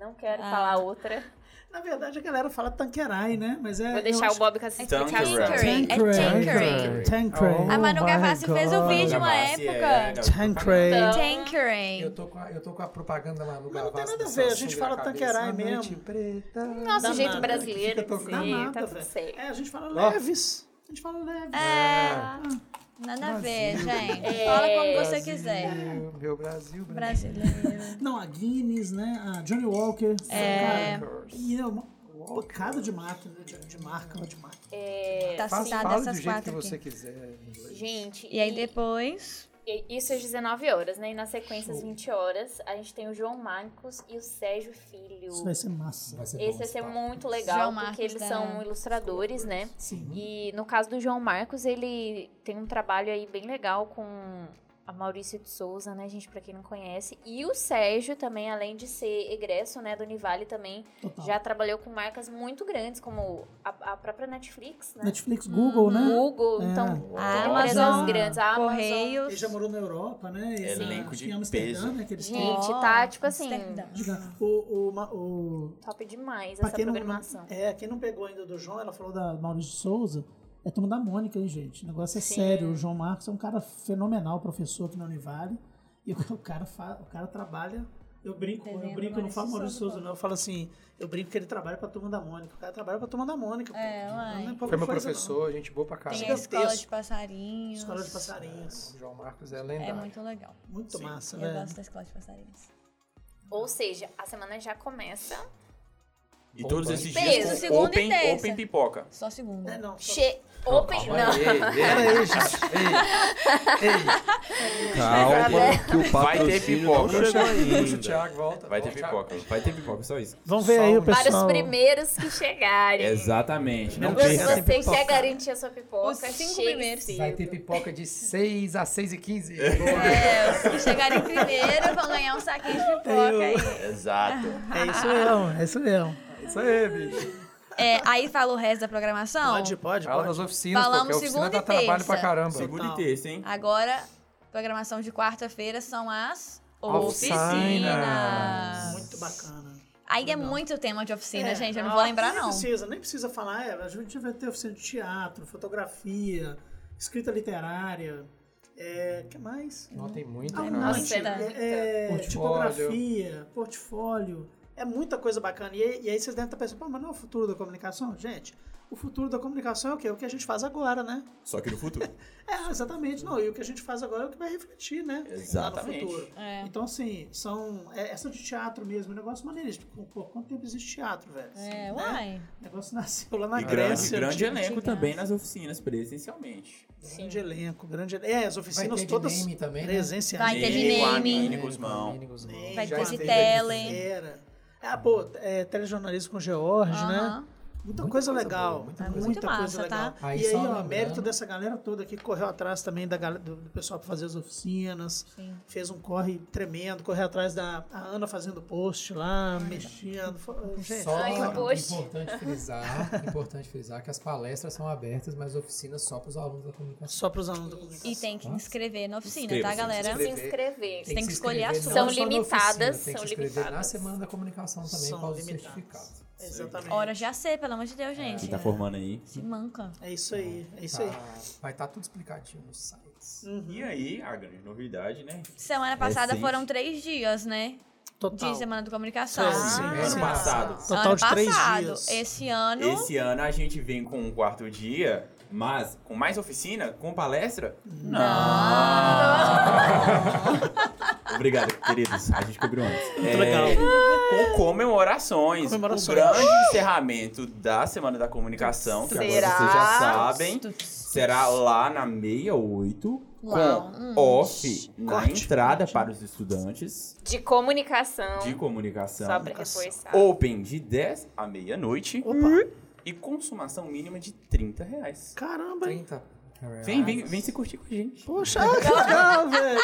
Speaker 7: Não quero
Speaker 4: Ah.
Speaker 7: falar outra.
Speaker 3: Na verdade, a galera fala Tanqueray, né? Mas é.
Speaker 7: Vou
Speaker 3: eu
Speaker 7: deixar
Speaker 3: acho-
Speaker 7: o Bob com as explicações.
Speaker 4: Tanqueray. É Tanqueray.
Speaker 3: Tanqueray.
Speaker 4: A Manu
Speaker 5: Oh my
Speaker 4: Gavassi fez o
Speaker 5: God.
Speaker 4: vídeo uma
Speaker 8: Gavassi, é,
Speaker 2: Oh.
Speaker 4: época.
Speaker 8: não,
Speaker 7: Tá
Speaker 3: Tanqueray.
Speaker 2: Então. Eu
Speaker 4: Tanqueray.
Speaker 2: tô com a, eu tô com a propaganda lá no
Speaker 3: Mas não tem
Speaker 2: Gavassi,
Speaker 3: nada a
Speaker 2: do
Speaker 3: ver, a
Speaker 2: Samsung
Speaker 3: gente
Speaker 2: na
Speaker 3: fala
Speaker 2: cabeça.
Speaker 3: Tanqueray
Speaker 2: A noite
Speaker 3: mesmo.
Speaker 2: preta.
Speaker 7: Nosso
Speaker 3: Danada.
Speaker 7: jeito brasileiro,
Speaker 2: Fica tocando.
Speaker 7: sim, tá
Speaker 3: Danada,
Speaker 7: tudo
Speaker 3: velho.
Speaker 7: certo.
Speaker 3: É, a gente fala
Speaker 2: Ó.
Speaker 3: leves. A gente fala leves.
Speaker 2: Ah.
Speaker 4: É. Nada a ver, gente. Fala como você quiser.
Speaker 2: Meu, meu Brasil, Brasil.
Speaker 4: é. Brasileiro.
Speaker 3: Não, a Guinness, né? A Johnny Walker.
Speaker 4: É.
Speaker 3: Cara, E é uma bocada de marca, né? de, de marca, de marca.
Speaker 4: Tá
Speaker 2: É. Faz,
Speaker 4: citada
Speaker 2: fala do
Speaker 4: essas
Speaker 2: jeito que
Speaker 4: quatro
Speaker 2: você
Speaker 4: aqui.
Speaker 2: quiser. em inglês.
Speaker 7: Gente,
Speaker 4: E aí depois.
Speaker 7: e- isso é às 19 horas, né? E na sequência, às 20 horas, a gente tem o João Marcos e o Sérgio Filho.
Speaker 3: Isso vai ser massa.
Speaker 2: Vai ser bom
Speaker 7: Esse vai ser
Speaker 2: papo.
Speaker 7: muito
Speaker 4: João
Speaker 7: legal,
Speaker 4: Marcos
Speaker 7: porque eles
Speaker 4: da-
Speaker 7: são ilustradores, né?
Speaker 3: Sim.
Speaker 7: E no caso do João Marcos, ele tem um trabalho aí bem legal com a Maurício de Souza, né, gente, pra quem não conhece. E o Sérgio também, além de ser egresso, né, do Univale também,
Speaker 3: Total.
Speaker 7: já trabalhou com marcas muito grandes, como a, a própria Netflix, né?
Speaker 3: Netflix, Google, né?
Speaker 7: Google,
Speaker 3: É.
Speaker 7: então,
Speaker 4: A
Speaker 7: empresas
Speaker 4: Amazon,
Speaker 7: grandes, a Amazon.
Speaker 3: Ele
Speaker 4: Correios.
Speaker 3: já morou na Europa, né? Ele
Speaker 8: Elenco
Speaker 3: acho
Speaker 8: de
Speaker 3: que em Amsterdã,
Speaker 8: peso.
Speaker 3: né? Que eles têm.
Speaker 7: Gente,
Speaker 4: Ó,
Speaker 7: tá, tipo assim,
Speaker 4: Amsterdã.
Speaker 3: Diga, O, o, ma- o,
Speaker 7: top demais
Speaker 3: pra
Speaker 7: essa
Speaker 3: quem não,
Speaker 7: programação.
Speaker 3: é, quem não pegou ainda do João, ela falou da Maurício de Souza, é turma da Mônica, hein, gente? O negócio é
Speaker 7: Sim.
Speaker 3: sério. O João Marcos é um cara fenomenal, professor aqui na Univale. E o, o cara, fa, o cara trabalha. Eu brinco, eu
Speaker 4: Desenho
Speaker 3: brinco,
Speaker 4: do
Speaker 3: eu não falo
Speaker 4: Maurício
Speaker 3: Maurício
Speaker 4: Souza,
Speaker 3: Souza, não. Eu falo assim, eu brinco que ele trabalha pra turma da Mônica. O cara trabalha pra turma da Mônica. pô.
Speaker 4: É, uai.
Speaker 3: Não pouca
Speaker 2: Foi meu
Speaker 3: coisa, não.
Speaker 2: professor, gente boa pra caramba.
Speaker 4: Tem a escola de
Speaker 3: Tá. Gigantesco.
Speaker 4: passarinhos.
Speaker 3: Escola de passarinhos.
Speaker 2: O João Marcos é
Speaker 4: É
Speaker 2: lendário.
Speaker 4: muito legal.
Speaker 3: Muito massa, né?
Speaker 4: Eu
Speaker 3: velho.
Speaker 4: gosto da escola de passarinhos.
Speaker 7: Ou seja, a semana já começa
Speaker 8: E todos esses
Speaker 4: Peso,
Speaker 8: dias com
Speaker 4: segunda e
Speaker 8: open,
Speaker 4: terça.
Speaker 8: open pipoca.
Speaker 4: Só segunda.
Speaker 3: É, não, só-
Speaker 7: Che... Open...
Speaker 2: Calma aí,
Speaker 7: Não.
Speaker 2: ei, ei, gente, ei, ei.
Speaker 6: Calma, que o
Speaker 8: Vai ter
Speaker 6: patrocínio não
Speaker 8: pipoca.
Speaker 6: chegou
Speaker 2: Puxa o
Speaker 6: ainda.
Speaker 2: Thiago, volta.
Speaker 8: Vai ter
Speaker 2: volta, Thiago.
Speaker 8: pipoca. Vai ter pipoca, só isso.
Speaker 3: Vamos ver aí o
Speaker 2: Para
Speaker 3: pessoal.
Speaker 7: Para os primeiros que chegarem.
Speaker 8: Exatamente. Não
Speaker 7: Se
Speaker 8: perca.
Speaker 3: Primeiro
Speaker 7: você
Speaker 3: pipoca.
Speaker 7: quer garantir a sua pipoca,
Speaker 4: Os cinco
Speaker 7: chegue
Speaker 4: primeiros.
Speaker 7: cedo.
Speaker 2: Vai ter pipoca de 6 a 6 e 15.
Speaker 4: É, os que chegarem primeiro vão ganhar um saquinho de pipoca aí.
Speaker 8: Exato.
Speaker 3: É isso mesmo, é isso mesmo.
Speaker 2: Isso aí, bicho.
Speaker 4: É, aí fala o resto da programação.
Speaker 3: Pode, pode,
Speaker 2: Fala
Speaker 3: pode.
Speaker 2: nas oficinas,
Speaker 4: Falamos
Speaker 2: porque a oficina
Speaker 4: segunda
Speaker 2: dá
Speaker 4: e
Speaker 2: trabalho pra
Speaker 4: terça.
Speaker 2: caramba.
Speaker 8: Segunda e terça, hein?
Speaker 4: Agora, programação de quarta-feira são as
Speaker 2: Oficinas.
Speaker 4: oficinas.
Speaker 3: Muito bacana.
Speaker 4: Aí é muito tema de oficina,
Speaker 3: É,
Speaker 4: gente. Eu não vou lembrar,
Speaker 3: nem
Speaker 4: não.
Speaker 3: precisa, nem precisa falar. é, a gente vai ter oficina de teatro, fotografia, escrita literária. É, que mais?
Speaker 2: Não tem muito,
Speaker 3: Ah, um
Speaker 2: cara.
Speaker 3: monte.
Speaker 7: Nossa,
Speaker 3: É, é,
Speaker 2: Portfólio.
Speaker 3: tipografia, portfólio. É muita coisa bacana. E, aí- e aí vocês devem estar pensando, pô, mas não é o futuro da comunicação? Gente, o futuro da comunicação é o quê? É o que a gente faz agora, né?
Speaker 8: Só que no futuro.
Speaker 3: É, exatamente. Não, e o que a gente faz agora é o que vai refletir, né?
Speaker 8: Exatamente.
Speaker 3: Lá no futuro.
Speaker 4: É.
Speaker 3: Então, assim, são. é- essa de teatro mesmo, é um negócio maneirístico. Pô, quanto tempo existe teatro, velho?
Speaker 4: É,
Speaker 3: Né?
Speaker 4: uai.
Speaker 3: O negócio nasceu lá na
Speaker 8: e grande,
Speaker 3: Grécia.
Speaker 8: grande
Speaker 3: tinha-
Speaker 8: elenco também nas oficinas, presencialmente.
Speaker 3: Grande elenco, grande elenco. É, as
Speaker 2: Vai
Speaker 3: oficinas
Speaker 2: ter
Speaker 3: todas
Speaker 2: de name também, né?
Speaker 3: presenciais.
Speaker 4: Vai ter de
Speaker 8: Nego,
Speaker 4: naming.
Speaker 8: Aline Guzmão.
Speaker 3: Name,
Speaker 4: Vai
Speaker 3: já
Speaker 2: é
Speaker 4: ter de
Speaker 3: teve-
Speaker 4: tele.
Speaker 3: Era. Ah, pô, é, telejornalismo com George, né?
Speaker 4: Aham.
Speaker 3: Muita,
Speaker 2: Muita
Speaker 3: coisa,
Speaker 2: coisa
Speaker 3: legal.
Speaker 2: boa, muita
Speaker 3: muita
Speaker 4: coisa. Muito
Speaker 3: coisa
Speaker 4: massa, tá?
Speaker 3: legal.
Speaker 2: Aí
Speaker 3: e aí,
Speaker 2: só
Speaker 3: ó,
Speaker 2: lembrando-
Speaker 3: mérito dessa galera toda que correu atrás também da galera, do, do pessoal pra fazer as oficinas.
Speaker 4: Sim.
Speaker 3: Fez um corre tremendo, correu atrás da a Ana fazendo post
Speaker 4: É
Speaker 3: lá, mexendo. Foi, gente,
Speaker 2: Só
Speaker 7: Ai, o post.
Speaker 2: importante frisar, importante frisar que as palestras são abertas, mas oficinas só para os alunos da comunicação.
Speaker 3: só pros alunos da comunicação.
Speaker 4: E tem que inscrever na oficina,
Speaker 8: Inscreva-se,
Speaker 4: tá, galera?
Speaker 7: Se inscrever.
Speaker 4: Tem que escolher a
Speaker 2: inscrever
Speaker 7: sua.
Speaker 2: não
Speaker 7: São
Speaker 2: só na
Speaker 7: limitadas,
Speaker 2: oficina, Tem que
Speaker 7: são
Speaker 2: se inscrever na
Speaker 7: limitadas.
Speaker 2: semana da comunicação também
Speaker 3: São
Speaker 2: por causa do
Speaker 3: limitadas.
Speaker 2: certificado.
Speaker 3: Exatamente.
Speaker 4: Hora já sei, pelo amor de Deus, gente.
Speaker 8: Quem tá formando aí.
Speaker 4: Se manca.
Speaker 3: É isso aí, é isso aí. Uhum.
Speaker 2: Tá- vai estar tudo explicadinho no site.
Speaker 8: E aí, a grande novidade, né?
Speaker 4: Semana passada
Speaker 8: Recente.
Speaker 4: foram três dias, né?
Speaker 3: Total.
Speaker 4: De Semana da Comunicação.
Speaker 3: Sim, sim.
Speaker 2: Ah,
Speaker 8: ano
Speaker 2: sim.
Speaker 8: passado.
Speaker 3: Total
Speaker 4: ano
Speaker 3: de três
Speaker 4: passado.
Speaker 3: dias.
Speaker 4: Esse ano.
Speaker 8: Esse ano a gente vem com um quarto dia, mas com mais oficina, com palestra? Não! Obrigado, queridos. A gente cobriu antes. É,
Speaker 3: legal.
Speaker 8: Com comemorações.
Speaker 3: Comemorações.
Speaker 8: O grande encerramento da Semana da Comunicação, que
Speaker 7: Será?
Speaker 8: agora vocês já sabem, tá será lá na 68,
Speaker 4: Uau.
Speaker 8: com
Speaker 4: Hum.
Speaker 8: off na
Speaker 3: Corte.
Speaker 8: entrada para os estudantes
Speaker 7: De comunicação.
Speaker 8: de comunicação.
Speaker 7: Só pra reforçar.
Speaker 8: Open de 10 à meia-noite
Speaker 3: Opa,
Speaker 8: e consumação mínima de 30 reais.
Speaker 3: caramba, hein?
Speaker 2: 30
Speaker 8: Vem, vem,
Speaker 2: É,
Speaker 8: vem se curtir com a gente.
Speaker 3: Poxa, que legal, velho.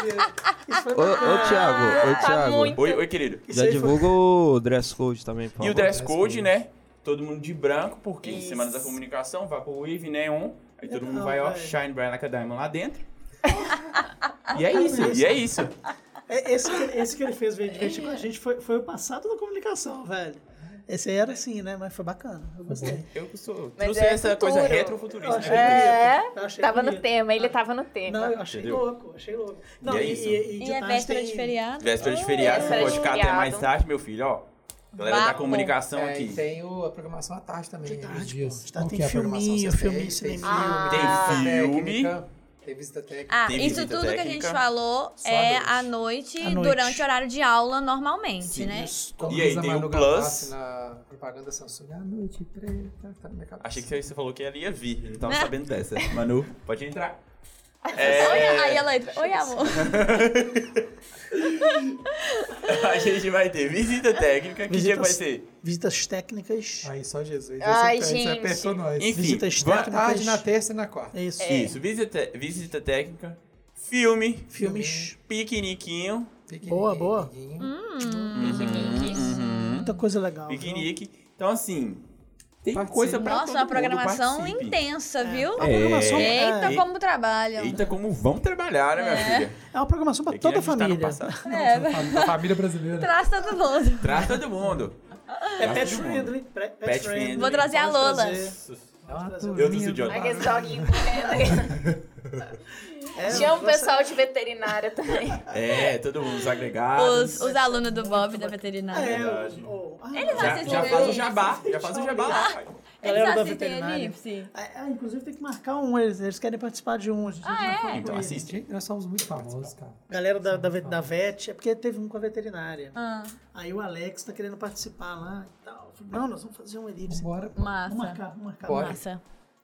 Speaker 3: Isso foi
Speaker 6: Ô, ô Thiago, ô
Speaker 7: Tá
Speaker 6: Thiago.
Speaker 7: muito.
Speaker 8: Oi, oi, querido.
Speaker 3: Isso
Speaker 6: Já
Speaker 3: aí foi-
Speaker 6: divulga o dress code também, por
Speaker 8: E o
Speaker 6: favor.
Speaker 8: dress
Speaker 2: dress
Speaker 8: code,
Speaker 2: code.
Speaker 8: né? Todo mundo de branco, porque
Speaker 7: Isso.
Speaker 8: Semana da Comunicação, vai pro Wave Neon. Aí todo mundo
Speaker 3: Não,
Speaker 8: vai, ó,
Speaker 3: velho.
Speaker 8: Shine Bright Like a Diamond lá dentro. e é isso, e é isso.
Speaker 3: É, Esse, que- esse que ele fez veio divertir com a gente foi, foi o passado da comunicação, velho. Esse aí era assim, né? Mas foi bacana. Eu gostei.
Speaker 8: Eu que sou.
Speaker 7: Mas
Speaker 8: trouxe
Speaker 7: é
Speaker 8: essa
Speaker 7: futuro.
Speaker 8: coisa
Speaker 2: Uhum.
Speaker 8: retrofuturista,
Speaker 3: Eu achei
Speaker 8: né?
Speaker 7: É,
Speaker 3: bonito. Eu achei
Speaker 7: tava
Speaker 3: bonito.
Speaker 7: no tema, ele tava no tema.
Speaker 3: Não, eu achei
Speaker 8: Entendeu?
Speaker 3: louco, achei louco. Não,
Speaker 8: E é
Speaker 3: e,
Speaker 8: isso.
Speaker 3: e- e
Speaker 4: E
Speaker 3: de
Speaker 4: é
Speaker 3: tarde
Speaker 4: véspera
Speaker 3: tem-
Speaker 4: de feriado.
Speaker 8: Véspera de feriado, você
Speaker 7: Véspera
Speaker 8: pode
Speaker 7: de
Speaker 8: ficar até
Speaker 7: feriado.
Speaker 8: mais tarde, meu filho, ó. Galera da
Speaker 4: Vapo.
Speaker 8: comunicação
Speaker 2: É,
Speaker 8: Então aqui.
Speaker 2: e tem o- a programação à tarde também.
Speaker 3: De
Speaker 2: os
Speaker 3: tarde,
Speaker 2: dias.
Speaker 3: pô. De tarde
Speaker 2: Qual
Speaker 3: tem
Speaker 2: que é a programação?
Speaker 3: filminho,
Speaker 2: Vocês têm-
Speaker 3: filme,
Speaker 2: tem
Speaker 3: cineminha.
Speaker 2: filme,
Speaker 7: Ah.
Speaker 8: Tem filme.
Speaker 2: né, técnica, tem visita técnica.
Speaker 4: Ah,
Speaker 8: Tem
Speaker 4: isso
Speaker 8: visita
Speaker 4: tudo que a gente
Speaker 8: técnica.
Speaker 4: falou
Speaker 8: Só à
Speaker 4: é
Speaker 8: noite.
Speaker 4: à noite,
Speaker 3: À noite.
Speaker 4: durante horário de aula, normalmente, né?
Speaker 3: Isso.
Speaker 2: Como
Speaker 8: E aí,
Speaker 2: diz a
Speaker 8: tem o
Speaker 2: Manu
Speaker 8: Plus.
Speaker 2: Gavassi Na propaganda Samsung, "Ah, a noite preta, tá na minha cabeça.
Speaker 8: Achei que você falou que ela ia vir. Eu não tava sabendo dessa. Manu, pode entrar.
Speaker 4: Oi,
Speaker 8: É,
Speaker 4: aí ela entra. Oi, amor.
Speaker 8: a gente vai ter visita técnica. Que dia que vai ser?
Speaker 3: Visitas técnicas.
Speaker 2: Aí só Jesus.
Speaker 7: Ai,
Speaker 2: Esse é- esse é
Speaker 7: gente.
Speaker 2: personagem.
Speaker 8: Enfim,
Speaker 3: visitas
Speaker 8: va-
Speaker 3: técnicas.
Speaker 2: Tarde Tá na terça e na quarta.
Speaker 3: É isso.
Speaker 8: Isso, visita, visita técnica, filme, Uhum.
Speaker 3: Filmes.
Speaker 8: piqueniquinho,
Speaker 2: Piquenique,
Speaker 3: Boa, boa.
Speaker 2: amiguinho.
Speaker 3: Muita coisa legal. viu?
Speaker 8: Uhum, piquenique. Então, assim, tem
Speaker 2: Participe.
Speaker 8: coisa pra
Speaker 4: Nossa,
Speaker 8: todo
Speaker 4: uma
Speaker 8: mundo,
Speaker 4: programação
Speaker 8: participe.
Speaker 4: intensa, viu?
Speaker 3: É uma programação, é,
Speaker 4: Eita, como trabalham.
Speaker 8: Eita, como vão trabalhar, né, minha filha?
Speaker 3: é uma programação pra
Speaker 8: É que
Speaker 3: toda
Speaker 8: a
Speaker 3: a
Speaker 8: gente tá no
Speaker 3: família.
Speaker 8: passado.
Speaker 4: É, vai-
Speaker 2: Da família brasileira.
Speaker 4: É, traz todo mundo.
Speaker 8: Traz todo mundo.
Speaker 3: é
Speaker 8: Traz
Speaker 3: pet
Speaker 8: todo mundo.
Speaker 3: friendly. pre-
Speaker 8: Pet
Speaker 3: Pet friendly.
Speaker 8: friendly.
Speaker 4: Vou trazer a
Speaker 3: Pode
Speaker 4: Lola.
Speaker 2: É
Speaker 3: trazer.
Speaker 8: Eu tô estudioso.
Speaker 7: Aqueles doguinhos correndo.
Speaker 3: É,
Speaker 7: Tinha um
Speaker 3: você-
Speaker 7: pessoal de veterinária também.
Speaker 8: É, todo mundo, os
Speaker 4: Os,
Speaker 8: agregados.
Speaker 4: os alunos do Bob da veterinária.
Speaker 3: É, o- o- ah,
Speaker 4: Eles
Speaker 8: Já, já faz o jabá, já faz o jabá lá.
Speaker 4: Eles
Speaker 3: Galera da
Speaker 4: assistem a
Speaker 3: veterinária.
Speaker 4: Elipse.
Speaker 3: Ah, ah, inclusive tem que marcar um, eles, eles querem participar de um. A gente
Speaker 4: Ah,
Speaker 3: já
Speaker 4: é?
Speaker 3: falou com
Speaker 8: Então
Speaker 3: eles.
Speaker 8: assiste.
Speaker 2: Gente, nós somos muito famosos, cara.
Speaker 3: Galera da, da, ve- da VET, é porque teve um com a veterinária.
Speaker 4: Ah,
Speaker 3: Aí o Alex tá querendo participar lá e tal. Eu falei, não, nós vamos fazer um elipse.
Speaker 2: Bora.
Speaker 3: Vamos
Speaker 4: massa.
Speaker 3: marcar, vamos marcar.
Speaker 2: Bora.
Speaker 3: Marca.
Speaker 4: Massa.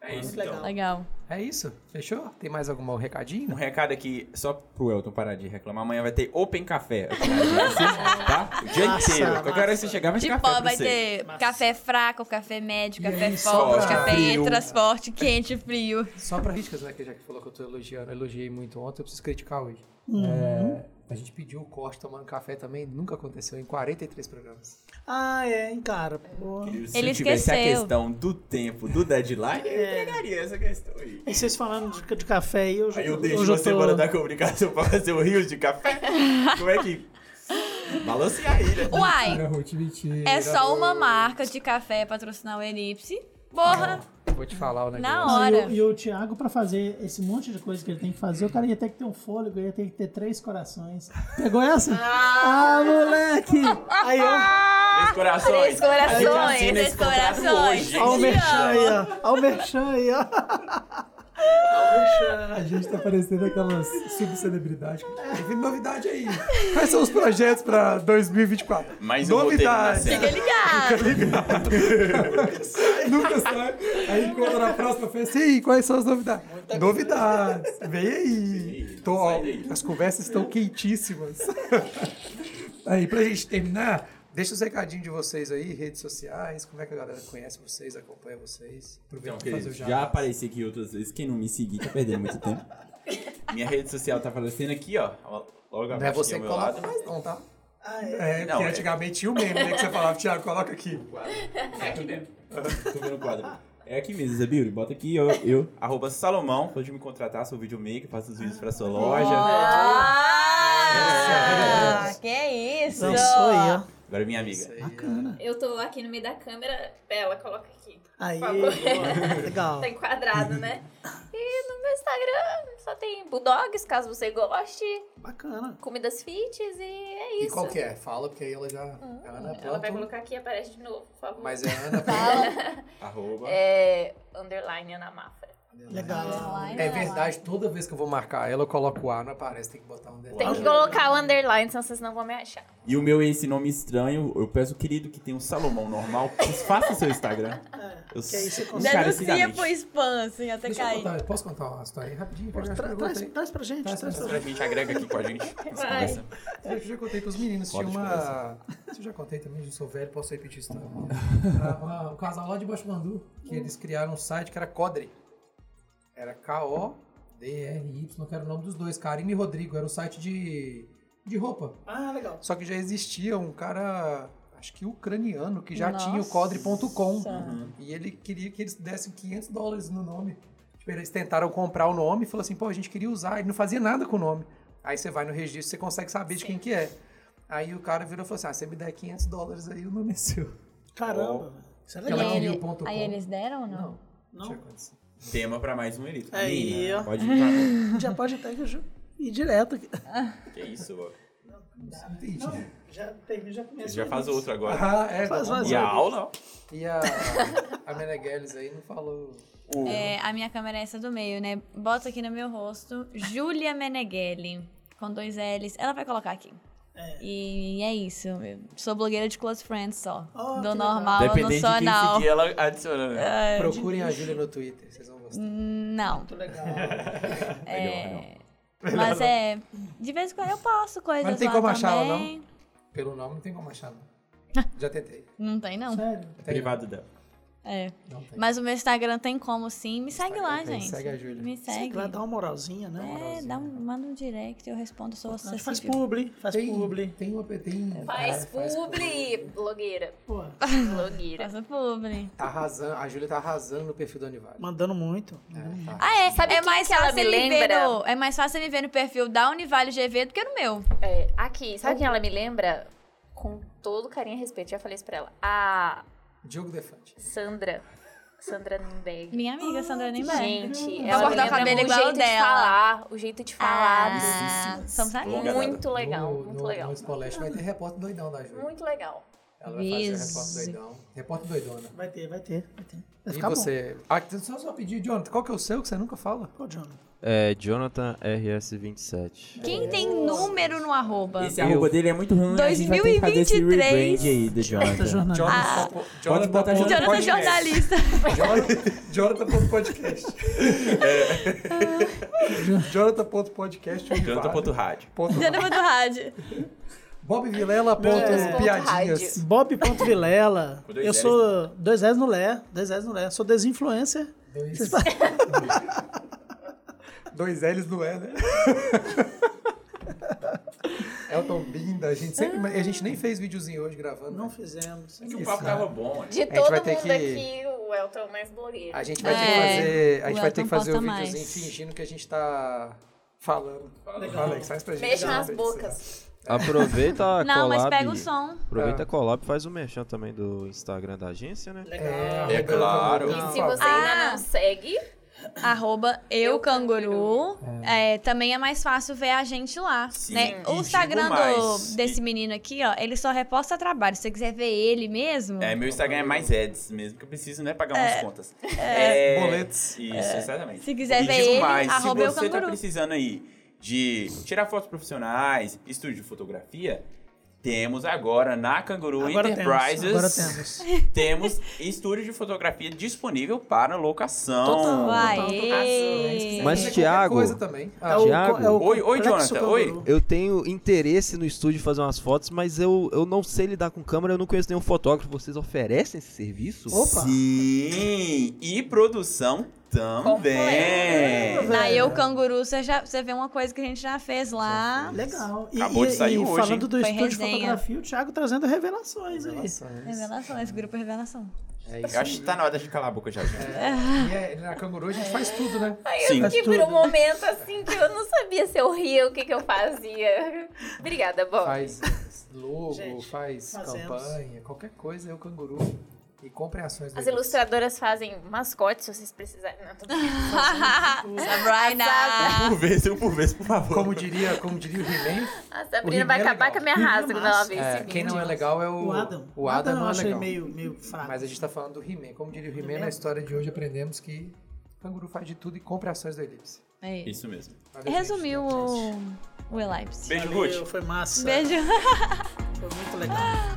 Speaker 8: É isso,
Speaker 3: Muito
Speaker 8: então.
Speaker 3: legal.
Speaker 4: Legal.
Speaker 2: É isso? Fechou? Tem mais algum
Speaker 8: Um
Speaker 2: recadinho?
Speaker 8: recado aqui, só pro Elton parar de reclamar. Amanhã vai ter Open Café. aqui na agência, tá? O dia
Speaker 3: Massa,
Speaker 8: inteiro. Qualquer hora que você
Speaker 3: massa.
Speaker 8: chegar, vai ter
Speaker 4: De
Speaker 8: café
Speaker 4: pó
Speaker 8: pra
Speaker 4: vai
Speaker 8: você.
Speaker 4: ter
Speaker 3: Massa.
Speaker 4: café fraco, café médio,
Speaker 2: E
Speaker 4: café
Speaker 2: aí,
Speaker 4: forte,
Speaker 2: sobra
Speaker 4: café
Speaker 8: frio.
Speaker 4: transporte, quente, frio.
Speaker 2: Só pra riscas, né? Que já que falou que eu tô elogiando, eu elogiei muito ontem, eu preciso criticar hoje.
Speaker 3: Uhum.
Speaker 2: É, a gente pediu o corte tomando café também, nunca aconteceu em 43 programas.
Speaker 3: Ah, é, hein, cara. Pô.
Speaker 8: Se
Speaker 4: Ele
Speaker 8: tivesse a
Speaker 4: esqueceu.
Speaker 8: questão do tempo, do deadline, eu
Speaker 3: É.
Speaker 8: entregaria essa questão aí.
Speaker 3: E vocês falando de, de café aí, eu já
Speaker 8: Aí eu
Speaker 3: hoje
Speaker 8: deixo a semana
Speaker 3: tô...
Speaker 8: da comunicação pra fazer o rio de café. Como é que... Balancear ele. né?
Speaker 4: Uai,
Speaker 2: Era muito mentira.
Speaker 4: é só uma marca de café patrocinar o Elipse. Porra!
Speaker 2: Vou te falar o negócio.
Speaker 4: Na
Speaker 3: Não, e,
Speaker 4: hora.
Speaker 3: o, e o Thiago, pra fazer esse monte de coisa que ele tem que fazer, o cara ia ter que ter um fôlego, ia ter Ah, que ter três corações. Pegou essa? Ah, moleque! Aí, ó.
Speaker 8: Três corações.
Speaker 4: Três corações,
Speaker 8: A gente assina
Speaker 4: três
Speaker 8: esse contrato
Speaker 4: corações.
Speaker 8: hoje.
Speaker 3: Olha o
Speaker 4: Te
Speaker 3: merchan
Speaker 4: amo.
Speaker 3: aí, ó. Olha o merchan aí, ó. Olha o merchan.
Speaker 2: A gente tá parecendo aquelas subcelebridades. Teve É, novidade aí. Quais são os projetos pra 2024?
Speaker 8: Mais um roteiro na
Speaker 2: novidade.
Speaker 8: cena.
Speaker 4: Ligado.
Speaker 2: Nunca sai. Aí quando na próxima festa, e aí, quais são as novidades? novidades. Vem aí.
Speaker 8: aí,
Speaker 2: Tô, ó,
Speaker 8: sai daí.
Speaker 2: as conversas estão quentíssimas. aí, pra gente terminar, deixa os recadinhos de vocês aí, redes sociais, como é que a galera conhece vocês, acompanha vocês. Aproveita
Speaker 8: Então,
Speaker 2: pra fazer o
Speaker 5: Querido,
Speaker 2: jabá.
Speaker 5: já apareci aqui outras vezes. Quem não me seguir tá perdendo muito tempo.
Speaker 8: Minha rede social tá aparecendo aqui, ó. Logo
Speaker 2: Não é
Speaker 8: abaixo aqui
Speaker 2: você
Speaker 8: ao
Speaker 2: que
Speaker 8: meu
Speaker 2: coloca
Speaker 8: lado.
Speaker 2: mais não, tá?
Speaker 3: Ah, é.
Speaker 2: É,
Speaker 8: Não,
Speaker 2: porque
Speaker 8: é-
Speaker 2: antigamente tinha o meme, né, que você falava, Thiago, coloca aqui.
Speaker 8: É aqui dentro.
Speaker 5: tá Tô vendo o quadro. É aqui mesmo, Zé Beauty. Bota aqui, eu. eu.
Speaker 8: Arroba Salomão, pode me contratar, sou videomaker, faço os vídeos pra sua
Speaker 2: É,
Speaker 8: loja.
Speaker 4: Ah, que isso.
Speaker 3: Lançou aí, ó.
Speaker 5: é
Speaker 8: Agora minha amiga.
Speaker 3: Bacana.
Speaker 7: Eu tô aqui no meio da câmera. Bela, coloca aqui.
Speaker 3: Aí,
Speaker 7: favor.
Speaker 3: boa. legal.
Speaker 7: Tá enquadrado, né? E no meu Instagram só tem bulldogs, caso você goste,
Speaker 3: Bacana.
Speaker 7: comidas fits e é
Speaker 2: E
Speaker 7: isso.
Speaker 2: qual que é? Fala, porque aí ela já...
Speaker 3: Hum.
Speaker 2: a Ana
Speaker 7: Ela vai
Speaker 2: Planton,
Speaker 7: colocar aqui e aparece de novo, por favor.
Speaker 2: né? Mas é Ana
Speaker 5: Arroba.
Speaker 7: É. Underline Ana Mafra.
Speaker 3: Legal.
Speaker 2: É verdade, toda vez que eu vou marcar ela, eu coloco o A, não aparece, tem que botar um detalhe.
Speaker 7: Tem que colocar o underline, senão vocês não vão me achar.
Speaker 5: E o meu é esse nome estranho. Eu peço, querido, que tenha um Salomão normal. Faça seu Instagram. Eu
Speaker 3: Que aí você
Speaker 5: um
Speaker 3: consegue.
Speaker 5: cara,
Speaker 4: Denuncia
Speaker 5: sinceramente.
Speaker 4: pro spam, assim, até
Speaker 2: Deixa eu
Speaker 4: cair.
Speaker 2: contar, posso contar uma história aí rapidinho? Que eu já acho que
Speaker 3: Tra-
Speaker 2: eu
Speaker 3: Traz,
Speaker 2: contei.
Speaker 3: traz pra gente,
Speaker 2: Traz,
Speaker 3: traz,
Speaker 2: traz.
Speaker 3: pra
Speaker 8: A gente agrega aqui com a gente. Nossa,
Speaker 7: Vai.
Speaker 8: conversa.
Speaker 2: Eu já contei pros meninos, tinha
Speaker 5: Pode
Speaker 2: uma... Se eu já contei também, eu sou velho, posso repetir isso também. Ah, uma- um casal lá de Baixo Mandu, que eles criaram um site que era Codre. Era K-O-D-R-Y, que era o nome dos dois, Karine e Rodrigo. Era um site de, de roupa.
Speaker 3: Ah, legal.
Speaker 2: Só que já existia um cara, acho que ucraniano, que já
Speaker 4: Nossa.
Speaker 2: tinha o codre.com. E ele queria que eles dessem 500 dólares no nome. Tipo, eles tentaram comprar o nome e falou assim, pô, a gente queria usar. Ele não fazia nada com o nome. Aí você vai no registro, você consegue saber de quem que é. Aí o cara virou e falou assim, ah, você me der 500 dólares aí, o nome é seu.
Speaker 3: Caramba. velho. Isso é
Speaker 2: Ela
Speaker 4: E
Speaker 3: legal.
Speaker 2: Aquela- queria
Speaker 4: ele-
Speaker 2: o ponto
Speaker 4: aí
Speaker 2: com.
Speaker 4: eles deram ou não?
Speaker 2: tinha
Speaker 3: Não.
Speaker 2: condição.
Speaker 8: Tema pra mais um Elito.
Speaker 3: Aí, ó.
Speaker 5: Pode ir pra mim.
Speaker 3: Já pode até que eu já- ir direto. aqui.
Speaker 8: Que isso, ó.
Speaker 2: Não entendi.
Speaker 3: Já termina, já começa.
Speaker 8: Você já faz outro agora.
Speaker 2: Ah, é.
Speaker 3: Faz
Speaker 2: tá bom.
Speaker 3: mais
Speaker 8: E a
Speaker 3: um.
Speaker 8: aula, ó.
Speaker 2: E a, a Meneghelles aí não falou...
Speaker 8: O-
Speaker 4: É, a minha câmera é essa do meio, né? Bota aqui no meu rosto, Júlia Meneghelli, com dois L's. Ela vai colocar aqui. E é isso. Eu sou blogueira de close friends só.
Speaker 3: Oh,
Speaker 4: do
Speaker 3: que
Speaker 4: normal, eu não
Speaker 8: Dependendo de
Speaker 4: sou
Speaker 8: quem
Speaker 4: anal.
Speaker 8: seguir, ela adiciona.
Speaker 4: É.
Speaker 8: né?
Speaker 2: Procurem a Júlia no Twitter, vocês vão gostar.
Speaker 4: Não.
Speaker 3: Muito legal.
Speaker 4: É... Mas é. De vez em quando eu posto coisas
Speaker 2: Mas não tem
Speaker 4: lá
Speaker 2: como achar ela,
Speaker 4: também.
Speaker 2: Pelo nome não tem como achar, não. Já tentei.
Speaker 4: não? tem, não.
Speaker 3: Sério.
Speaker 2: Tem,
Speaker 8: Privado dela.
Speaker 4: É.
Speaker 2: Não tem.
Speaker 4: Mas o meu Instagram tem como sim. Me segue lá,
Speaker 2: tem,
Speaker 4: gente.
Speaker 2: segue a Júlia.
Speaker 4: Me segue.
Speaker 3: Vai dar uma moralzinha, né?
Speaker 4: É, dá um, manda um direct, eu respondo, sou
Speaker 3: A gente faz
Speaker 4: acessível.
Speaker 3: publi, faz
Speaker 2: tem,
Speaker 3: publi.
Speaker 2: Tem uma. Tem,
Speaker 7: Faz
Speaker 2: é, faz
Speaker 7: publi, blogueira.
Speaker 3: Pô,
Speaker 7: Blogueira.
Speaker 4: Faça publi.
Speaker 2: Tá arrasando. A Júlia tá arrasando no perfil do Anivaldo.
Speaker 3: mandando muito.
Speaker 2: É, tá.
Speaker 4: Ah, é?
Speaker 7: Sabe
Speaker 4: é
Speaker 7: quem
Speaker 4: mais
Speaker 7: que ela
Speaker 4: fácil
Speaker 7: me
Speaker 4: ele ver
Speaker 7: lembra?
Speaker 4: no- é mais fácil ele ver no perfil da Univale GV do que no meu.
Speaker 7: É, aqui, sabe quem ela me lembra? Com todo carinho e respeito, já falei isso pra ela. A
Speaker 2: Diogo Defante.
Speaker 7: Sandra. Sandra Nimberg.
Speaker 4: Minha amiga Sandra Nimberg.
Speaker 7: Gente,
Speaker 4: Vou
Speaker 7: ela
Speaker 4: cortar o
Speaker 7: me lembra
Speaker 4: cabelo
Speaker 7: o
Speaker 4: igual
Speaker 7: jeito de
Speaker 4: dela.
Speaker 7: falar, o jeito de falar.
Speaker 4: Ah, somos amigas.
Speaker 7: Muito legal,
Speaker 2: no,
Speaker 7: muito
Speaker 2: no,
Speaker 7: legal.
Speaker 2: No Spoleste vai ter repórter doidão da Júlia.
Speaker 7: Muito legal.
Speaker 2: Ela vai fazer
Speaker 4: Isso.
Speaker 2: repórter doidão. Repórter doidona.
Speaker 3: Vai ter, vai ter, vai ter.
Speaker 2: E
Speaker 3: Vai ficar
Speaker 2: você? Ah, só, só pedir, Jonathan, qual que é o seu que você nunca fala?
Speaker 3: bom. Pô, Jonathan.
Speaker 6: É Jonathan RS27.
Speaker 4: Quem tem número no arroba?
Speaker 5: Esse arroba dele é muito ruim. A gente vai ter que fazer esse
Speaker 4: 2023.
Speaker 5: rebrand aí do
Speaker 3: Tá
Speaker 5: Jonathan.
Speaker 3: jornando.
Speaker 7: Ah.
Speaker 2: Jonathan.
Speaker 5: Pode botar
Speaker 8: é um
Speaker 5: Jonathan
Speaker 4: Jonathan jornalista.
Speaker 2: Jonathan- Jonathan.podcast.
Speaker 5: É.
Speaker 2: Jonathan.podcast.
Speaker 8: Jonathan.rádio.
Speaker 4: Jonathan do rádio.
Speaker 2: Bob Vilela.
Speaker 7: Jonathan.
Speaker 2: Piadinhas.
Speaker 3: Bob.vilela.
Speaker 8: Com dois
Speaker 3: Eu
Speaker 8: Ls.
Speaker 3: sou dois S no Lé, dois S no Lé. Sou desinfluencer.
Speaker 2: Dois, dois L's do E, né? Elton Binda, a gente sempre. A gente nem fez videozinho hoje gravando.
Speaker 3: Não
Speaker 2: né?
Speaker 3: fizemos.
Speaker 8: Que o papo tava bom, né?
Speaker 7: De
Speaker 2: gente
Speaker 7: todo
Speaker 2: vai
Speaker 7: mundo
Speaker 2: ter que-
Speaker 7: aqui, o Elton é o mais blogueiro.
Speaker 2: A gente vai ter
Speaker 4: É,
Speaker 2: que fazer. A
Speaker 4: o
Speaker 2: gente vai ter
Speaker 4: Elton
Speaker 2: que fazer o
Speaker 4: posta
Speaker 2: videozinho
Speaker 4: mais.
Speaker 2: fingindo que a gente tá falando. Alex, faz pra gente.
Speaker 7: Mexa nas
Speaker 2: Fala pra gente.
Speaker 7: bocas.
Speaker 8: Tá
Speaker 6: Aproveita a
Speaker 4: Não, mas
Speaker 6: collab.
Speaker 4: pega o som.
Speaker 6: Aproveita a collab e faz o merchan também do Instagram da agência, né?
Speaker 2: É,
Speaker 8: É
Speaker 2: arroba
Speaker 8: claro.
Speaker 2: Elton
Speaker 7: E
Speaker 2: Binda, fala.
Speaker 7: se você ainda
Speaker 4: Ah.
Speaker 7: não segue,
Speaker 4: Arroba eu canguru. É, também é mais fácil ver a gente lá.
Speaker 8: Sim,
Speaker 4: né?
Speaker 8: e
Speaker 4: O
Speaker 8: digo
Speaker 4: Instagram do-
Speaker 8: mais,
Speaker 4: desse
Speaker 8: e-
Speaker 4: menino aqui, ó, ele só reposta trabalho. Se você quiser ver ele mesmo,
Speaker 8: É, meu Instagram é mais ads mesmo, que eu preciso, né, pagar umas contas. É,
Speaker 2: Boletos.
Speaker 8: Isso, exatamente.
Speaker 4: Se quiser
Speaker 8: e
Speaker 4: ver
Speaker 8: digo
Speaker 4: ele,
Speaker 8: mais, se
Speaker 4: arroba eu
Speaker 8: você tá
Speaker 4: canguru.
Speaker 8: precisando aí de tirar fotos profissionais, estúdio de fotografia, temos agora na Canguru
Speaker 3: Agora
Speaker 8: Enterprises,
Speaker 3: temos. Agora temos.
Speaker 8: temos estúdio de fotografia disponível para locação.
Speaker 3: Total.
Speaker 4: vai.
Speaker 3: Total, total.
Speaker 4: Ei.
Speaker 6: Mas,
Speaker 2: é Qualquer
Speaker 6: Thiago,
Speaker 2: coisa também.
Speaker 3: É
Speaker 2: Ah,
Speaker 3: o-
Speaker 6: Thiago?
Speaker 3: é o
Speaker 8: Oi, oi,
Speaker 3: complexo
Speaker 8: Jonathan,
Speaker 3: Canguru.
Speaker 6: Eu tenho interesse no estúdio de fazer umas fotos, mas eu, eu não sei lidar com câmera, eu não conheço nenhum fotógrafo. Vocês oferecem esse serviço?
Speaker 3: Opa.
Speaker 8: Sim, e produção também.
Speaker 3: Completo.
Speaker 4: na
Speaker 3: velho.
Speaker 4: Eu Canguru, você, já, você vê uma coisa que a gente já fez lá.
Speaker 3: Legal. E,
Speaker 8: Acabou de
Speaker 3: e-
Speaker 8: sair
Speaker 3: e
Speaker 8: hoje,
Speaker 3: falando do
Speaker 8: hein?
Speaker 4: Foi
Speaker 3: estúdio de
Speaker 4: resenha.
Speaker 3: fotografia, o Thiago trazendo revelações aí.
Speaker 2: Revelações.
Speaker 4: Revelação, esse grupo é revelação.
Speaker 2: É
Speaker 8: Eu acho que tá na hora de calar a boca já, gente.
Speaker 2: E é, na canguru a gente faz tudo, né?
Speaker 7: Aí
Speaker 8: Sim.
Speaker 7: eu fiquei por
Speaker 3: Tudo.
Speaker 7: um momento assim que eu não sabia se eu ria, o que, que eu fazia. Obrigada, Bob.
Speaker 2: Faz logo,
Speaker 3: Gente,
Speaker 2: faz
Speaker 3: fazemos.
Speaker 2: campanha, qualquer coisa é o canguru. E comprem ações
Speaker 7: As
Speaker 2: deles.
Speaker 7: ilustradoras fazem mascotes, se vocês precisarem. Não, tô brincando.
Speaker 4: Sabrina!
Speaker 3: Ah.
Speaker 8: Por vez, eu por vez, por favor.
Speaker 2: Como diria, como diria o He-Man,
Speaker 7: A
Speaker 2: O He-Man
Speaker 7: Sabrina vai
Speaker 2: é
Speaker 7: acabar
Speaker 2: legal.
Speaker 7: com a minha
Speaker 3: He-Man é
Speaker 7: raça quando ela
Speaker 3: massa.
Speaker 7: vê
Speaker 2: é,
Speaker 7: esse vídeo.
Speaker 2: quem não é legal é o.
Speaker 3: O Adam.
Speaker 2: O Adam,
Speaker 3: eu
Speaker 2: não é
Speaker 3: achei
Speaker 2: legal.
Speaker 3: meio, Né? meio fraco.
Speaker 2: Mas a gente tá falando do He-Man. Como diria o He-Man, na história de hoje aprendemos que o canguru faz de tudo e compra ações do Elipse.
Speaker 4: É isso.
Speaker 8: Isso mesmo.
Speaker 2: Valeu, gente.
Speaker 4: Resumiu o, o Elipse. Um
Speaker 8: Beijo,
Speaker 3: Valeu,
Speaker 8: Ruth.
Speaker 3: Foi massa.
Speaker 4: Beijo.
Speaker 3: Foi muito legal.